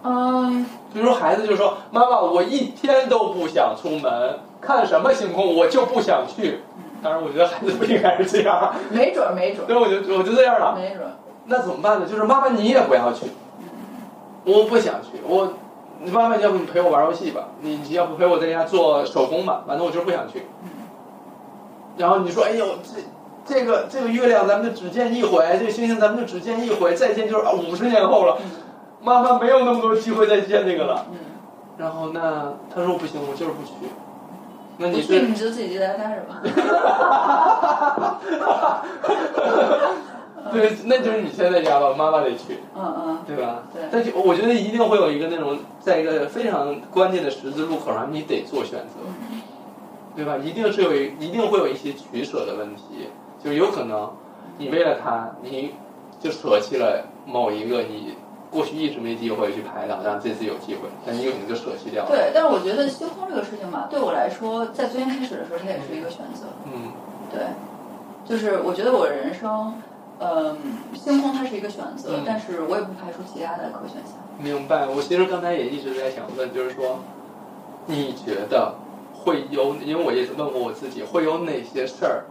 Speaker 2: 嗯，
Speaker 1: 比如说孩子就说：“妈妈，我一天都不想出门，看什么星空我就不想去。”当然，我觉得孩子不应该是这样，
Speaker 2: 没准儿，没准儿，
Speaker 1: 对，我就我就这样了。
Speaker 2: 没准儿。嗯
Speaker 1: 那怎么办呢？就是妈妈你也不要去，我不想去。我你妈妈，要不你陪我玩游戏吧？你你要不陪我在家做手工吧？反正我就是不想去。然后你说：“哎呦，这这个这个月亮咱们就只见一回，这个星星咱们就只见一回，再见就是啊五十年后了。妈妈没有那么多机会再见这个了。”
Speaker 2: 嗯嗯
Speaker 1: 然后那他说不行，我就是不去。那
Speaker 2: 不
Speaker 1: 你
Speaker 2: 去
Speaker 1: 是
Speaker 2: 你就自己接待他是吧？
Speaker 1: 对，那就是你现在家吧，妈妈得去，
Speaker 2: 嗯嗯，
Speaker 1: 对吧？
Speaker 2: 对
Speaker 1: 但是我觉得一定会有一个那种，在一个非常关键的十字路口上，你得做选择，
Speaker 2: 嗯
Speaker 1: 对吧？一定是有一，一定会有一些取舍的问题，就有可能你为了他，你就舍弃了某一个你过去一直没机会去排到，但这次有机会，但你有可能就舍弃掉了。
Speaker 2: 对，但是我觉得修通这个事情吧，对我来说，在最先开始的时候，它也是一个选择。
Speaker 1: 嗯
Speaker 2: 对，就是我觉得我人生，嗯，星空它是一个选择，
Speaker 1: 嗯
Speaker 2: 但是我也不排除其他的可选项。
Speaker 1: 明白。我其实刚才也一直在想问，就是说，你觉得会有？因为我也是问过我自己，会有哪些事儿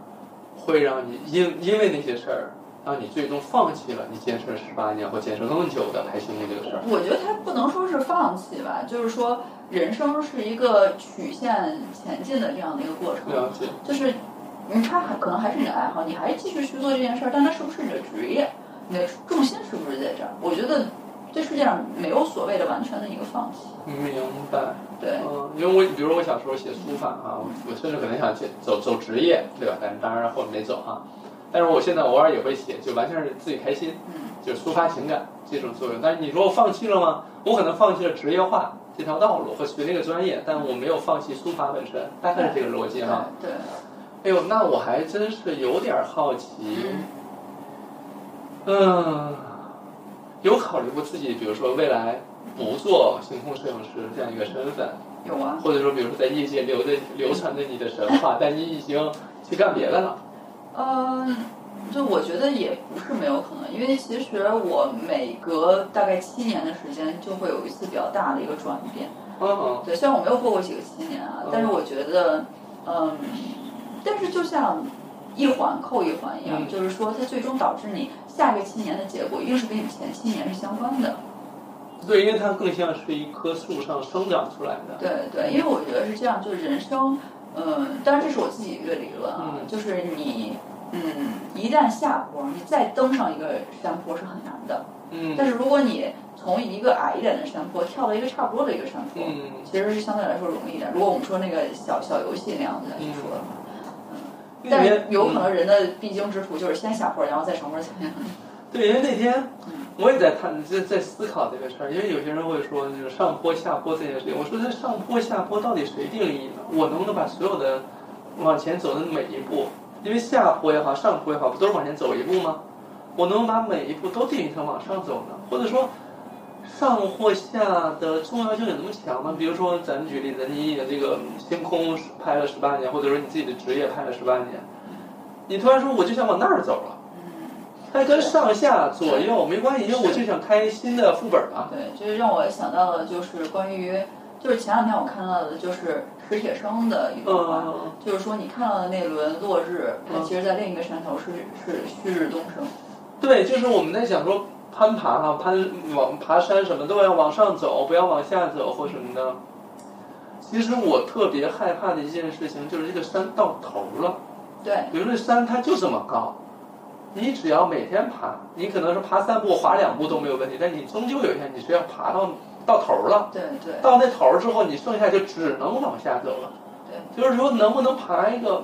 Speaker 1: 会让你因因为那些事儿，让你最终放弃了你坚持十八年或坚持更久的排球那个事儿？
Speaker 2: 我觉得它不能说是放弃吧，就是说人生是一个曲线前进的这样的一个过程。
Speaker 1: 了解，
Speaker 2: 就是你它还可能还是你的爱好，你还继续去做这件事儿，但它是不是你的职业？你的重心是不是在这儿？我觉得这世界上没有所谓的完全的一个放弃。
Speaker 1: 明白。
Speaker 2: 对，
Speaker 1: 嗯，因为我比如我小时候写书法啊，我我甚至可能想写走走职业，对吧？但当然后来没走啊。但是我现在偶尔也会写，就完全是自己开心。
Speaker 2: 嗯，
Speaker 1: 就是抒发情感这种作用。但是你说我放弃了吗？我可能放弃了职业化这条道路和学这个专业，但我没有放弃书法本身，大概是这个逻辑
Speaker 2: 对
Speaker 1: 哈。
Speaker 2: 对，
Speaker 1: 哎呦，那我还真是有点好奇，
Speaker 2: 嗯
Speaker 1: 嗯，有考虑过自己，比如说未来不做星空摄影师这样一个身份，
Speaker 2: 有啊，
Speaker 1: 或者说比如说在业界流的流传着你的神话，但你已经去干别的了。
Speaker 2: 嗯。就我觉得也不是没有可能，因为其实我每隔大概七年的时间就会有一次比较大的一个转变。
Speaker 1: 嗯
Speaker 2: 对，虽然我没有过过几个七年啊
Speaker 1: 嗯，
Speaker 2: 但是我觉得，嗯，但是就像一环扣一环一样，
Speaker 1: 嗯
Speaker 2: 就是说它最终导致你下一个七年的结果一定是跟你前七年是相关的。
Speaker 1: 嗯，对，因为它更像是一棵树上生长出来的。
Speaker 2: 对对，因为我觉得是这样，就是人生，嗯，当然这是我自己一个理论啊，
Speaker 1: 嗯
Speaker 2: 就是你，嗯，一旦下坡，你再登上一个山坡是很难的。
Speaker 1: 嗯
Speaker 2: 但是如果你从一个矮一点的山坡跳到一个差不多的一个山坡，
Speaker 1: 嗯。
Speaker 2: 其实是相对来说容易的。如果我们说那个小小游戏那样子来说的话，
Speaker 1: 嗯
Speaker 2: 嗯
Speaker 1: 那
Speaker 2: 但
Speaker 1: 天
Speaker 2: 是有可能人的必经之途就是先下坡，然后再上坡。
Speaker 1: 嗯对，因为那天
Speaker 2: 嗯
Speaker 1: 我也在探，在在思考这个事儿，因为有些人会说，就是上坡下坡这件事情。我说这上坡下坡到底谁定义呢？我能不能把所有的往前走的每一步，因为下坡也好，上坡也好，不都是往前走一步吗？我能把每一步都定义成往上走呢？或者说，上或下的重要性有那么强吗？比如说，咱们举例子，你的这个星空拍了十八年，或者说你自己的职业拍了十八年，你突然说我就想往那儿走了。
Speaker 2: 嗯，
Speaker 1: 它跟上下左右没关系，因为我就想开新的副本嘛。
Speaker 2: 对，就是让我想到的就是关于，就是前两天我看到的就是史铁生的一段话，
Speaker 1: 嗯
Speaker 2: 就是说你看到的那轮落日，它
Speaker 1: 嗯
Speaker 2: 其实在另一个山头是是旭日东升。
Speaker 1: 对，就是我们在想说攀爬啊，攀往爬山什么都要往上走，不要往下走或什么的。其实我特别害怕的一件事情就是这个山到头了，
Speaker 2: 对，
Speaker 1: 比如说山它就这么高，你只要每天爬，你可能是爬三步、滑两步都没有问题，但你终究有一天你是要爬到到头了。
Speaker 2: 对对
Speaker 1: 到那头儿之后，你剩下就只能往下走了。对，就是说能不能爬一个，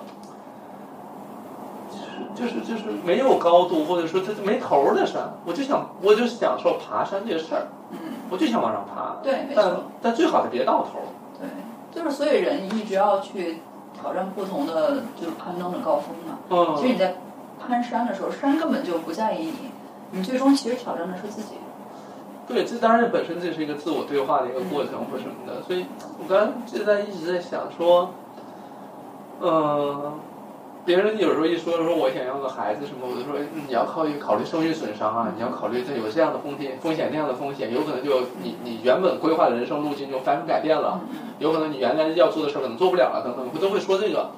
Speaker 1: 就是就是就是没有高度，或者说它没头儿的山，我就想我就享受爬山这个事儿，
Speaker 2: 嗯，
Speaker 1: 我就想往上爬。
Speaker 2: 对，没
Speaker 1: 但
Speaker 2: 错，
Speaker 1: 但最好是别到头儿。
Speaker 2: 对，就是所以人一直要去挑战不同的就是攀登的高峰嘛。其
Speaker 1: 嗯，
Speaker 2: 实你在攀山的时候，山根本就不在意你，你最终其实挑战的是自己。
Speaker 1: 对，这当然本身这是一个自我对话的一个过程或什么的，所以我刚刚就在一直在想说，嗯、别人有时候一说说我想要个孩子什么，我就说嗯你要考虑考虑生育损伤啊，你要考虑这有这样的风险风险那样的风险，有可能就你你原本规划的人生路径就发生改变
Speaker 2: 嗯
Speaker 1: 了，有可能你原来要做的事儿可能做不了了，等等，我都会说这个。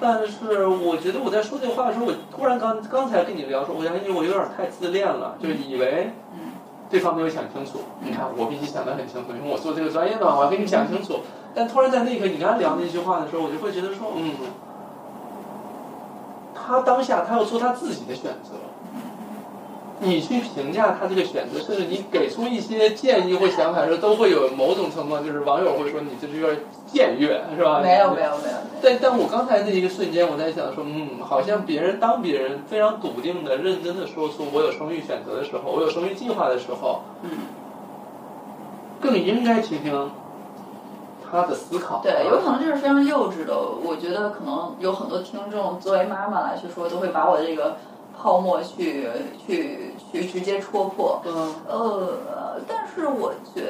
Speaker 1: 但是我觉得我在说这话的时候，我突然刚刚才跟你聊说，我想因为我有点太自恋了，就以为
Speaker 2: 嗯，
Speaker 1: 对方没有想清楚。你看，我比你想的很清楚，因为我做这个专业的嘛，我要跟你讲清楚。但突然在那一刻，你刚才聊那句话的时候，我就会觉得说，嗯，他当下他要做他自己的选择，你去评价他这个选择，甚至你给出一些建议或想法的时候，都会有某种程度上，就是网友会说你这是有点僭越，是吧？
Speaker 2: 没有没有没有。
Speaker 1: 但但我刚才那一个瞬间，我在想说，嗯，好像别人当别人非常笃定的、认真的说出我有生育选择的时候，我有生育计划的时候，
Speaker 2: 嗯，
Speaker 1: 更应该倾听他的思考。啊
Speaker 2: 对，有可能就是非常幼稚的。我觉得可能有很多听众作为妈妈来去说，都会把我这个泡沫去去去直接戳破。
Speaker 1: 嗯
Speaker 2: 呃，但是我觉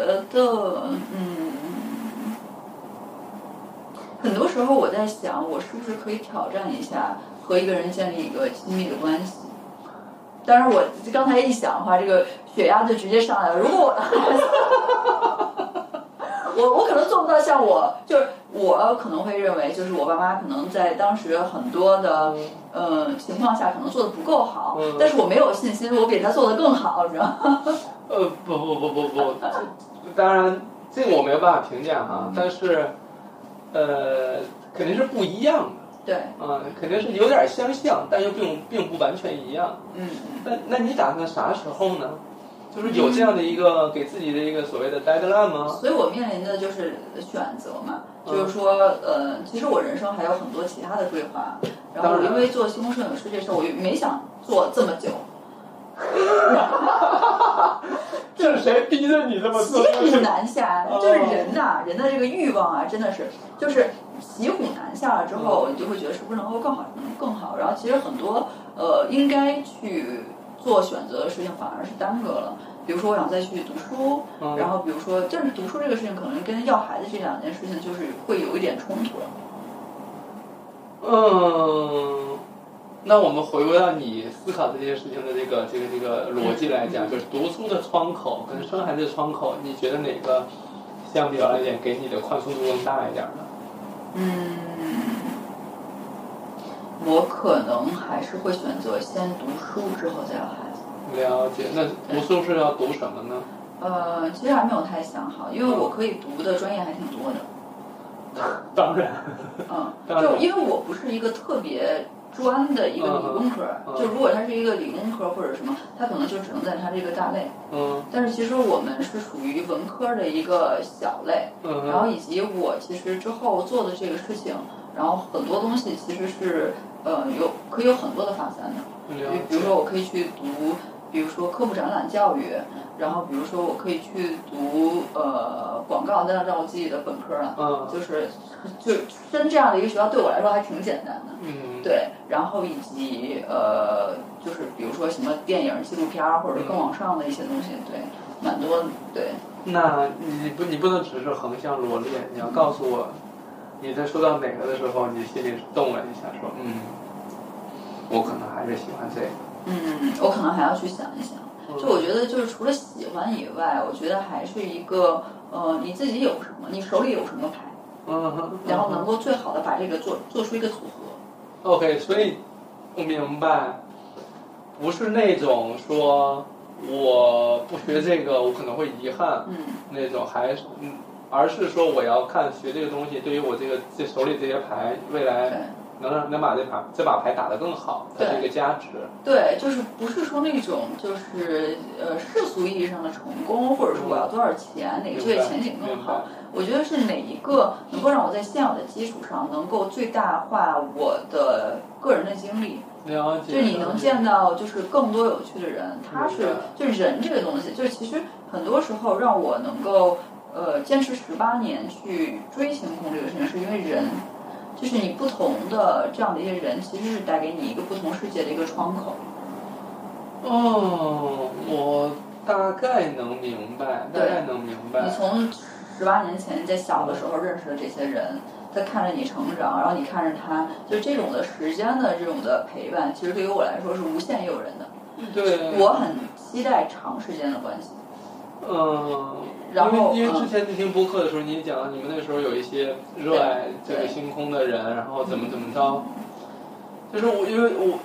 Speaker 2: 得，嗯，很多时候我在想，我是不是可以挑战一下和一个人建立一个亲密的关系？当然，我刚才一想的话，这个血压就直接上来了。如果我的孩子，我 我可能做不到像我，就是我可能会认为，就是我爸妈可能在当时很多的呃情况下，可能做的不够好，
Speaker 1: 嗯
Speaker 2: 但是我没有信心，我比他做的更好，你知道吗？
Speaker 1: 呃，不不不不不，这当然这个我没有办法评价哈，
Speaker 2: 嗯
Speaker 1: 但是呃，肯定是不一样的。
Speaker 2: 对，
Speaker 1: 啊，肯定是有点相像，但又并并不完全一样。
Speaker 2: 嗯，
Speaker 1: 那那你打算啥时候呢？就是有这样的一个给自己的一个所谓的 deadline 吗？
Speaker 2: 所以我面临的就是选择嘛，
Speaker 1: 嗯
Speaker 2: 就是说，呃，其实我人生还有很多其他的规划，然后
Speaker 1: 当然
Speaker 2: 因为做西红柿影视这事儿，我也没想做这么久。
Speaker 1: 这是谁逼着你这么做？
Speaker 2: 骑虎难下，
Speaker 1: 哦
Speaker 2: 就是人呐、人的这个欲望啊，真的是就是骑虎难下了之后，你就会觉得是不是能够更好，能更好。然后其实很多呃应该去做选择的事情，反而是耽搁了。比如说，我想再去读书，
Speaker 1: 嗯
Speaker 2: 然后比如说，但是读书这个事情可能跟要孩子这两件事情就是会有一点冲突了。
Speaker 1: 嗯，那我们回归到你思考这件事情的这个这个这个逻辑来讲，就是读书的窗口跟生孩子的窗口，你觉得哪个相比较而言给你的宽松度更大一点呢？
Speaker 2: 嗯，我可能还是会选择先读书之后再要孩子。
Speaker 1: 了解，那读书是要读什么呢？
Speaker 2: 呃，其实还没有太想好，因为我可以读的专业还挺多的。
Speaker 1: 当然，
Speaker 2: 嗯，
Speaker 1: 当然
Speaker 2: 就因为我不是一个特别专的一个理工科儿
Speaker 1: 嗯嗯，嗯
Speaker 2: 就如果它是一个理工科儿或者什么，它可能就只能在它这个大类。
Speaker 1: 嗯
Speaker 2: 但是其实我们是属于文科儿的一个小类，
Speaker 1: 嗯。
Speaker 2: 然后以及我其实之后做的这个事情，然后很多东西其实是呃有可以有很多的发散的。
Speaker 1: 嗯了
Speaker 2: 比比如说我可以去读，比如说科普展览教育，然后比如说我可以去读呃广告，那让我自己的本科了，
Speaker 1: 嗯
Speaker 2: 就是就真这样的一个学校对我来说还挺简单的，
Speaker 1: 嗯，
Speaker 2: 对，然后以及呃就是比如说什么电影、纪录片儿或者更往上的一些东西，对，蛮多对。
Speaker 1: 那你不你不能只是横向罗列，你要告诉我，你在说到哪个的时候，你心里动了一下，说嗯，我可能还是喜欢这个。
Speaker 2: 嗯，我可能还要去想一想。就我觉得，就是除了喜欢以外，我觉得还是一个呃，你自己有什么，你手里有什么牌，
Speaker 1: 嗯哼，
Speaker 2: 然后能够最好的把这个做做出一个组合。
Speaker 1: OK，所以我明白，不是那种说我不学这个我可能会遗憾
Speaker 2: 嗯
Speaker 1: 那种，还是嗯，而是说我要看学这个东西对于我这个这手里这些牌未
Speaker 2: 对
Speaker 1: 来能让能把这牌这把牌打得更好，它是一个价值。
Speaker 2: 对，就是不是说那种就是呃世俗意义上的成功，或者说我要多少钱，哪个就业前景更好。我觉得是哪一个能够让我在现有的基础上，能够最大化我的个人的经历。
Speaker 1: 了解。
Speaker 2: 就是你能见到就是更多有趣的人，他
Speaker 1: 明
Speaker 2: 是
Speaker 1: 白
Speaker 2: 就是人这个东西，就是其实很多时候让我能够呃坚持十八年去追星空这个事情，是因为人。就是你不同的这样的一些人，其实是带给你一个不同世界的一个窗口。
Speaker 1: 哦，我大概能明白，大
Speaker 2: 对
Speaker 1: 概能明
Speaker 2: 你
Speaker 1: 白。
Speaker 2: 从十八年前在小的时候认识的这些人，在看着你成长，然后你看着他，就这种的时间的这种的陪伴，其实对于我来说是无限诱人的。
Speaker 1: 对，啊
Speaker 2: 我很期待长时间的关系。
Speaker 1: 嗯，
Speaker 2: 然后
Speaker 1: 因为因为
Speaker 2: 嗯
Speaker 1: 之前你听播客的时候，你也讲到你们那时候有一些热爱这
Speaker 2: 对
Speaker 1: 个星空的人，然后怎么怎么着，就是我因为我。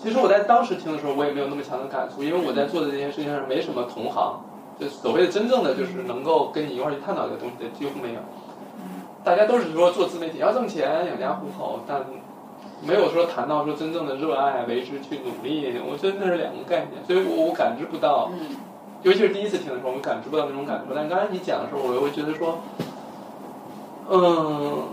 Speaker 1: 其实我在当时听的时候，我也没有那么强的感触，因为我在做的这件事情上没什么同行，就所谓的真正的就是能够跟你一块儿去探讨这个东西的几乎没有。大家都是说做自媒体要挣钱养家糊口，但没有说谈到说真正的热爱为之去努力，我觉得那是两个概念，所以我我感知不到，
Speaker 2: 嗯
Speaker 1: 尤其是第一次听的时候，我感知不到那种感受。但刚才你讲的时候，我又会觉得说，嗯，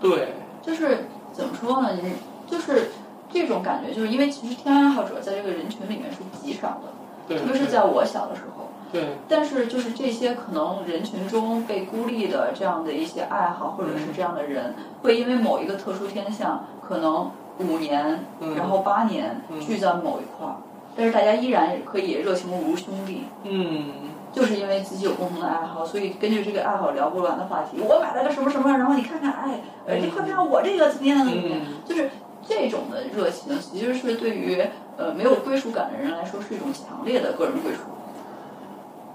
Speaker 1: 对，
Speaker 2: 就是怎么说呢？你就是这种感觉，就是因为其实天爱好者在这个人群里面是极少的，
Speaker 1: 对，
Speaker 2: 特别是在我小的时候。
Speaker 1: 对，
Speaker 2: 但是就是这些可能人群中被孤立的这样的一些爱好，或者是这样的人，会因为某一个特殊天象，可能五年，
Speaker 1: 嗯
Speaker 2: 然后八年
Speaker 1: 嗯
Speaker 2: 聚在某一块儿，但是大家依然可以热情如兄弟。
Speaker 1: 嗯，
Speaker 2: 就是因为自己有共同的爱好，所以根据这个爱好聊不完的话题。我买了个什么什么，然后你看看，哎，呃，你快看我这个怎么样？怎么样
Speaker 1: 嗯？
Speaker 2: 就是这种的热情，其实是对于呃没有归属感的人来说，是一种强烈的个人归属。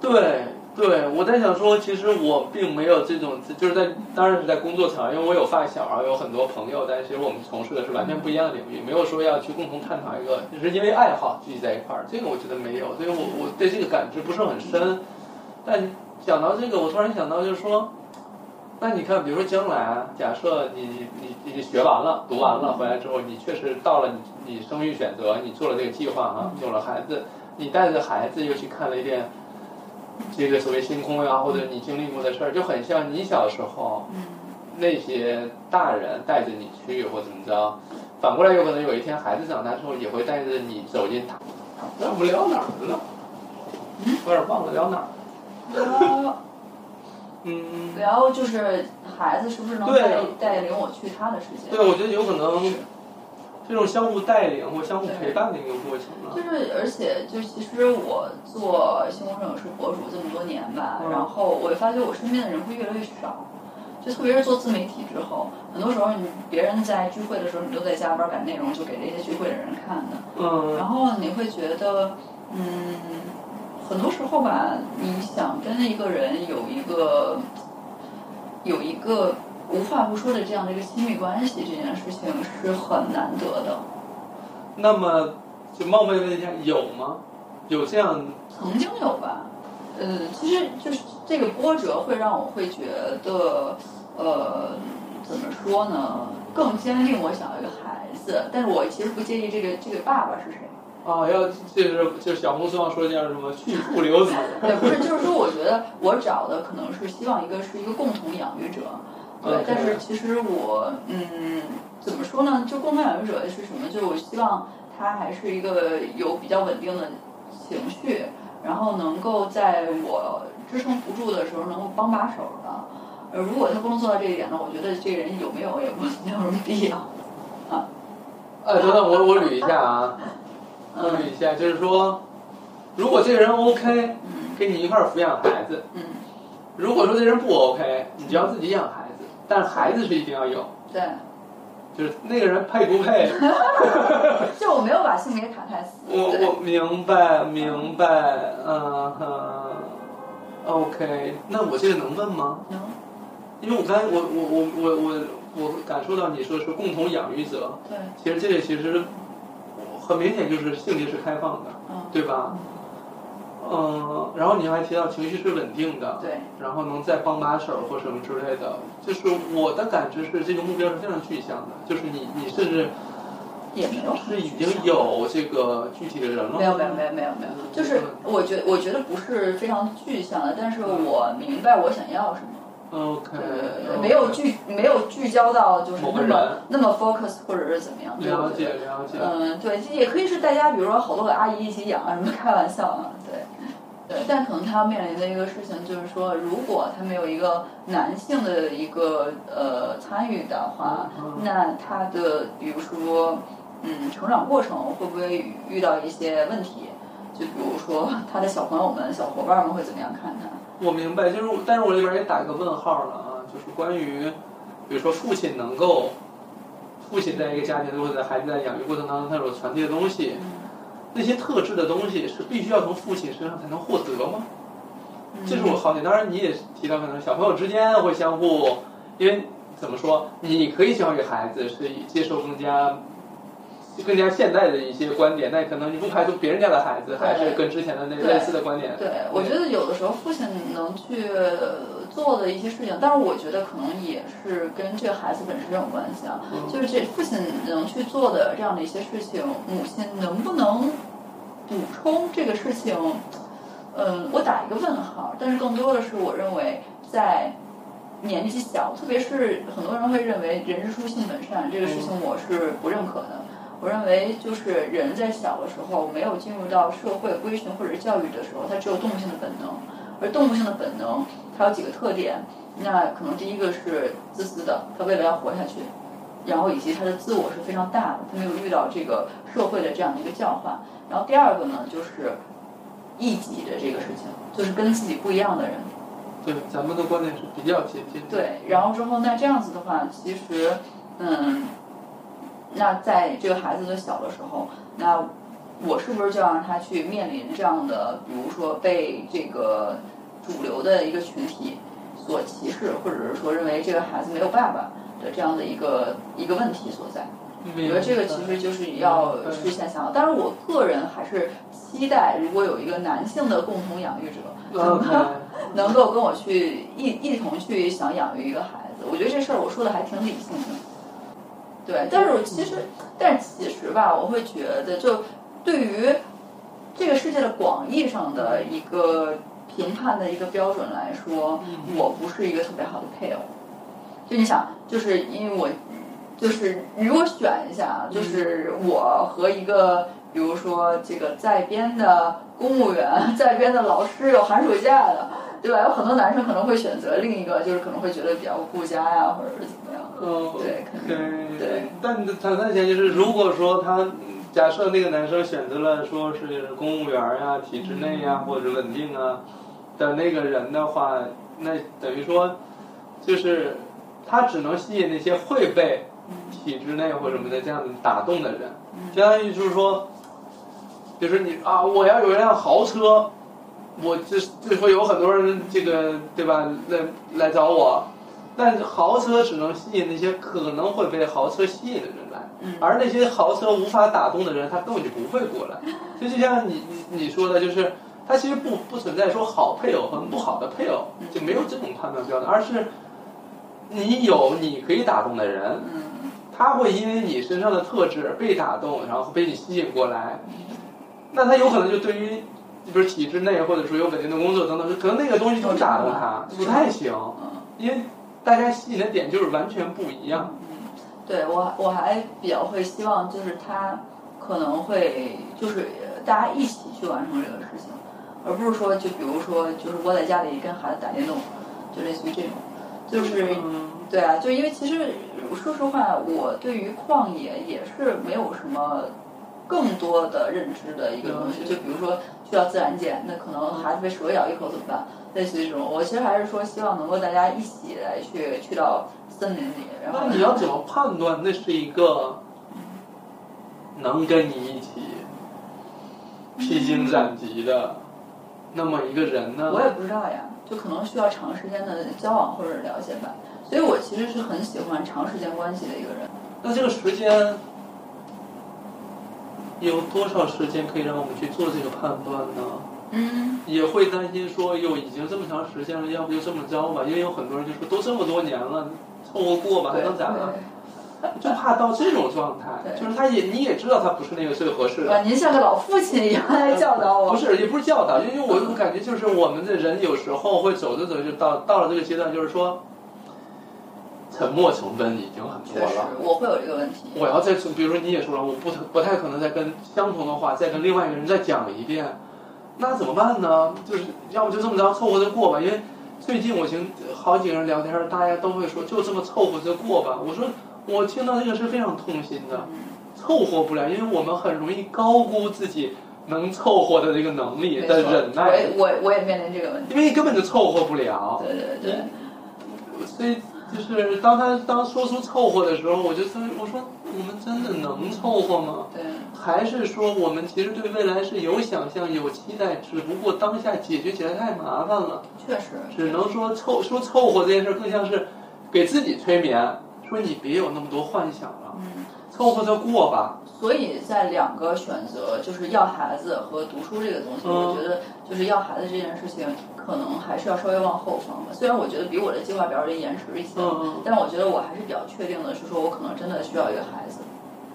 Speaker 1: 对对，我在想说，其实我并没有这种，就是在当然是在工作场，因为我有发小啊，有很多朋友，但是其实我们从事的是完全不一样的领域，没有说要去共同探讨一个，只是因为爱好聚集在一块儿，这个我觉得没有，所以我我对这个感知不是很深。但讲到这个，我突然想到就是说。那你看，比如说将来啊，假设你你你你学完了、读完了，回来之后，你确实到了你你生育选择，你做了这个计划啊，有了孩子，你带着孩子又去看了一遍这个所谓星空呀、或者你经历过的事儿，就很像你小时候
Speaker 2: 嗯
Speaker 1: 那些大人带着你去或怎么着。反过来，有可能有一天孩子长大之后，也会带着你走进他。那我们聊哪儿了？有点忘了聊哪儿。
Speaker 2: 嗯。
Speaker 1: 嗯，
Speaker 2: 然后就是孩子是不是能
Speaker 1: 对
Speaker 2: 带带领我去他的世界？
Speaker 1: 对，我觉得有可能这种相互带领或相互陪伴的一个过程啊了
Speaker 2: 就。是，而且就其实我做星空摄影师博主这么多年吧，
Speaker 1: 嗯
Speaker 2: 然后我发觉我身边的人会越来越少，就特别是做自媒体之后，很多时候你别人在聚会的时候，你都在加班赶内容，就给这些聚会的人看的。
Speaker 1: 嗯
Speaker 2: 然后你会觉得，嗯，很多时候吧，你想跟一个人有一个有一个无话不说的这样的一个亲密关系，这件事情是很难得的。
Speaker 1: 那么就冒昧问一下，有吗？有这样
Speaker 2: 曾经有吧，呃，其实就是这个波折会让我会觉得，呃，怎么说呢，更坚定我想要一个孩子，但是我其实不介意这个这个爸爸是谁。
Speaker 1: 啊？要就是就是小红书上说的叫什么“去父留子”。
Speaker 2: 对，不是，就是说，我觉得我找的可能是希望一个是一个共同养育者，对
Speaker 1: OK
Speaker 2: 但是其实我，嗯，怎么说呢？就共同养育者是什么？就是我希望他还是一个有比较稳定的情绪，然后能够在我支撑不住的时候能够帮把手的。呃，如果他不能做到这一点呢，我觉得这个人有没有也不没有什么必要。
Speaker 1: 哎，等等，我我捋一下啊，我捋
Speaker 2: 嗯
Speaker 1: 一下，就是说，如果这个人 OK，
Speaker 2: 嗯
Speaker 1: 跟你一块儿抚养孩子；
Speaker 2: 嗯，
Speaker 1: 如果说这人不 OK，你就要自己养孩子，但孩子是一定要有，
Speaker 2: 对，
Speaker 1: 就是那个人配不配，
Speaker 2: 就我没有把性别卡太死。
Speaker 1: 我
Speaker 2: 对
Speaker 1: 我明白明白，嗯哼，OK，那我这个能问吗？
Speaker 2: 能
Speaker 1: 因为我刚才我我我我我我感受到你说是共同养育者，
Speaker 2: 对，
Speaker 1: 其实这个其实很明显就是性别是开放的，
Speaker 2: 嗯
Speaker 1: 对吧？嗯，然后你还提到情绪是稳定的，
Speaker 2: 对。
Speaker 1: 然后能再帮把手或什么之类的，就是我的感知是这个目标是非常具象的，就是你你甚至
Speaker 2: 也没有很
Speaker 1: 是已
Speaker 2: 具
Speaker 1: 经
Speaker 2: 象
Speaker 1: 有这个具体的人了，
Speaker 2: 啊没有没有没有没有没有，就是我觉我觉得不是非常具象的，但是
Speaker 1: 嗯
Speaker 2: 我明白我想要什么，
Speaker 1: ，OK，
Speaker 2: 呃，没有聚没有聚焦到就是
Speaker 1: 某个
Speaker 2: 那么
Speaker 1: 人
Speaker 2: 那么 focus 或者是怎么样，对
Speaker 1: 了
Speaker 2: 我
Speaker 1: 解
Speaker 2: 觉得，
Speaker 1: 了解，
Speaker 2: 嗯，对，也可以是大家比如说好多个阿姨一起养啊什么开玩笑啊，对。对，但可能他面临的一个事情就是说，如果他没有一个男性的一个呃参与的话，
Speaker 1: 嗯
Speaker 2: 那他的比如说，嗯，成长过程会不会遇到一些问题？就比如说他的小朋友们、小伙伴们会怎么样看他？
Speaker 1: 我明白，就是我但是我这边也打一个问号了啊，就是关于比如说父亲能够。父亲在一个家庭或者在孩子在养育过程当中，他所传递的东
Speaker 2: 嗯
Speaker 1: 西，那些特质的东西是必须要从父亲身上才能获得吗？这是我好奇。当然，你也提到可能小朋友之间会相互，因为怎么说，你可以教育孩子是接受更加更加现代的一些观点，但可能你不排除别人家的孩子还是跟之前的那
Speaker 2: 对
Speaker 1: 类似的观点。
Speaker 2: 对，我觉得有的时候父亲能去做的一些事情，但是我觉得可能也是跟这个孩子本身有关系啊。就是这父亲能去做的这样的一些事情，母亲能不能补充这个事情？嗯，我打一个问号。但是更多的是，我认为在年纪小，特别是很多人会认为“人之初，性本善”这个事情，我是不认可的。我认为，就是人在小的时候没有进入到社会规训或者是教育的时候，他只有动物性的本能，而动物性的本能它有几个特点，那可能第一个是自私的，他为了要活下去，然后以及他的自我是非常大的，他没有遇到这个社会的这样的一个教化。然后第二个呢，就是异己的这个事情，就是跟自己不一样的人。
Speaker 1: 对，咱们的观点是比较接近的。
Speaker 2: 对，然后之后那这样子的话，其实，嗯，那在这个孩子的小的时候，那我是不是就让他去面临这样的，比如说被这个主流的一个群体所歧视，或者是说认为这个孩子没有爸爸的这样的一个一个问题所在？
Speaker 1: 我
Speaker 2: 我觉得这个其实就是要事先想好。当然，我个人还是期待，如果有一个男性的共同养育者，
Speaker 1: 嗯
Speaker 2: 能够跟我去一一同去想养育一个孩子，我觉得这事儿我说的还挺理性的。对，但是我其实，但其实吧，我会觉得，就对于这个世界的广义上的一个评判的一个标准来说，我不是一个特别好的配偶。就你想，就是因为我，就是如果选一下啊，就是我和一个，比如说这个在编的公务员、 在编的老师，有寒暑假的，对吧？有很多男生可能会选择另一个，就是可能会觉得比较顾家呀，或者是怎么样。
Speaker 1: 嗯，
Speaker 2: 对肯定对
Speaker 1: 但坦率讲，就是如果说他假设那个男生选择了说是公务员呀、体制内呀或者稳定啊的那个人的话，那等于说就是他只能吸引那些会被体制内或什么的这样打动的人，相当于就是说，就是你啊，我要有一辆豪车。我这这会有很多人这个对吧来来找我，但是豪车只能吸引那些可能会被豪车吸引的人来，而那些豪车无法打动的人，他根本就不会过来。所以就像你你你说的，就是他其实不不存在说好配偶和不好的配偶，就没有这种判断标准，而是你有你可以打动的人，
Speaker 2: 嗯
Speaker 1: 他会因为你身上的特质被打动，然后被你吸引过来，那他有可能就对于。比如体制内，或者说有稳定的工作等等，可能那个东西就打动他，不太行。
Speaker 2: 嗯。
Speaker 1: 因为大家吸引的点就是完全不一样。
Speaker 2: 对我我还比较会希望就是他可能会就是大家一起去完成这个事情，而不是说就比如说就是窝在家里跟孩子打电动，就类似于这种，就是。
Speaker 1: 嗯，
Speaker 2: 对啊，就因为其实说实话，我对于旷野也是没有什么更多的认知的一个东西。
Speaker 1: 嗯
Speaker 2: 就比如说去到自然界，那可能孩子被蛇咬一口怎么办？类似于这种，我其实还是说希望能够大家一起来去去到森林里，然后
Speaker 1: 那你要怎么判断那是一个能跟你一起披荆斩棘的那么一个人呢
Speaker 2: 我？也不知道呀，就可能需要长时间的交往或者了解吧。所以我其实是很喜欢长时间关系的一个人。
Speaker 1: 那这个时间有多少时间可以让我们去做这个判断呢？
Speaker 2: 嗯
Speaker 1: 也会担心说，哟，已经这么长时间了，要不就这么着吧？因为有很多人就说，都这么多年了，凑合过吧，还
Speaker 2: 对
Speaker 1: 能咋样？就怕到这种状态，
Speaker 2: 对
Speaker 1: 就是他也你也知道他不是那个最合适
Speaker 2: 对哇，
Speaker 1: 的，
Speaker 2: 您像个老父亲一样来教导我。
Speaker 1: 不是也不是教导，因为我感觉就是我们的人有时候会走着走着就到到了这个阶段，就是说，沉默成本已经很多
Speaker 2: 确实
Speaker 1: 了。，
Speaker 2: 我会有这个问题。
Speaker 1: 我要再从，比如说你也说了，我不不太可能再跟相同的话再跟另外一个人再讲一遍，那怎么办呢？就是要不就这么着凑合着过吧，因为最近我听好几个人聊天，大家都会说就这么凑合着过吧。我说我听到这个是非常痛心
Speaker 2: 嗯
Speaker 1: 的。凑合不了，因为我们很容易高估自己能凑合的这个能力
Speaker 2: 没
Speaker 1: 的
Speaker 2: 错
Speaker 1: 忍
Speaker 2: 我
Speaker 1: 耐
Speaker 2: 也，我也我也面临这个问题。
Speaker 1: 因为根本就凑合不了。
Speaker 2: 对对对，
Speaker 1: 所以就是当他当说出凑合的时候，我就说我说我们真的能凑合吗？
Speaker 2: 对
Speaker 1: 还是说我们其实对未来是有想象、有期待，只不过当下解决起来太麻烦了，
Speaker 2: 确实
Speaker 1: 只能说凑说凑合这件事，更像是给自己催眠，说你别有那么多幻想了，
Speaker 2: 嗯。
Speaker 1: 凑合着过吧。
Speaker 2: 所以在两个选择，就是要孩子和读书这个东西，
Speaker 1: 嗯
Speaker 2: 我觉得就是要孩子这件事情，可能还是要稍微往后放吧。虽然我觉得比我的计划表里延迟一些，
Speaker 1: 嗯
Speaker 2: 但我觉得我还是比较确定的，是说我可能真的需要一个孩子。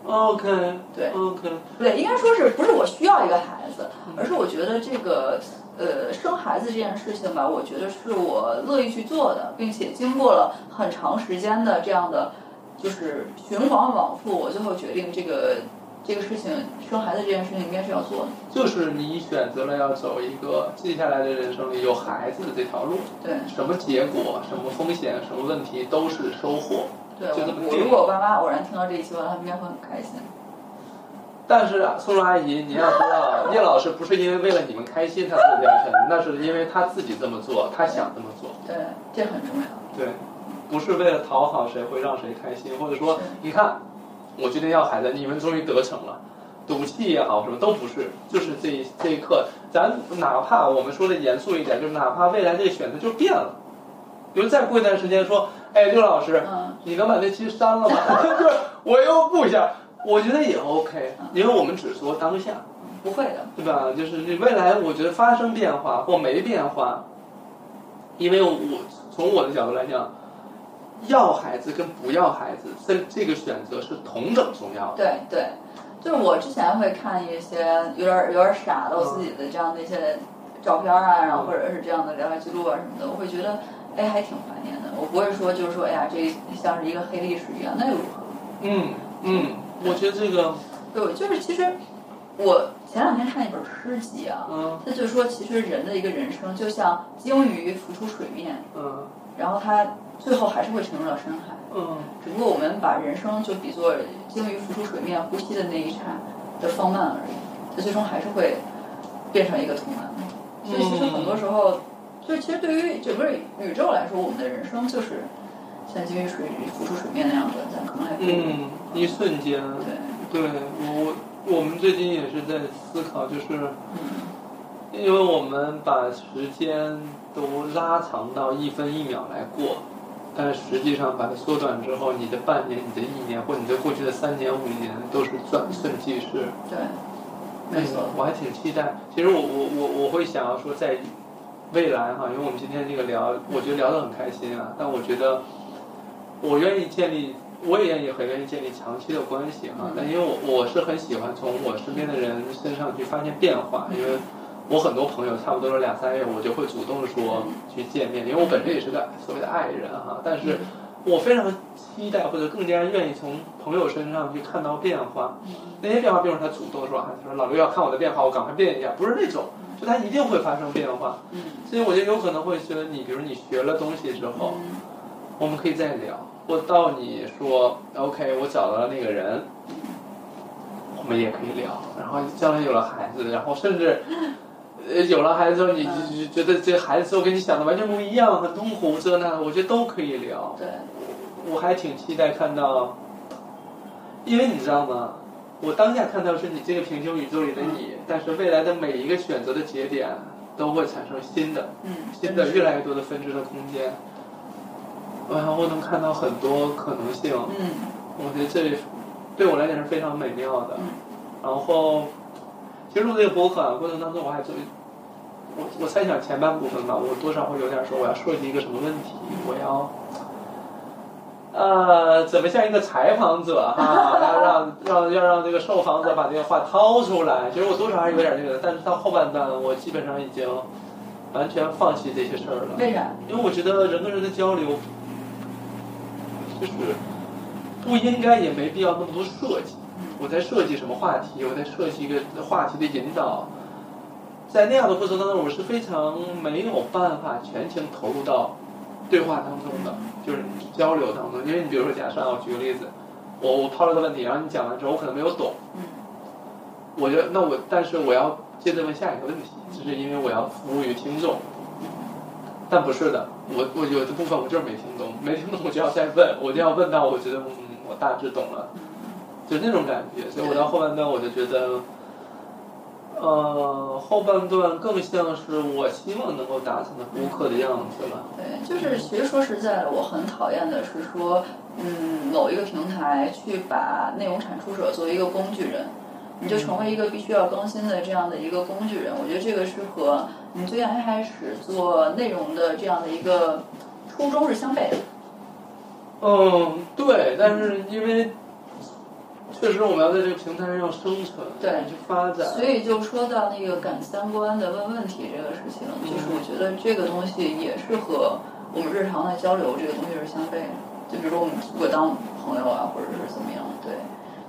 Speaker 1: ，OK，
Speaker 2: 对
Speaker 1: ，OK，
Speaker 2: 不对，应该说是不是我需要一个孩子，而是我觉得这个呃生孩子这件事情吧，我觉得是我乐意去做的，并且经过了很长时间的这样的就是循环往复，我最后决定这个这个事情生孩子这件事情应该是要做的。
Speaker 1: 就是你选择了要走一个接下来的人生里有孩子的这条路，
Speaker 2: 对
Speaker 1: 什么结果、什么风险、什么问题都是收获。
Speaker 2: 对，
Speaker 1: 就这么
Speaker 2: 我我
Speaker 1: 定
Speaker 2: 如果我爸妈偶然听到这一期，我他们应该会很开心。
Speaker 1: 但是啊宋若阿姨，你要知道，聂老师不是因为为了你们开心他做这件事，那是因为他自己这么做，他想这么做。
Speaker 2: 对，这很重要。
Speaker 1: 对，不是为了讨好谁会让谁开心，或者说，你看，我决定要孩子，你们终于得逞了。赌气也好，什么都不是，就是这一这一刻，咱哪怕我们说的严肃一点，就是哪怕未来这个选择就变了，比如再过一段时间说，哎，刘老师，
Speaker 2: 嗯，
Speaker 1: 你能把这期删了吗？ 就是我又不想，我觉得也 OK，因为我们只说当下，
Speaker 2: 不会的。
Speaker 1: 对吧？就是你未来，我觉得发生变化或没变化，因为我从我的角度来讲，要孩子跟不要孩子，这这个选择是同等重要的。
Speaker 2: 对对，就是我之前会看一些有点儿有点儿傻的我自己的这样的一些照片儿啊，然后或者是这样的聊天记录啊什么的，我会觉得哎还挺怀念的。我不会说就是说哎呀这像是一个黑历史一样，那又如何？
Speaker 1: 嗯嗯，我觉得这个，
Speaker 2: 对，就是其实我前两天看一本诗集啊，
Speaker 1: 嗯
Speaker 2: 他就说其实人的一个人生就像鲸鱼浮出水面，
Speaker 1: 嗯
Speaker 2: 然后它最后还是会沉入到深海。
Speaker 1: 嗯
Speaker 2: 只不过我们把人生就比作鲸鱼浮出水面呼吸的那一刹的放慢而已，它最终还是会变成一个图案。所以其实很多时候，就其实对于整个宇宙来说，我们的人生就是像鲸鱼水浮出水面那样短暂，可能还不如
Speaker 1: 嗯，一瞬间，
Speaker 2: 对，
Speaker 1: 对我我们最近也是在思考，就是。
Speaker 2: 嗯，
Speaker 1: 因为我们把时间都拉长到一分一秒来过，但实际上把它缩短之后，你的半年、你的一年或你的过去的三年、五年都是转瞬即逝。
Speaker 2: 对，没错，
Speaker 1: 我还挺期待。其实我我我我会想要说，在未来哈，因为我们今天这个聊，我觉得聊得很开心啊。但我觉得，我愿意建立，我也愿意很愿意建立长期的关系哈
Speaker 2: 嗯。
Speaker 1: 但因为我我是很喜欢从我身边的人身上去发现变化，因为我很多朋友差不多是两三月，我就会主动说去见面，因为我本身也是个所谓的爱人哈。
Speaker 2: 嗯
Speaker 1: 但是我非常期待，或者更加愿意从朋友身上去看到变化。
Speaker 2: 嗯
Speaker 1: 那些变化并不是他主动说啊，他说老刘要看我的变化，我赶快变一下，不是那种，就他一定会发生变化。
Speaker 2: 嗯
Speaker 1: 所以我觉得有可能会觉得你，比如你学了东西之后，
Speaker 2: 嗯
Speaker 1: 我们可以再聊，或到你说 OK，我找到了那个人，我们也可以聊。然后将来有了孩子，然后甚至。呃，有了孩子之后，你就
Speaker 2: 嗯
Speaker 1: 就觉得这孩子之后跟你想的完全不一样，很痛苦，这那，我觉得都可以聊。
Speaker 2: 嗯对，
Speaker 1: 我还挺期待看到，因为你知道吗？我当下看到是你这个平行宇宙里的你，但是未来的每一个选择的节点都会产生新的、
Speaker 2: 嗯，
Speaker 1: 新的越来越多的分支的空间。然后我能看到很多可能性，
Speaker 2: 嗯
Speaker 1: 我觉得这对我来讲是非常美妙的
Speaker 2: 嗯。
Speaker 1: 然后，其实录这个博客啊过程当中，我还就我我猜想前半部分吧，我多少会有点说我要设计一个什么问题，我要。呃，怎么像一个采访者哈，要让让要让这个受访者把这个话掏出来？其实我多少还是有点这个的，但是到后半段，我基本上已经完全放弃这些事儿了。
Speaker 2: 为啥？
Speaker 1: 因为我觉得人跟人的交流，就是不应该也没必要那么多设计。我在设计什么话题，我在设计一个话题的引导，在那样的过程当中，我是非常没有办法全情投入到对话当中的，就是交流当中。因为你比如说，假设啊，我举个例子，我我抛了个问题，然后你讲完之后，我可能没有懂，
Speaker 2: 嗯
Speaker 1: 我就那我但是我要接着问下一个问题，只是因为我要服务于听众。但不是的，我我有的部分我就是没听懂，没听懂我就要再问，我就要问到我觉得嗯我大致懂了，就是那种感觉。所以我到后半段我就觉得，呃，后半段更像是我希望能够达成的播客的样子了。
Speaker 2: 对，就是其实说实在的，我很讨厌的是说，嗯，某一个平台去把内容产出者作为一个工具人，你就成为一个必须要更新的这样的一个工具人。我觉得这个是和你最刚开始做内容的这样的一个初衷是相悖的。
Speaker 1: 嗯，对，但是因为确实我们要在这个平台上要生存，
Speaker 2: 对
Speaker 1: 去发展，
Speaker 2: 所以就说到那个赶三观的问问题这个事情，就是我觉得这个东西也是和我们日常的交流这个东西是相悖的。就比如说我们我当朋友啊，或者是怎么样，对。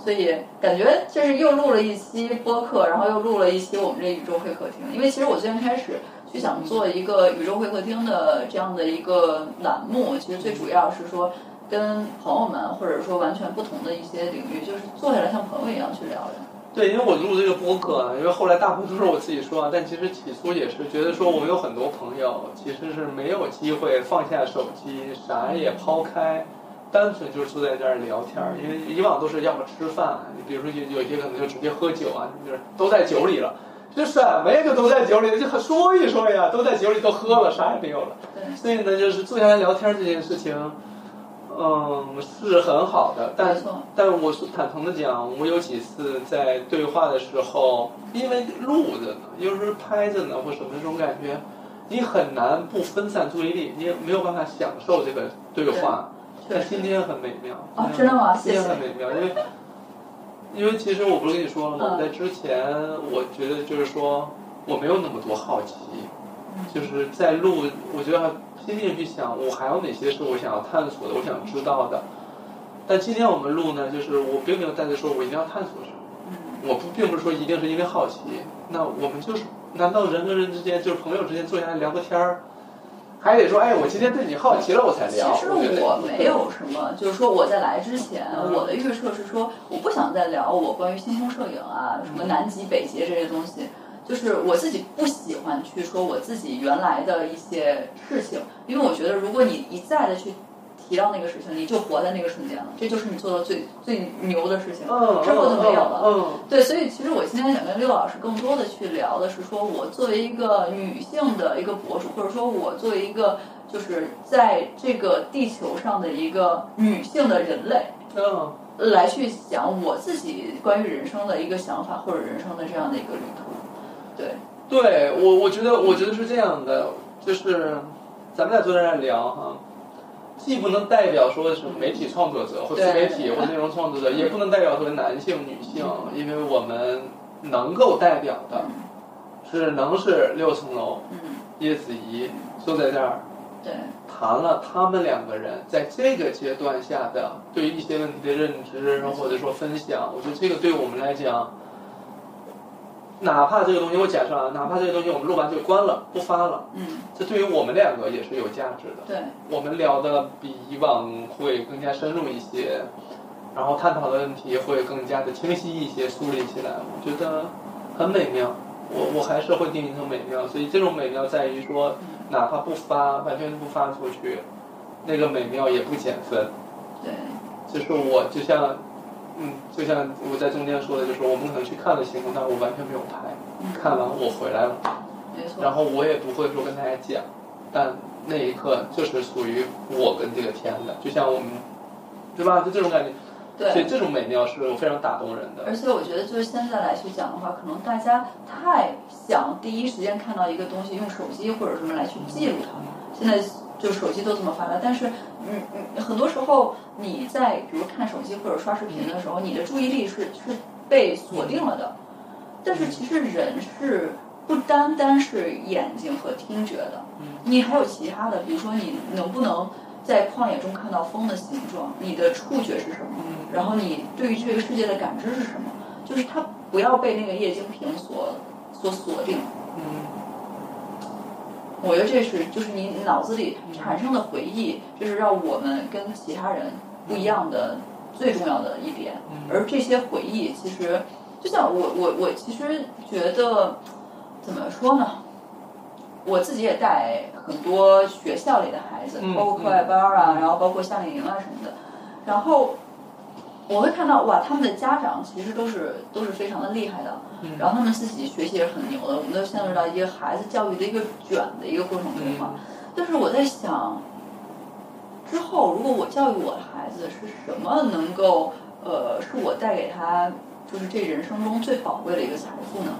Speaker 2: 所以感觉就是又录了一期播客，然后又录了一期我们这宇宙会客厅。因为其实我最开始就想做一个宇宙会客厅的这样的一个栏目，其实最主要是说跟朋友们，或者说完全不同的一些领域，就是坐下来像朋友一样去聊聊。
Speaker 1: 对，因为我录这个播客啊，因为后来大部分都是我自己说啊，但其实起初也是觉得说，我们有很多朋友其实是没有机会放下手机，啥也抛开，单纯就坐在这儿聊天儿。因为以往都是要么吃饭，啊比如说有有些可能就直接喝酒啊，就是都在酒里了，这什么呀？就都在酒里，就说一说呀，都在酒里都喝了，啥也没有了。
Speaker 2: 对，
Speaker 1: 所以呢，就是坐下来聊天这件事情，嗯，是很好的。但
Speaker 2: 没错
Speaker 1: 但我是坦诚的讲，我有几次在对话的时候，因为录着呢，又是拍着呢，或什么这种感觉，你很难不分散注意力，你也没有办法享受这个对话。
Speaker 2: 确
Speaker 1: 但
Speaker 2: 实
Speaker 1: 今天很美妙
Speaker 2: 哦真的吗
Speaker 1: 今天
Speaker 2: 谢谢
Speaker 1: 很美妙，因为因为其实我不是跟你说了吗？
Speaker 2: 嗯
Speaker 1: 我在之前，我觉得就是说我没有那么多好奇，
Speaker 2: 嗯
Speaker 1: 就是在录，我觉得还拼命去想，我还有哪些是我想要探索的，我想知道的。但今天我们录呢，就是我并没有带着说我一定要探索什么，
Speaker 2: 嗯
Speaker 1: 我不并不是说一定是因为好奇。那我们就是，难道人跟人之间，就是朋友之间坐下来聊个天儿，还得说，哎，我今天对你好奇了，我才
Speaker 2: 其
Speaker 1: 聊。
Speaker 2: 实
Speaker 1: 觉得
Speaker 2: 我没有什么，就是说我在来之前，
Speaker 1: 嗯
Speaker 2: 我的预设是说，我不想再聊我关于星空摄影啊、什么南极、北极这些东西。就是我自己不喜欢去说我自己原来的一些事情，因为我觉得如果你一再的去提到那个事情，你就活在那个瞬间了，这就是你做的最最牛的事情，
Speaker 1: 嗯，
Speaker 2: 之后就没有了。
Speaker 1: 嗯，
Speaker 2: 对，所以其实我今天想跟刘老师更多的去聊的是，说我作为一个女性的一个博主，或者说我作为一个就是在这个地球上的一个女性的人类，
Speaker 1: 嗯嗯，
Speaker 2: 来去想我自己关于人生的一个想法，或者人生的这样的一个旅途。对，
Speaker 1: 对我，我觉得，我觉得是这样的，就是咱们俩坐在这儿聊哈，既不能代表说是媒体创作者或自媒体
Speaker 2: 对
Speaker 1: 或内容创作者，也不能代表说男性、女性，因为我们能够代表的只能是六层楼
Speaker 2: 嗯，
Speaker 1: 叶子怡坐在这儿
Speaker 2: 对，
Speaker 1: 谈了他们两个人在这个阶段下的对于一些问题的认知，或者说分享，我觉得这个对我们来讲，哪怕这个东西我假设啊，哪怕这个东西我们录完就关了不发了，
Speaker 2: 嗯，
Speaker 1: 这对于我们两个也是有价值的。
Speaker 2: 对，
Speaker 1: 我们聊的比以往会更加深入一些，然后探讨的问题会更加的清晰一些、梳理起来，我觉得很美妙。我我还是会定义成美妙，所以这种美妙在于说，哪怕不发，完全不发出去，那个美妙也不减分。
Speaker 2: 嗯对，
Speaker 1: 就是我就像，嗯，就像我在中间说的，就是我们可能去看了星空，但我完全没有拍，看完我回来了。
Speaker 2: 没错。
Speaker 1: 然后我也不会说跟大家讲，但那一刻就是属于我跟这个天的，就像我们，对吧？就这种感觉，
Speaker 2: 对，
Speaker 1: 所以这种美妙是非常打动人的。
Speaker 2: 而且我觉得，就是现在来去讲的话，可能大家太想第一时间看到一个东西，用手机或者什么来去记录它。现在就手机都这么发达，但是，嗯嗯，很多时候你在比如看手机或者刷视频的时候，你的注意力是是被锁定了的。但是其实人是不单单是眼睛和听觉的，你还有其他的，比如说你能不能在旷野中看到风的形状，你的触觉是什么，然后你对于这个世界的感知是什么，就是它不要被那个液晶屏所所锁定。
Speaker 1: 嗯，
Speaker 2: 我觉得这是就是你脑子里产生的回忆，这是让我们跟其他人不一样的最重要的一点。
Speaker 1: 嗯
Speaker 2: 而这些回忆其实，就像我我我其实觉得怎么说呢？我自己也带很多学校里的孩子，
Speaker 1: 嗯
Speaker 2: 包括课外班啊，
Speaker 1: 嗯
Speaker 2: 然后包括夏令营啊什么的，然后我会看到哇，他们的家长其实都是都是非常的厉害的，
Speaker 1: 嗯
Speaker 2: 然后他们自己学习也是很牛的，我们都陷入到一个孩子教育的一个卷的一个过程中嘛。但是我在想，之后如果我教育我的孩子是什么能够呃，是我带给他就是这人生中最宝贵的一个财富呢？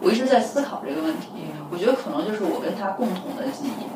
Speaker 2: 我一直在思考这个问题，我觉得可能就是我跟他共同的记忆。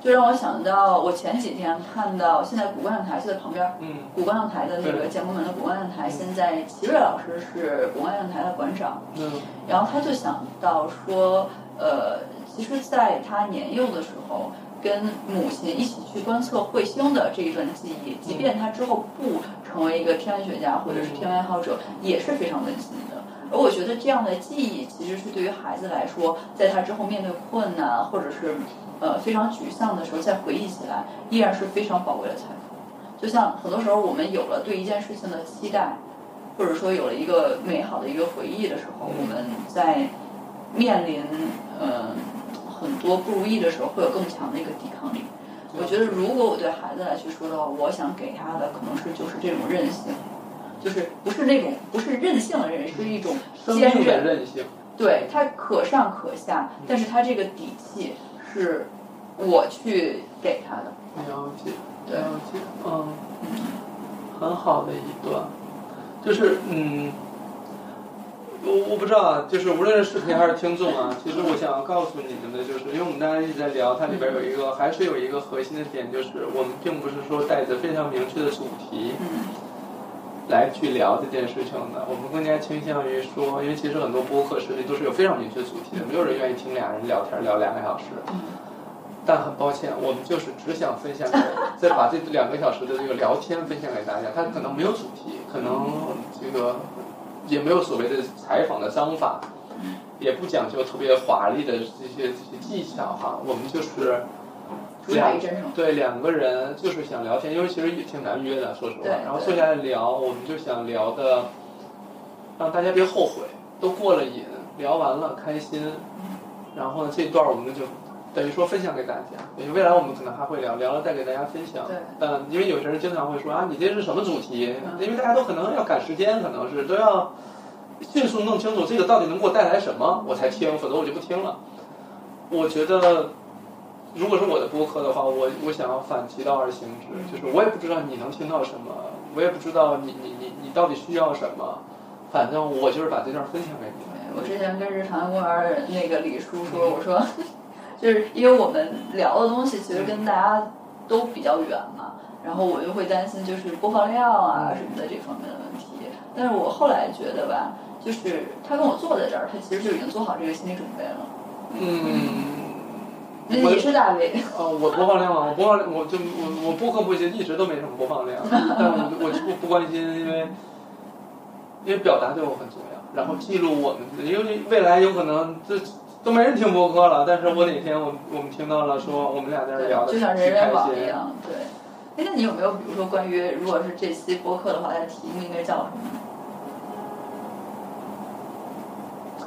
Speaker 2: 就让我想到，我前几天看到，现在古观象台就在旁边儿，
Speaker 1: 嗯
Speaker 2: 古观象台的那个
Speaker 1: 对
Speaker 2: 建国门的古观象台，现在齐瑞老师是古观象台的馆长，
Speaker 1: 嗯
Speaker 2: 然后他就想到说，呃，其实在他年幼的时候，跟母亲一起去观测彗星的这一段记忆，即便他之后不成为一个天文学家或者是天文爱好者，也是非常温馨的。而我觉得这样的记忆，其实是对于孩子来说，在他之后面对困难或者是呃非常沮丧的时候再回忆起来，依然是非常宝贵的财富。就像很多时候我们有了对一件事情的期待，或者说有了一个美好的一个回忆的时候，我们在面临呃很多不如意的时候，会有更强的一个抵抗力。我觉得，如果我对孩子来去说的话，我想给他的可能是就是这种韧性，就是不是那种不是任性的韧，是一种
Speaker 1: 生
Speaker 2: 坚
Speaker 1: 命的
Speaker 2: 韧，
Speaker 1: 韧性，
Speaker 2: 对，它可上可下，但是它这个底气是我去给他的。
Speaker 1: 了解，
Speaker 2: 对
Speaker 1: 了解，嗯，很好的一段，就是嗯，我我不知道啊，就是无论是视频还是听众啊，其实我想要告诉你们的就是，因为我们大家一直在聊，它里边有一个还是有一个核心的点，就是我们并不是说带着非常明确的主题
Speaker 2: 嗯
Speaker 1: 来去聊这件事情的，我们更加倾向于说，因为其实很多播客视频都是有非常明确主题的，没有人愿意听俩人聊天聊两个小时。
Speaker 2: 嗯
Speaker 1: 但很抱歉，我们就是只想分享给，再把这两个小时的这个聊天分享给大家。它可能没有主题，可能这个也没有所谓的采访的章法，
Speaker 2: 嗯
Speaker 1: 也不讲究特别华丽的这些这些技巧哈。我们就是
Speaker 2: 主打于真诚
Speaker 1: 对两个人就是想聊天，因为其实也挺难约的，说实话
Speaker 2: 对。
Speaker 1: 然后坐下来聊，我们就想聊的，让大家别后悔，都过了瘾，聊完了开心，
Speaker 2: 嗯
Speaker 1: 然后呢，这一段我们就等于说分享给大家，也就未来我们可能还会聊，聊了再给大家分享。
Speaker 2: 对
Speaker 1: 但因为有些人经常会说啊，你这是什么主题？
Speaker 2: 嗯
Speaker 1: 因为大家都可能要赶时间，可能是都要迅速弄清楚这个到底能给我带来什么，我才听，否则我就不听了。我觉得，如果是我的播客的话，我我想要反其道而行之，
Speaker 2: 嗯
Speaker 1: 就是我也不知道你能听到什么，我也不知道你你你你到底需要什么，反正我就是把这段分享给你们。
Speaker 2: 我之前跟日坛公园那个李叔说，我说， 就是因为我们聊的东西其实跟大家都比较远嘛，然后我就会担心就是播放量啊什么的这方面的问题。但是我后来觉得吧，就是他跟我坐在这儿，他其实就已经做好这个心理准备了。
Speaker 1: 嗯，
Speaker 2: 嗯那你是大卫，
Speaker 1: 哦，我播放量啊，我播放量，我就我我播客不一一直都没什么播放 量，但我我就不不关心，因为因为表达对我很重要，然后记录我们，因为未来有可能这都没人听播客了，但是我哪天我们我们听到了说我们俩在这聊的
Speaker 2: 就
Speaker 1: 挺
Speaker 2: 像
Speaker 1: 开
Speaker 2: 人人网一
Speaker 1: 心，
Speaker 2: 样，对。哎，那你有没有比如说关于如果是这期播客的话，它题目应该叫什么？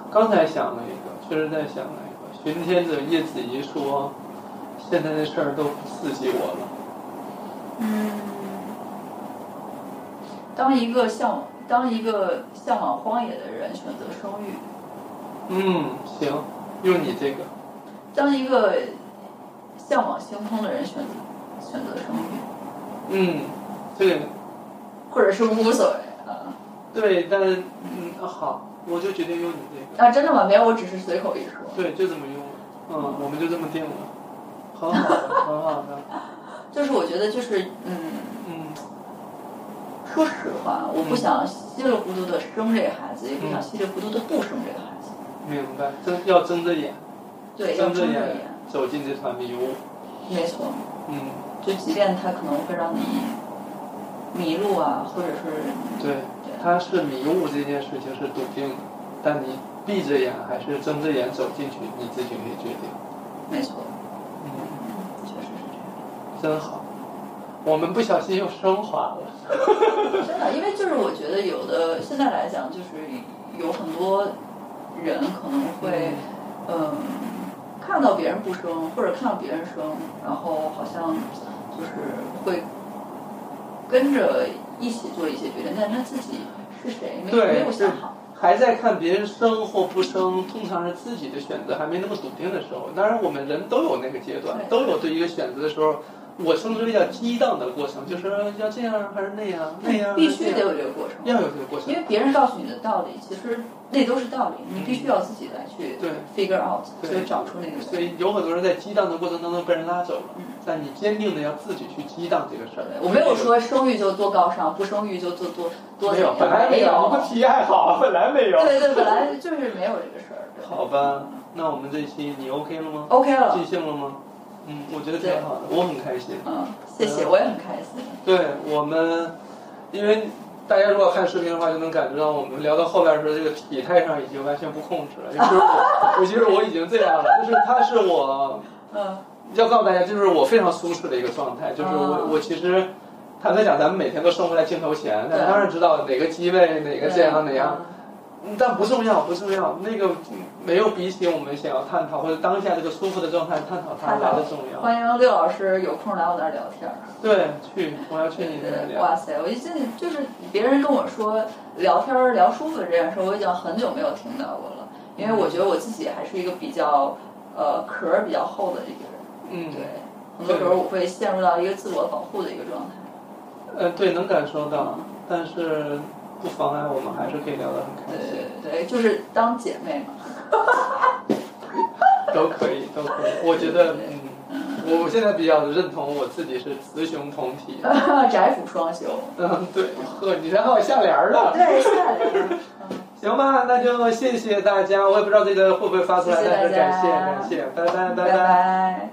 Speaker 1: 刚才想了一个，确实在想了一个，巡天者叶子怡说，现在的事儿都不刺激我了。
Speaker 2: 嗯，当一个向往，当一个向往荒野的人选择生育，
Speaker 1: 嗯，行，用你这个，
Speaker 2: 当一个向往星空的人选择选择生育，
Speaker 1: 嗯，这个。
Speaker 2: 或者是无所谓啊
Speaker 1: 对，但嗯好，我就决定用你这个，
Speaker 2: 啊，真的吗？没有，我只是随口一说。
Speaker 1: 对，就这么用了，嗯，我们就这么定了，很好的，很好的，
Speaker 2: 就是我觉得就是嗯，
Speaker 1: 嗯
Speaker 2: 说实话，我
Speaker 1: 嗯
Speaker 2: 不想稀里糊涂的生这个孩子，也不想
Speaker 1: 嗯
Speaker 2: 稀里糊涂的不生这个孩子。
Speaker 1: 明白，睁要睁着眼，
Speaker 2: 对，要
Speaker 1: 睁
Speaker 2: 睁着
Speaker 1: 眼
Speaker 2: 眼，
Speaker 1: 走进这团迷雾，
Speaker 2: 没错。
Speaker 1: 嗯，
Speaker 2: 就即便他可能会让你迷路啊，或者是
Speaker 1: 对，它是迷雾这件事情是笃定的，但你闭着眼还是睁着眼走进去，你自己可以决定，
Speaker 2: 没错，
Speaker 1: 嗯，
Speaker 2: 确实是这
Speaker 1: 真
Speaker 2: 样。
Speaker 1: 好，我们不小心又升华了，
Speaker 2: 真的，因为就是我觉得有的现在来讲，就是有很多人可能会，嗯，看到别人不生，或者看到别人生，然后好像就是会跟着一起做一些决定，但是他自己是谁没
Speaker 1: 对
Speaker 2: 没有想好。
Speaker 1: 还在看别人生或不生，通常是自己的选择还没那么笃定的时候。当然，我们人都有那个阶段，
Speaker 2: 对
Speaker 1: 都有对一个选择的时候，我称之为叫激荡的过程，就是要这样还是那样，那样
Speaker 2: 必须
Speaker 1: 那
Speaker 2: 得
Speaker 1: 样
Speaker 2: 有这个过程，
Speaker 1: 要有这个过程
Speaker 2: 因。为别人告诉你的道理，其实那都是道理，你必须要自己来去
Speaker 1: 嗯对
Speaker 2: figure out，
Speaker 1: 对
Speaker 2: 就找出那个。
Speaker 1: 所以有很多人在激荡的过程当中被人拉走了，但你坚定的要自己去激荡这个事儿。
Speaker 2: 嗯我没有说生育就多高尚，不生育就多多多
Speaker 1: 没有，本来
Speaker 2: 没
Speaker 1: 没有，不提还好， 本来没有。
Speaker 2: 对对，本来就是没有这个事儿。对
Speaker 1: 好吧，那我们这一期你 OK 了吗？
Speaker 2: OK 了
Speaker 1: 尽，兴了吗？嗯，我觉得挺好的，我很开心。
Speaker 2: 嗯，谢谢，我也很开心。
Speaker 1: 对我们，因为大家如果看视频的话，就能感觉到我们聊到后边的时候，这个体态上已经完全不控制了，尤其是 我，尤其是我已经这样了，就是他是我
Speaker 2: 嗯
Speaker 1: 要告诉大家，就是我非常舒适的一个状态，就是我
Speaker 2: 哦
Speaker 1: 我其实。坦白讲，咱们每天都生活在镜头前，
Speaker 2: 对
Speaker 1: 咱当然知道哪个机位、哪个这样哪样，嗯但不重要，不重要。那个嗯没有比起我们想要探讨或者当下这个舒服的状态探讨它
Speaker 2: 探讨
Speaker 1: 来的重
Speaker 2: 嗯？
Speaker 1: 要。
Speaker 2: 欢迎六老师有空来我那儿聊天儿。
Speaker 1: 对，去，我要去你那边聊。
Speaker 2: 哇塞！我一进去就是别人跟我说聊天儿聊舒服的这件事，我已经很久没有听到过了，因为我觉得我自己还是一个比较呃壳儿比较厚的一个人，
Speaker 1: 嗯，
Speaker 2: 对，很多时候我会陷入到一个自我保护的一个状态。
Speaker 1: 呃，对，能感受到，但是不妨碍我们还是可以聊得很
Speaker 2: 对
Speaker 1: 开心，
Speaker 2: 对对，就是当姐妹嘛。
Speaker 1: 都可以，都可以。我觉得，嗯，我我现在比较认同我自己是雌雄同体。
Speaker 2: 宅腐双修。
Speaker 1: 嗯，对，呵，你这还有下联儿呢。
Speaker 2: 对，是的。
Speaker 1: 行吧，那就谢谢大家，我也不知道这个会不会发出来，嗯
Speaker 2: 谢谢
Speaker 1: 但是
Speaker 2: 大家
Speaker 1: 感谢感谢，拜拜
Speaker 2: 拜拜。